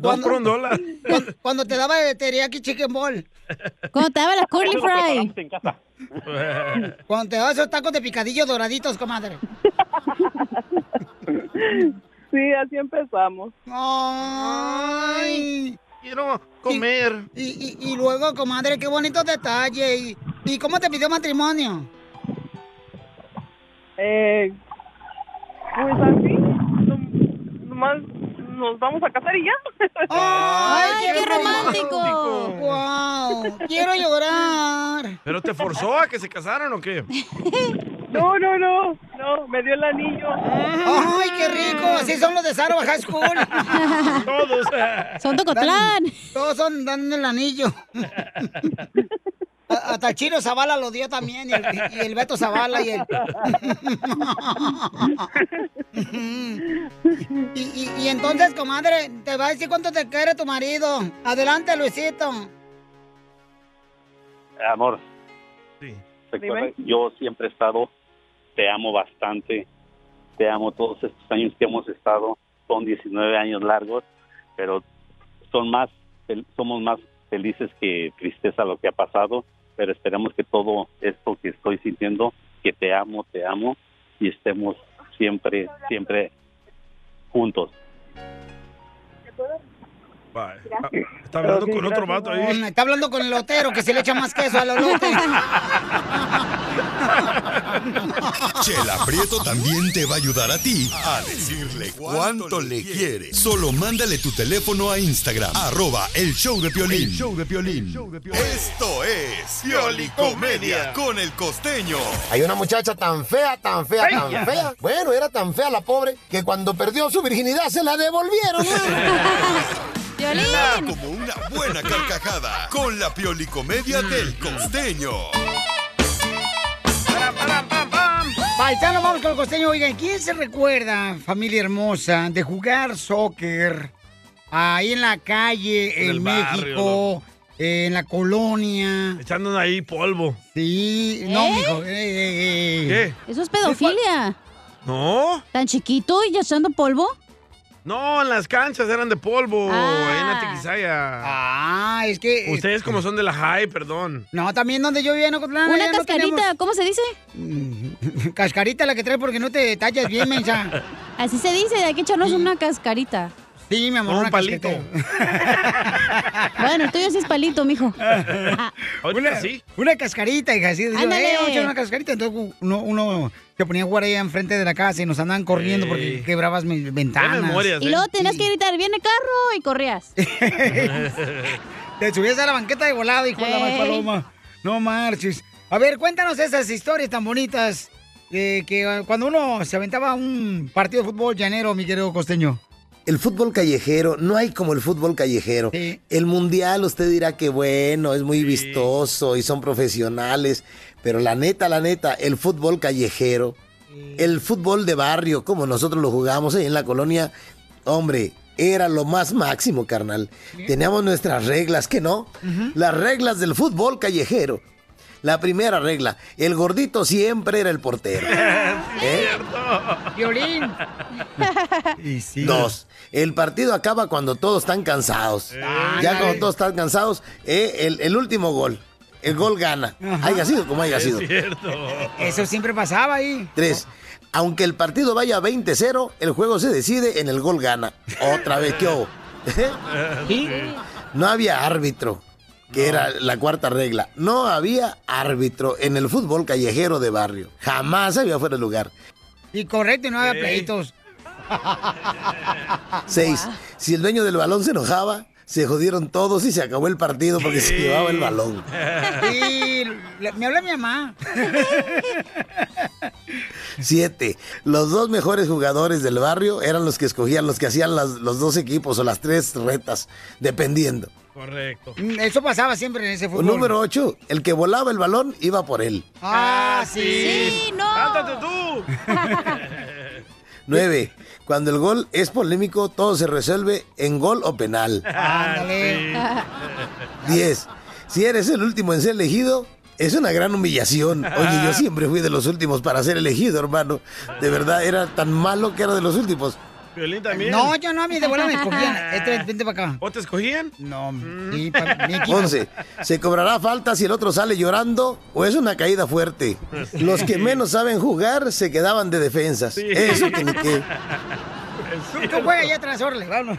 Speaker 3: Dos por un dólar.
Speaker 2: Cuando, cuando te daba el teriyaki chicken ball.
Speaker 1: Cuando te daba la curly fry.
Speaker 2: Cuando te daba esos tacos de picadillo doraditos, comadre.
Speaker 20: Sí, así empezamos.
Speaker 2: Ay.
Speaker 3: Quiero
Speaker 2: comer. Y, y- y luego, comadre, qué bonitos detalles. ¿Y, y cómo te pidió matrimonio?
Speaker 20: Eh, pues así, nom- nomás nos vamos a casar y ya.
Speaker 2: ¡Ay, qué romántico! ¡Wow! ¡Quiero llorar!
Speaker 3: ¿Pero te forzó a que se casaran o qué?
Speaker 20: No, no, no, no, me dio el anillo.
Speaker 2: ¡Ay, qué rico! Así son los de Saro High School.
Speaker 3: Todos.
Speaker 2: Son Tocotlán. todos son dando el anillo. A- Hasta el Chino Zavala lo dio también, y el, y el Beto Zavala y el... y, y- y entonces, comadre, te va a decir cuánto te quiere tu marido. Adelante, Luisito.
Speaker 19: Amor. Recuerda, yo siempre he estado, te amo bastante, te amo todos estos años que hemos estado, son 19 años largos, pero son más, fel- somos más felices que tristeza lo que ha pasado, pero esperemos que todo esto que estoy sintiendo, que te amo, te amo, y estemos siempre, siempre juntos.
Speaker 3: Bye. Está hablando con otro vato ahí.
Speaker 2: Está hablando con el lotero, que se le echa más queso al olote.
Speaker 7: Chela Prieto también te va a ayudar a ti a decirle cuánto le quiere. Solo mándale tu teléfono a Instagram, arroba el show de Piolín.
Speaker 16: El
Speaker 7: show de Esto es Pioli Comedia con el costeño.
Speaker 16: Hay una muchacha tan fea, tan fea, tan
Speaker 7: Fea.
Speaker 16: fea. Bueno, era tan fea la pobre que cuando perdió su virginidad se la devolvieron.
Speaker 7: Da Como una buena carcajada con la Pioli Comedia del costeño.
Speaker 2: Paisano, vamos con el costeño. Oigan, ¿quién se recuerda, familia hermosa, de jugar soccer ahí en la calle, en,
Speaker 3: En el barrio,
Speaker 2: México, eh, en la colonia?
Speaker 3: Echándonos ahí polvo.
Speaker 2: Sí, no, mijo. eh, eh, eh.
Speaker 3: ¿Qué?
Speaker 1: Eso es pedofilia.
Speaker 3: No.
Speaker 1: ¿Tan chiquito y ya echando polvo?
Speaker 3: No, en las canchas eran de polvo.
Speaker 1: Ah.
Speaker 3: Ahí en la Tequisaya.
Speaker 2: Ah, es que.
Speaker 3: Ustedes, como son de la high, perdón.
Speaker 2: No, también donde yo vivía en Ocotlán.
Speaker 1: Una
Speaker 2: ya no
Speaker 1: cascarita,
Speaker 2: tenemos-
Speaker 1: ¿cómo se dice?
Speaker 2: Cascarita la que traes porque no te tallas bien, mensa.
Speaker 1: Así se dice, hay que echarnos una cascarita.
Speaker 2: Sí, mi amor.
Speaker 3: Con un
Speaker 2: una
Speaker 3: palito.
Speaker 2: casquete.
Speaker 1: Bueno, el tuyo sí es palito, mijo.
Speaker 2: una, una cascarita, hija. Así decía,
Speaker 1: Ándale.
Speaker 2: "Eh, vamos a echar una cascarita. Entonces uno, uno se ponía a jugar allá enfrente de la casa y nos andaban corriendo porque quebrabas mis ventanas.
Speaker 1: y
Speaker 3: ¿eh?
Speaker 1: luego tenías que gritar, viene carro, y corrías.
Speaker 3: ¿eh?
Speaker 2: Te subías a la banqueta de volado, hijo de la más
Speaker 1: Ey.
Speaker 2: paloma. No marches. A ver, cuéntanos esas historias tan bonitas eh, que ah, cuando uno se aventaba un partido de fútbol llanero, mi querido costeño.
Speaker 16: El fútbol callejero, no hay como el fútbol callejero. El mundial, usted dirá que bueno, es muy vistoso y son profesionales, pero la neta, la neta, el fútbol callejero, el fútbol de barrio, como nosotros lo jugamos ahí en la colonia, hombre, era lo más máximo, carnal. Teníamos nuestras reglas, que no? Las reglas del fútbol callejero. La primera regla, el gordito siempre era el portero. ¿Eh?
Speaker 2: Violín.
Speaker 16: Dos. El partido acaba cuando todos están cansados. ya cuando todos están cansados, eh, el, el último gol. El gol gana. Haya sido como haya sido.
Speaker 2: Eso siempre pasaba ahí.
Speaker 16: Tres. Aunque el partido vaya 20-0, el juego se decide en el gol gana. Otra vez, ¿qué hubo? ¿Eh? No había árbitro, que era la cuarta regla. No había árbitro en el fútbol callejero de barrio. Jamás había fuera de lugar.
Speaker 2: Y correcto, y no había pleitos. Ah,
Speaker 16: Seis. Si el dueño del balón se enojaba, se jodieron todos y se acabó el partido porque se llevaba el balón.
Speaker 2: Y le- me habla mi mamá.
Speaker 16: Siete. Los dos mejores jugadores del barrio eran los que escogían, los que hacían las- los dos equipos o las tres retas, dependiendo.
Speaker 3: Correcto.
Speaker 2: Mm, Eso pasaba siempre en ese fútbol.
Speaker 16: Pues Número ocho. El que volaba el balón iba por él.
Speaker 2: Ah, sí.
Speaker 3: Sí,
Speaker 1: no.
Speaker 3: ¡Cántate tú!
Speaker 16: Nueve. Cuando el gol es polémico, todo se resuelve en gol o penal.
Speaker 2: Ándale.
Speaker 16: 10. Si eres el último en ser elegido, es una gran humillación. Oye, yo siempre fui de los últimos para ser elegido, hermano. De verdad, era tan malo que era de los últimos.
Speaker 3: Violín también.
Speaker 2: No, yo no, a mí de bola me escogían. Este, vente para acá.
Speaker 3: ¿O te escogían? Mm.
Speaker 2: No, mi, pa- mi equipo.
Speaker 16: 11. Se cobrará falta si el otro sale llorando o es una caída fuerte. Los que menos saben jugar se quedaban de defensas. Eso tiene que...
Speaker 2: Tú, tú juega allá atrás, órale, vámonos.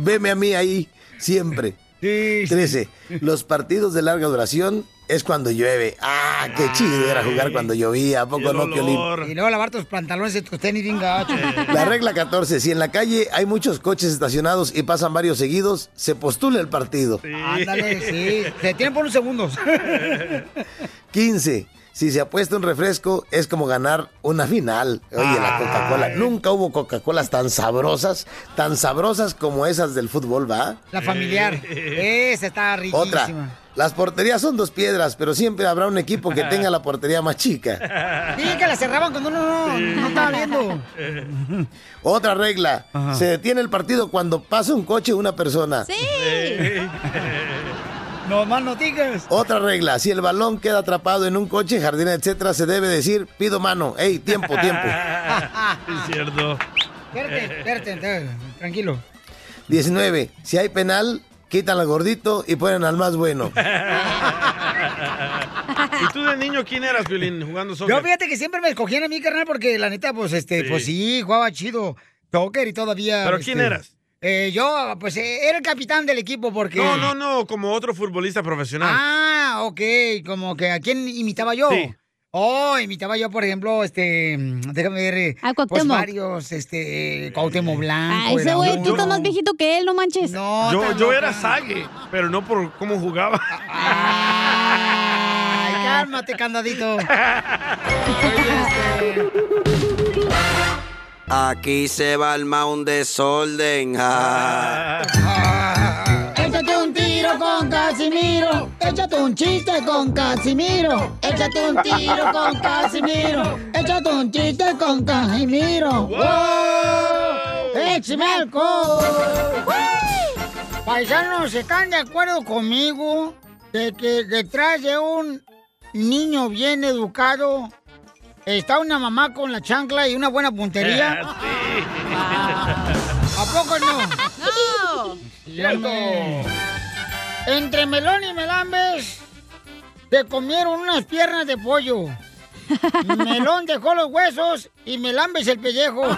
Speaker 16: Veme a mí ahí, siempre. 13. Los partidos de larga duración es cuando llueve. Ah, qué chido era jugar cuando llovía. ¿A poco no, Piolín?
Speaker 2: Y luego lavar tus pantalones y tus tenis bien gachos.
Speaker 3: Eh,
Speaker 16: La regla 14. Si en la calle hay muchos coches estacionados y pasan varios seguidos, se postula el partido.
Speaker 2: Ándale, sí. Te tienen por unos segundos.
Speaker 16: 15. Si se apuesta un refresco, es como ganar una final. Oye, la Coca-Cola. Nunca hubo Coca-Colas tan sabrosas, tan sabrosas como esas del fútbol, ¿va?
Speaker 2: La familiar. Esa está riquísima.
Speaker 16: Otra. Las porterías son dos piedras, pero siempre habrá un equipo que tenga la portería más chica.
Speaker 2: Dije que la cerraban cuando uno no, no estaba viendo.
Speaker 16: Otra regla. Se detiene el partido cuando pasa un coche o una persona.
Speaker 2: No más no digas.
Speaker 16: Otra regla, si el balón queda atrapado en un coche, jardín, etcétera, se debe decir, pido mano, hey, tiempo, tiempo.
Speaker 3: es Ah, cierto.
Speaker 2: Espérate, espérate, te- tranquilo.
Speaker 16: 19, si hay penal, quitan al gordito y ponen al más bueno.
Speaker 3: ¿Y tú de niño quién eras, Violín, jugando soccer?
Speaker 2: Yo fíjate que siempre me escogían a mí, carnal, porque la neta, pues este,
Speaker 3: Sí.
Speaker 2: pues sí, jugaba chido. Soccer y todavía.
Speaker 3: ¿Pero
Speaker 2: este,
Speaker 3: quién eras?
Speaker 2: eh, yo, pues, eh, era el capitán del equipo porque.
Speaker 3: No, no, no, como otro futbolista profesional.
Speaker 2: Ah, ok, como que a quién imitaba yo.
Speaker 3: Sí.
Speaker 2: Oh, imitaba yo, por ejemplo, este, mm, déjame ver, eh,
Speaker 1: A
Speaker 2: pues
Speaker 1: Cuauhtémoc.
Speaker 2: varios, este, Cuauhtémoc Blanco.
Speaker 1: Ay, Ah, ese
Speaker 2: era
Speaker 1: güey,
Speaker 2: uno.
Speaker 1: tú estás más viejito que él, no manches.
Speaker 2: No,
Speaker 3: yo yo era Sague, pero no por cómo jugaba.
Speaker 2: Ay, cálmate, candadito.
Speaker 17: Aquí se va el un desorden.
Speaker 9: Échate un tiro con Casimiro. Échate un chiste con Casimiro. Échate un tiro con Casimiro. Échate un chiste con Casimiro. ¡Wow! ¡Échame alcohol!
Speaker 2: Paisanos, ¿están de acuerdo conmigo de que detrás de un niño bien educado está una mamá con la chancla y una buena puntería?
Speaker 11: Eh.
Speaker 3: Ah,
Speaker 2: Ah, ¿A poco no? ¡No! Entre Melón y Melambes se comieron unas piernas de pollo. Melón dejó los huesos y Melambes el pellejo.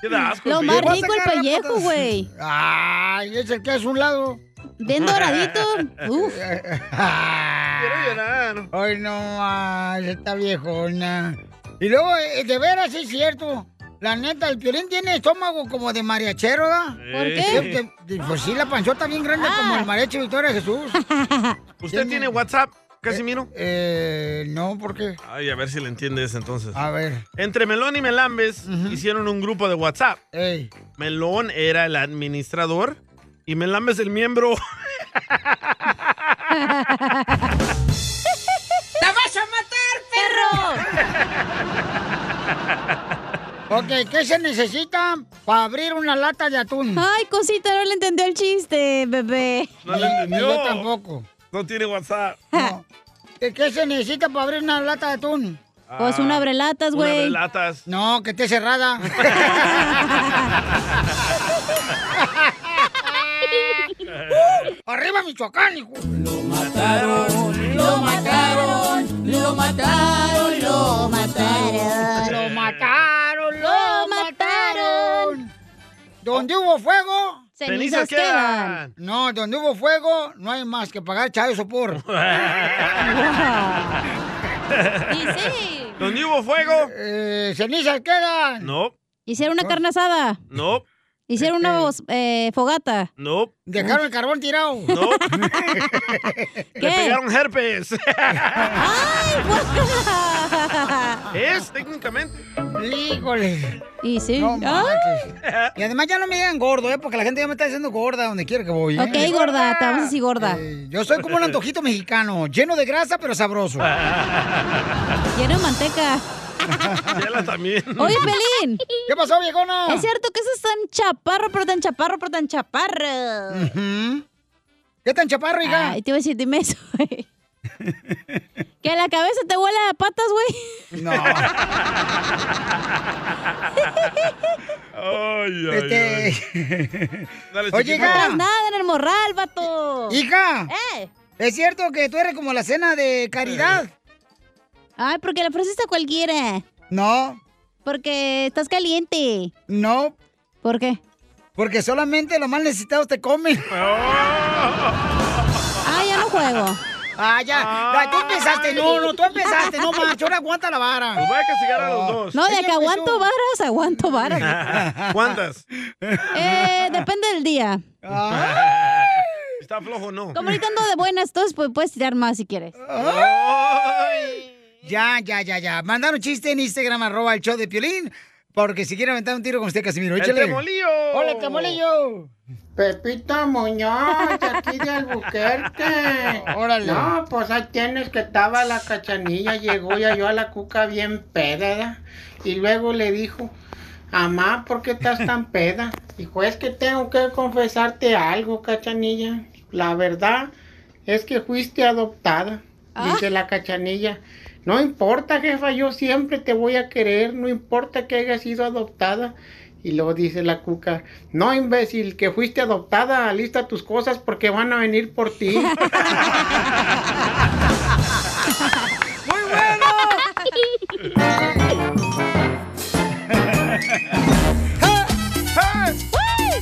Speaker 3: ¿Qué da asco?
Speaker 1: Lo
Speaker 3: el
Speaker 1: más
Speaker 3: pellejo?
Speaker 1: rico el pellejo, güey.
Speaker 2: Ay, ese que es un lado.
Speaker 1: Bien doradito. Uf.
Speaker 2: Quiero
Speaker 3: llorar.
Speaker 2: Ay, no, ay, está viejona. Y luego, eh, de veras, sí es cierto. La neta, el piolín tiene estómago como de mariachero, ¿verdad?
Speaker 3: ¿Por qué?
Speaker 2: De- de- pues sí, la panchota bien grande
Speaker 1: Ah.
Speaker 2: como el mariachi Victoria Jesús.
Speaker 3: ¿Usted tiene WhatsApp, Casimiro?
Speaker 2: Eh, no, ¿por qué?
Speaker 3: Ay, a ver si le entiendes entonces.
Speaker 2: A ver.
Speaker 3: Entre Melón y Melambes hicieron un grupo de WhatsApp. Melón era el administrador y Melambes el miembro.
Speaker 9: ¡La vas a matar,
Speaker 2: Ok, ¿qué se necesita para abrir una lata de atún?
Speaker 1: Ay, cosita, no le entendió el chiste, bebé.
Speaker 3: No le entendió.
Speaker 2: Yo tampoco.
Speaker 3: No tiene WhatsApp.
Speaker 2: ¿Qué- ¿Qué se necesita para abrir una lata de atún?
Speaker 1: Pues un abrelatas,
Speaker 3: Un
Speaker 1: güey.
Speaker 3: abrelatas.
Speaker 2: No, que esté cerrada. ¡Arriba Michoacán, hijo!
Speaker 9: ¡Lo mataron! ¡Lo mataron! ¡Lo mataron! ¡Lo mataron!
Speaker 2: ¡Lo mataron! ¡Lo mataron! ¿Dónde hubo fuego?
Speaker 9: Cenizas Cenizas quedan. quedan.
Speaker 2: No, donde hubo fuego, no hay más que pagar Chávez Sopor.
Speaker 3: ¿Dónde hubo fuego?
Speaker 2: Eh, cenizas quedan.
Speaker 3: No,
Speaker 1: Hicieron una carne asada.
Speaker 3: no,
Speaker 1: Hicieron una bos- eh, fogata.
Speaker 3: no.
Speaker 2: Este. Dejaron el carbón tirado.
Speaker 3: No. Le pegaron herpes. es técnicamente.
Speaker 2: Híjole.
Speaker 1: Y sí.
Speaker 2: No manches. y además ya no me digan gordo, ¿eh? Porque la gente ya me está diciendo gorda donde quiera que voy. ¿eh?
Speaker 1: Ok, gorda, te vamos a decir gorda.
Speaker 2: Eh, yo soy como un antojito mexicano, lleno de grasa pero sabroso.
Speaker 1: Lleno de manteca.
Speaker 3: Yela también.
Speaker 1: Oye, Pelín.
Speaker 2: ¿Qué pasó, viejona?
Speaker 1: Es cierto que eso es tan chaparro, pero tan chaparro, pero tan chaparro.
Speaker 2: ¿Qué tan chaparro, hija?
Speaker 1: Ay, te iba a decir, dime eso, güey. que la cabeza te huele a patas, güey.
Speaker 2: No.
Speaker 3: ay, ay,
Speaker 2: Este-
Speaker 3: Dale,
Speaker 1: No traes
Speaker 2: Oye, hija.
Speaker 1: nada en el morral, vato.
Speaker 2: Hija.
Speaker 1: ¿Eh?
Speaker 2: ¿Es cierto que tú eres como la cena de caridad?
Speaker 1: Ay, porque la ofreciste a cualquiera.
Speaker 2: No.
Speaker 1: Porque estás caliente.
Speaker 2: No.
Speaker 1: ¿Por qué?
Speaker 2: Porque solamente los más necesitados te comen.
Speaker 1: Ah, ya no juego.
Speaker 2: Ah, ya. Ay, tú empezaste, no, no, tú empezaste, no macho, ahora aguanta la vara.
Speaker 3: Nos va a castigar a los dos.
Speaker 1: No, de que aguanto varas, aguanto varas.
Speaker 3: ¿Cuántas?
Speaker 1: Eh, depende del día.
Speaker 2: Ah.
Speaker 3: Está flojo, no.
Speaker 1: Como ahorita ando de buenas, entonces pues, puedes tirar más si quieres.
Speaker 2: Ah. Ya, ya, ya, ya. Mandar un chiste en Instagram, arroba el show de Piolín. Porque si quiere aventar un tiro con usted, Casimiro,
Speaker 9: ¡El
Speaker 2: échale.
Speaker 9: Temolío!
Speaker 2: ¡Hola, Temolillo!
Speaker 9: Pepito Muñoz, de aquí de Albuquerque.
Speaker 2: Órale.
Speaker 9: No, pues ahí tienes que estaba la cachanilla, llegó ya yo a la cuca bien peda, ¿verdad? Y luego le dijo, Amá, ¿por qué estás tan peda? Dijo, es que tengo que confesarte algo, cachanilla. La verdad es que fuiste adoptada, dice la cachanilla. No importa, jefa, yo siempre te voy a querer, no importa que hayas sido adoptada. Y luego dice la cuca, no imbécil, que fuiste adoptada, lista tus cosas porque van a venir por ti.
Speaker 2: ¡Muy bueno!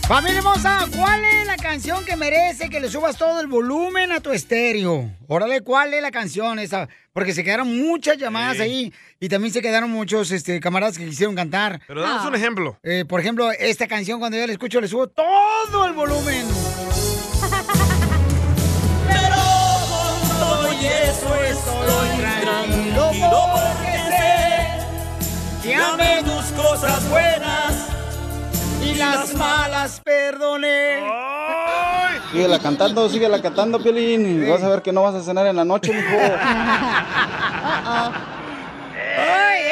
Speaker 2: Familia hermosa, ¿cuál es la canción que merece que le subas todo el volumen a tu estéreo? Órale, ¿cuál es la canción esa? Porque se quedaron muchas llamadas ahí y también se quedaron muchos este, camaradas que quisieron cantar.
Speaker 3: Pero danos un ejemplo.
Speaker 2: Eh, por ejemplo, esta canción cuando yo la escucho le subo todo el volumen.
Speaker 9: Pero con todo y eso estoy tranquilo porque sé que amé tus cosas buenas
Speaker 2: y las malas perdoné.
Speaker 5: Síguela cantando, síguela cantando, Piolín. Vas a ver que no vas a cenar en la noche, mijo.
Speaker 2: ¡Ay,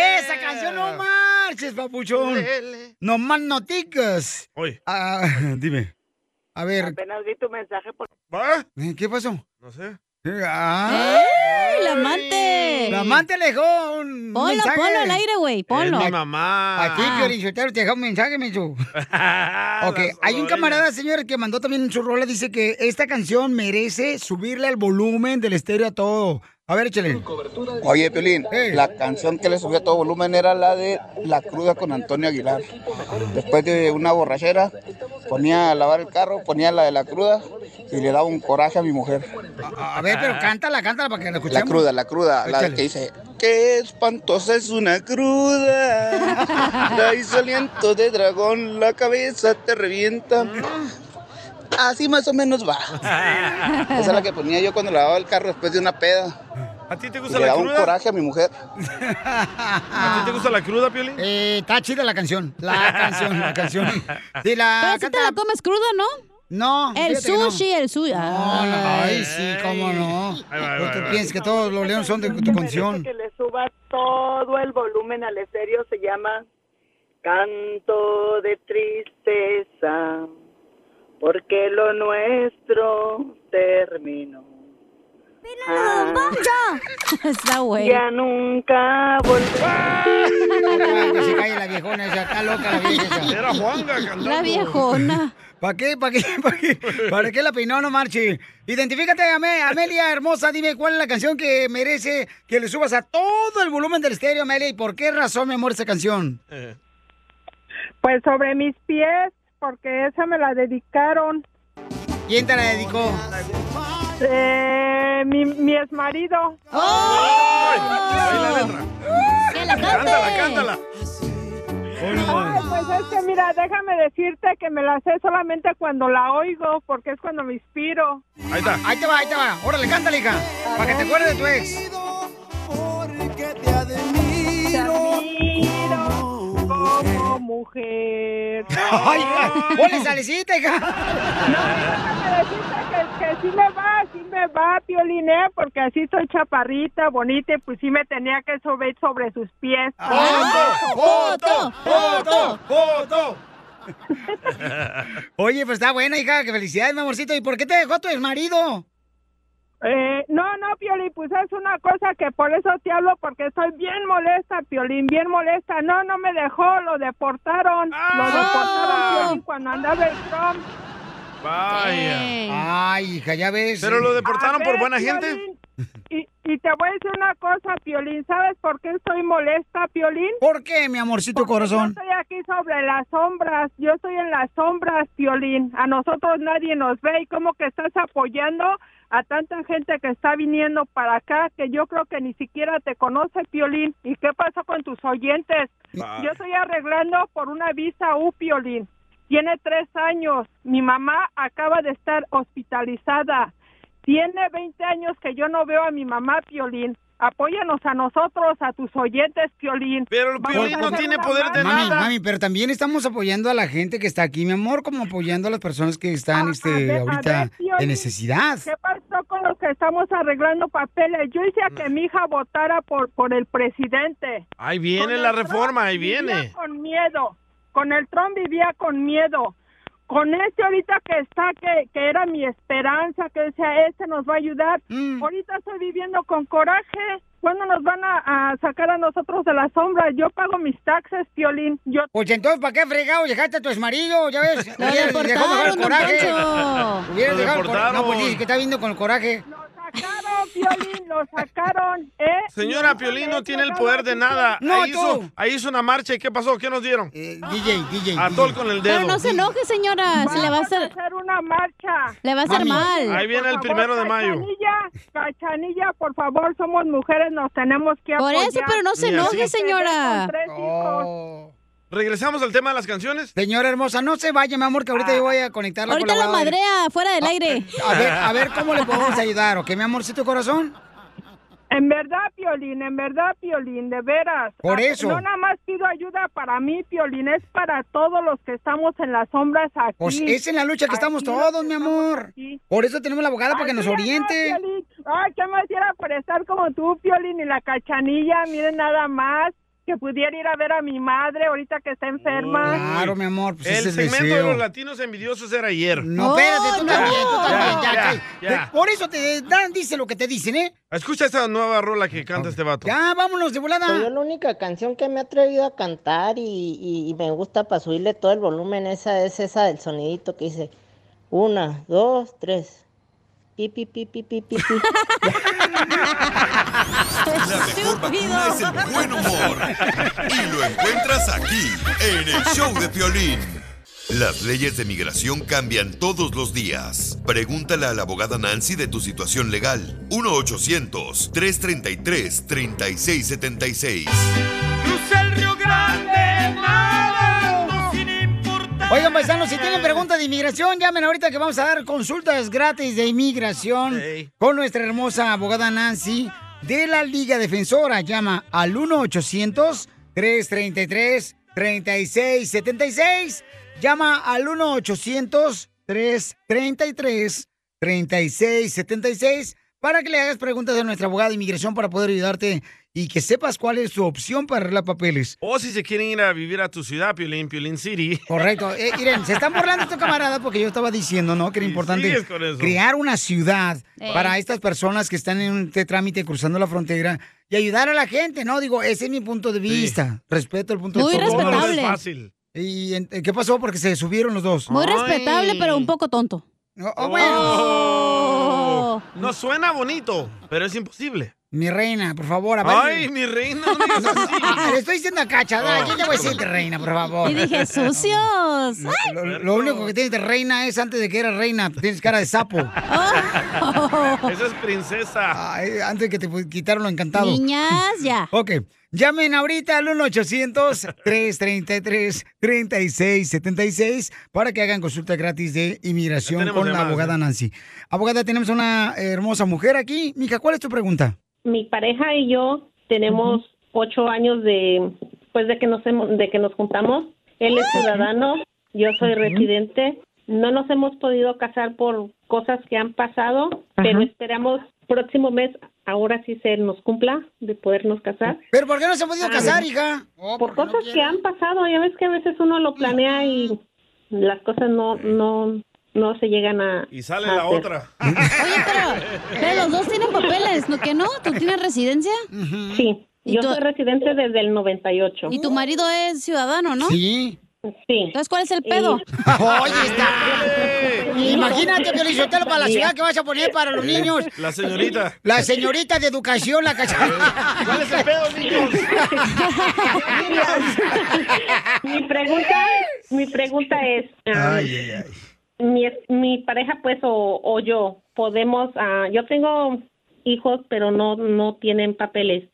Speaker 2: esa canción no marches, papuchón! No más noticas. Ah,
Speaker 3: Oye.
Speaker 2: dime. A ver,
Speaker 20: Apenas vi tu mensaje por...
Speaker 2: eh, ¿qué pasó?
Speaker 3: No sé.
Speaker 2: Eh, ah.
Speaker 1: ¡Ay, la amante!
Speaker 2: La amante le dejó un
Speaker 1: Ponlo,
Speaker 2: mensaje.
Speaker 1: ponlo al aire, güey, ponlo.
Speaker 2: Es mi
Speaker 3: mamá.
Speaker 2: A ti, Piolín Sotelo, te dejó un mensaje, Michu. Ok, hay un camarada, señor, que mandó también en su rola, dice que esta canción merece subirle al volumen del estéreo a todo, a A ver, échale.
Speaker 10: Oye, Piolín, la canción que le subí a todo volumen era la de La Cruda con Antonio Aguilar. Después de una borrachera, ponía a lavar el carro, ponía la de La Cruda y le daba un coraje a mi mujer.
Speaker 2: A ver, pero cántala, cántala para que la escuchemos.
Speaker 10: La Cruda, La Cruda, la que dice, qué espantosa es una cruda. Traes aliento de dragón, la cabeza te revienta. Así más o menos va. Esa es la que ponía yo cuando lavaba el carro después de una peda.
Speaker 3: ¿A ti te
Speaker 2: gusta
Speaker 10: le
Speaker 2: la
Speaker 10: daba
Speaker 2: cruda?
Speaker 10: un coraje a mi mujer.
Speaker 2: ¿A
Speaker 3: ti te gusta la cruda, Piolín?
Speaker 2: Ah. Eh, está chida la canción. La canción, la canción. Sí, la
Speaker 1: Pero si te la comes cruda, ¿no?
Speaker 2: No.
Speaker 1: El
Speaker 2: fíjate que no.
Speaker 1: sushi, el sushi. Ah.
Speaker 2: No, no, ay, sí, cómo no. ¿Tú te piensas que todos los leones son de tu canción?
Speaker 20: que le suba todo el volumen al estéreo se llama Canto de Tristeza, porque lo nuestro terminó. Ah.
Speaker 1: Está güey.
Speaker 20: Ya nunca
Speaker 2: volverá.
Speaker 20: que
Speaker 2: se calle la viejona esa, está loca la vieja esa.
Speaker 20: Era Juanga
Speaker 1: cantando. La viejona.
Speaker 2: ¿Para qué? ¿Para qué? ¿Para qué? ¿Para qué la peinó no marche? Identifícate, Ame- Amelia hermosa, dime cuál es la canción que merece que le subas a todo el volumen del estéreo, Amelia, y por qué razón, mi amor, esa canción.
Speaker 20: Pues sobre mis pies, porque esa me la dedicaron.
Speaker 2: ¿Quién te la dedicó?
Speaker 20: Eh, mi, mi ex marido.
Speaker 2: ¡Oh!
Speaker 1: ¡Que la cante! Cántala, cántala.
Speaker 20: Ay, pues es que mira, déjame decirte que me la sé solamente cuando la oigo, porque es cuando me inspiro.
Speaker 3: Ahí está.
Speaker 2: Ahí te va, ahí te va. Órale, cántale, hija. Para que te acuerdes de tu ex.
Speaker 20: Te admiro como mujer.
Speaker 2: ¡Ay, hija! ¡Ponle salecita,
Speaker 20: hija! Que, que sí me va, sí me va, Pioliné, porque así soy chaparrita, bonita, y pues sí me tenía que sobre, sobre sus pies.
Speaker 2: Ah, ¡Foto! ¡Foto! ¡Foto! Oye, pues está buena, hija. Que felicidades, mi amorcito. ¿Y por qué te dejó tu exmarido?
Speaker 20: Eh, no, no, Piolín, pues es una cosa que por eso te hablo, porque estoy bien molesta, Piolín, bien molesta. No, no me dejó, lo deportaron. Lo
Speaker 2: Ah.
Speaker 20: deportaron, Piolín, cuando andaba el Trump.
Speaker 2: Vaya. Ay, hija, ya ves.
Speaker 3: Pero lo deportaron
Speaker 20: A
Speaker 3: por
Speaker 2: Ah,
Speaker 20: ver,
Speaker 3: buena
Speaker 20: Piolín,
Speaker 3: gente.
Speaker 20: Y, y te voy a decir una cosa, Piolín, ¿sabes por qué estoy molesta, Piolín?
Speaker 2: ¿Por qué, mi amorcito corazón?
Speaker 20: Yo estoy aquí sobre las sombras, yo estoy en las sombras, Piolín. A nosotros nadie nos ve y como que estás apoyando a tanta gente que está viniendo para acá que yo creo que ni siquiera te conoce, Piolín. ¿Y qué pasó con tus oyentes?
Speaker 22: Bye.
Speaker 20: Yo estoy arreglando por una visa U, Piolín. Tiene tres años. Mi mamá acaba de estar hospitalizada. Tiene 20 años que yo no veo a mi mamá, Piolín. Apóyanos a nosotros, a tus oyentes, Piolín.
Speaker 3: Pero
Speaker 2: Piolín no tiene
Speaker 20: poder
Speaker 2: mami, mami, pero también estamos apoyando a la gente que está aquí, mi amor, como apoyando a las personas que están este,
Speaker 20: ver, a
Speaker 2: ahorita
Speaker 20: ver, Piolín.
Speaker 2: de necesidad.
Speaker 20: ¿Qué pasó con los que estamos arreglando papeles? Yo hice a que mi hija votara por, por el presidente.
Speaker 3: Ahí viene
Speaker 20: Con
Speaker 3: la
Speaker 20: el
Speaker 3: reforma,
Speaker 20: Trump
Speaker 3: ahí
Speaker 20: vivía
Speaker 3: viene.
Speaker 20: Con miedo. Con el Trump vivía con miedo. Con este ahorita que está, que, que era mi esperanza, que decía, este nos va a ayudar.
Speaker 3: Mm.
Speaker 20: Ahorita estoy viviendo con coraje. ¿Cuándo nos van a, a sacar a nosotros de la sombra? Yo pago mis taxes, Piolín. Yo...
Speaker 2: Pues entonces, ¿para qué fregado llegaste a tu exmarido? Ya ves, hubieras dejado mejor el coraje. Hubieras dejado el coraje. No, pues dice que está viendo con el coraje.
Speaker 20: sacaron, Piolín, lo sacaron, ¿eh?
Speaker 3: Señora Piolín no tiene el poder de nada.
Speaker 20: No,
Speaker 3: ahí,
Speaker 20: tú.
Speaker 3: hizo, ahí hizo una marcha y ¿qué pasó? ¿Qué nos dieron?
Speaker 2: Eh, DJ, DJ.
Speaker 3: Atol con el dedo.
Speaker 1: Pero no se enoje, señora. Si le va a hacer...
Speaker 20: una marcha.
Speaker 1: Le va a hacer
Speaker 3: Mami.
Speaker 1: mal.
Speaker 3: Ahí viene el
Speaker 20: Por
Speaker 3: primero de
Speaker 20: favor,
Speaker 3: mayo.
Speaker 20: Cachanilla, Cachanilla, por favor, somos mujeres, nos tenemos que
Speaker 1: Por
Speaker 20: apoyar.
Speaker 1: eso, pero no se
Speaker 3: Ni enoje, así.
Speaker 1: señora.
Speaker 2: Ah.
Speaker 20: Con tres hijos.
Speaker 3: Oh. Regresamos al tema de las canciones. Ah.
Speaker 2: Señora hermosa, no se vaya, mi amor, que ahorita yo voy a conectarla
Speaker 1: Ahorita
Speaker 2: con
Speaker 1: la
Speaker 2: lavado de-
Speaker 1: madrea fuera del
Speaker 2: Ah,
Speaker 1: aire.
Speaker 2: A ver, a ver cómo le podemos ayudar, ¿ok, mi amorcito corazón?
Speaker 20: En verdad, Piolín, en verdad, Piolín, de veras.
Speaker 2: Por
Speaker 20: Ah,
Speaker 2: eso.
Speaker 20: No nada más pido ayuda para mí, Piolín, es para todos los que estamos en las sombras aquí.
Speaker 2: Pues es en la lucha que estamos todos, mi amor. Por eso tenemos la abogada para que nos oriente.
Speaker 20: Ay, qué más era por estar como tú, Piolín, y la cachanilla, miren nada más. Que pudiera ir a ver a mi madre ahorita que
Speaker 2: Oh,
Speaker 20: está enferma.
Speaker 2: Claro, mi amor, pues ese
Speaker 3: el
Speaker 2: es el
Speaker 3: segmento de
Speaker 2: deseo.
Speaker 3: los latinos envidiosos era ayer.
Speaker 2: Oh, No, espérate, tú también, tú también, ya,
Speaker 3: Ya,
Speaker 2: ya.
Speaker 3: ya.
Speaker 2: Por eso te dan, dice lo que te dicen, ¿eh?
Speaker 3: Escucha esta nueva rola que canta este vato.
Speaker 2: Ya, vámonos de
Speaker 23: Pues yo
Speaker 2: volada.
Speaker 23: la única canción que me he atrevido a cantar y, y- y me gusta para subirle todo el volumen, esa es esa del sonidito que dice una, dos, tres. Pi, pi, pi, pi, pi, pi, pi.
Speaker 7: La mejor vacuna es el buen humor. Y lo encuentras aquí, en el show de Piolín. Las leyes de migración cambian todos los días. Pregúntale a la abogada Nancy de tu situación legal. 1-800-333-3676.
Speaker 2: Cruza el Río Grande, Oigan, paisanos, si tienen preguntas de inmigración, llamen ahorita que vamos a dar consultas gratis de inmigración con nuestra hermosa abogada Nancy de la Liga Defensora. Llama al 1-800-333-3676. Llama al 1-800-333-3676 para que le hagas preguntas a nuestra abogada de inmigración para poder ayudarte y que sepas cuál es tu opción para arreglar papeles.
Speaker 3: O si se quieren ir a vivir a tu ciudad, Piolín, Piolín City.
Speaker 2: Correcto. Eh, miren, se están burlando estos camaradas porque yo estaba diciendo, ¿no? Que era importante
Speaker 3: sigues con eso.
Speaker 2: crear una ciudad
Speaker 3: Eh.
Speaker 2: para estas personas que están en este trámite cruzando la frontera y ayudar a la gente, ¿no? Digo, ese es mi punto de vista. Respeto el punto
Speaker 1: Muy
Speaker 2: de vista.
Speaker 1: respetable. No, no es fácil.
Speaker 2: ¿Y en- qué pasó? Porque se subieron los dos.
Speaker 1: Muy respetable, pero un poco tonto.
Speaker 3: Oh. No suena bonito, pero es imposible.
Speaker 2: Mi reina, por favor,
Speaker 3: Ay,
Speaker 2: aparte-
Speaker 3: mi reina.
Speaker 2: Le estoy diciendo a Cacha, ¿verdad? yo le voy a decir de reina, por favor.
Speaker 1: Y dije, sucios.
Speaker 2: No, Lo, lo único que tienes de reina es antes de que eras reina, tienes cara de sapo.
Speaker 1: Oh.
Speaker 3: Esa es princesa.
Speaker 2: Ay, antes de que te pu- quitaron lo encantado.
Speaker 1: Niñas, ya.
Speaker 2: Ok. Llamen ahorita al 1-800-333-3676 para que hagan consulta gratis de inmigración
Speaker 18: tenemos
Speaker 2: con la
Speaker 18: llamadas,
Speaker 2: abogada
Speaker 18: ¿eh?
Speaker 2: Nancy. Abogada, tenemos una hermosa mujer aquí. Mija, ¿cuál es tu pregunta?
Speaker 18: mi pareja y yo tenemos ocho años de pues de que nos hemos- de que nos juntamos él es ciudadano yo soy residente no nos hemos podido casar por cosas que han pasado pero
Speaker 2: Ajá.
Speaker 18: esperamos próximo mes ahora sí se nos cumpla de podernos casar Ah,
Speaker 2: ¿Pero por qué no se han podido casar, hija? Oh,
Speaker 18: por cosas que han pasado ya ves que a veces uno lo planea y las cosas no no no se llegan a
Speaker 3: Y sale
Speaker 18: a
Speaker 3: la
Speaker 18: hacer.
Speaker 3: otra.
Speaker 1: Pero los dos tienen papeles, ¿no que no? ¿Tú tienes residencia?
Speaker 18: Sí,
Speaker 1: ¿Y
Speaker 18: yo
Speaker 1: tú-
Speaker 18: soy residente desde el 98.
Speaker 1: Y tu marido es ciudadano, ¿no?
Speaker 2: Sí.
Speaker 18: Sí.
Speaker 1: Entonces, ¿cuál es el pedo?
Speaker 2: ¡Oye, está! Imagínate, Pio Lizotelo, para la ciudad que vas a poner para los niños.
Speaker 3: La señorita.
Speaker 2: La señorita de educación, la cachada.
Speaker 3: ¿Cuál es el pedo, niños?
Speaker 18: mi pregunta, mi pregunta es, ah, mi, mi pareja pues o, o yo podemos, ah, yo tengo hijos pero no no tienen papeles.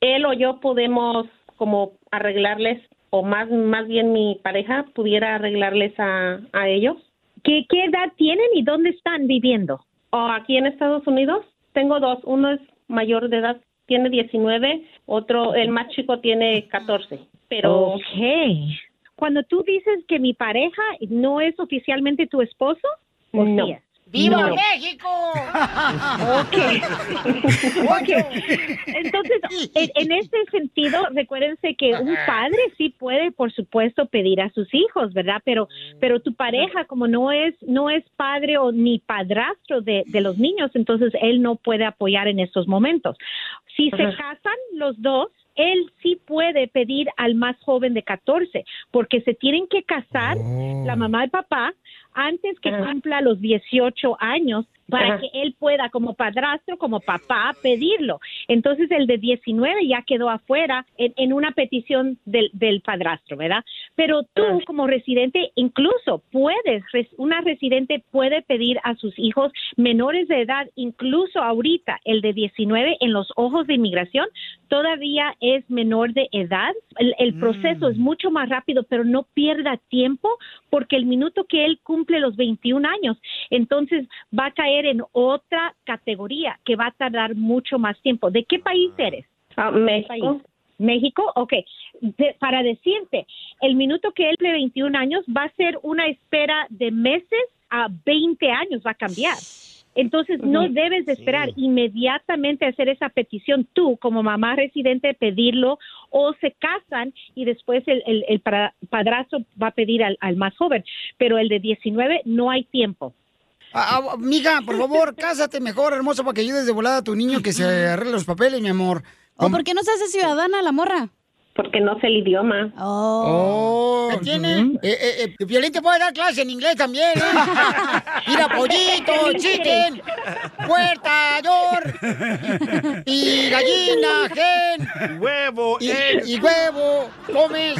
Speaker 18: Él o yo podemos como arreglarles o más más bien mi pareja pudiera arreglarles a, a ellos. ¿Qué, ¿Qué edad tienen y dónde están viviendo? aquí en Estados Unidos tengo dos. Uno es mayor de edad, tiene 19, otro, el más chico tiene 14. Pero
Speaker 32: Ok. Cuando tú dices que mi pareja no es oficialmente tu esposo, pues ¿o
Speaker 18: No.
Speaker 32: sí es?
Speaker 18: ¡Viva
Speaker 32: No.
Speaker 11: México!
Speaker 32: Ok. Entonces, en, en este sentido, recuérdense que un padre sí puede, por supuesto, pedir a sus hijos, ¿verdad? Pero, pero tu pareja, como no es, no es padre o ni padrastro de, de los niños, entonces él no puede apoyar en estos momentos. Si se
Speaker 18: Ajá.
Speaker 32: casan los dos, él sí puede pedir al más joven de 14, porque se tienen que casar la mamá y papá antes que
Speaker 18: Ajá.
Speaker 32: cumpla los 18 años para
Speaker 18: Ajá.
Speaker 32: que él pueda como padrastro, como papá, pedirlo. Entonces el de 19 ya quedó afuera en, en una petición del, del padrastro, ¿verdad? Pero tú como residente incluso puedes, res- una residente puede pedir a sus hijos menores de edad, incluso ahorita el de 19 en los ojos de inmigración todavía es menor de edad. El, el proceso es mucho más rápido, pero no pierda tiempo porque el minuto que él cumple los 21 años, entonces va a caer en otra categoría que va a tardar mucho más tiempo. ¿De qué país eres?
Speaker 18: México.
Speaker 32: País. México, ok. De- para decirte, el minuto que él cumple 21 años va a ser una espera de meses a 20 años, va a cambiar. Entonces no
Speaker 18: Ujú.
Speaker 32: debes de esperar inmediatamente hacer esa petición tú como mamá residente pedirlo o se casan y después el, el- el para- padrastro va a pedir al, al más joven, pero el de 19 no hay tiempo.
Speaker 2: Ah, ah, mija, por favor, cásate mejor, hermoso, para que ayudes de volada a tu niño que se arregle los papeles, mi amor.
Speaker 1: ¿O por qué no se hace ciudadana la morra?
Speaker 18: porque no sé el idioma.
Speaker 11: Oh. ¿Qué tiene?
Speaker 18: Ujú.
Speaker 11: Eh, eh, eh, Piolín te puede dar clase en inglés también. ¿eh? Mira, pollito, chicken, puerta, door, y gallina, gen.
Speaker 33: Huevo,
Speaker 11: y,
Speaker 3: Eh.
Speaker 18: egg.
Speaker 11: y huevo, comes.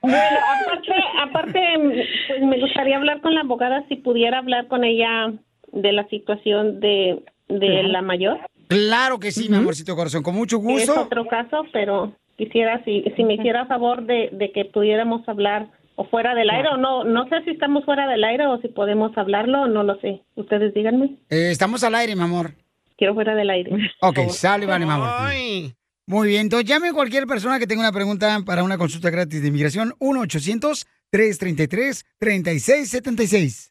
Speaker 18: Bueno, aparte, aparte, pues me gustaría hablar con la abogada si pudiera hablar con ella de la situación de, de
Speaker 2: Claro.
Speaker 18: la mayor.
Speaker 2: Claro que sí, mi amorcito corazón, con mucho
Speaker 18: Es
Speaker 2: gusto.
Speaker 18: otro caso, pero quisiera si, si me hiciera favor de, de que pudiéramos hablar o fuera del aire o no. No sé si estamos fuera del aire o si podemos hablarlo, no lo sé. Ustedes díganme.
Speaker 2: Eh, estamos al aire, mi amor.
Speaker 18: Quiero fuera del aire.
Speaker 2: Ok, sale, vale, mi amor. Muy bien, entonces llame a cualquier persona que tenga una pregunta para una consulta gratis de inmigración, 1-800-333-3676.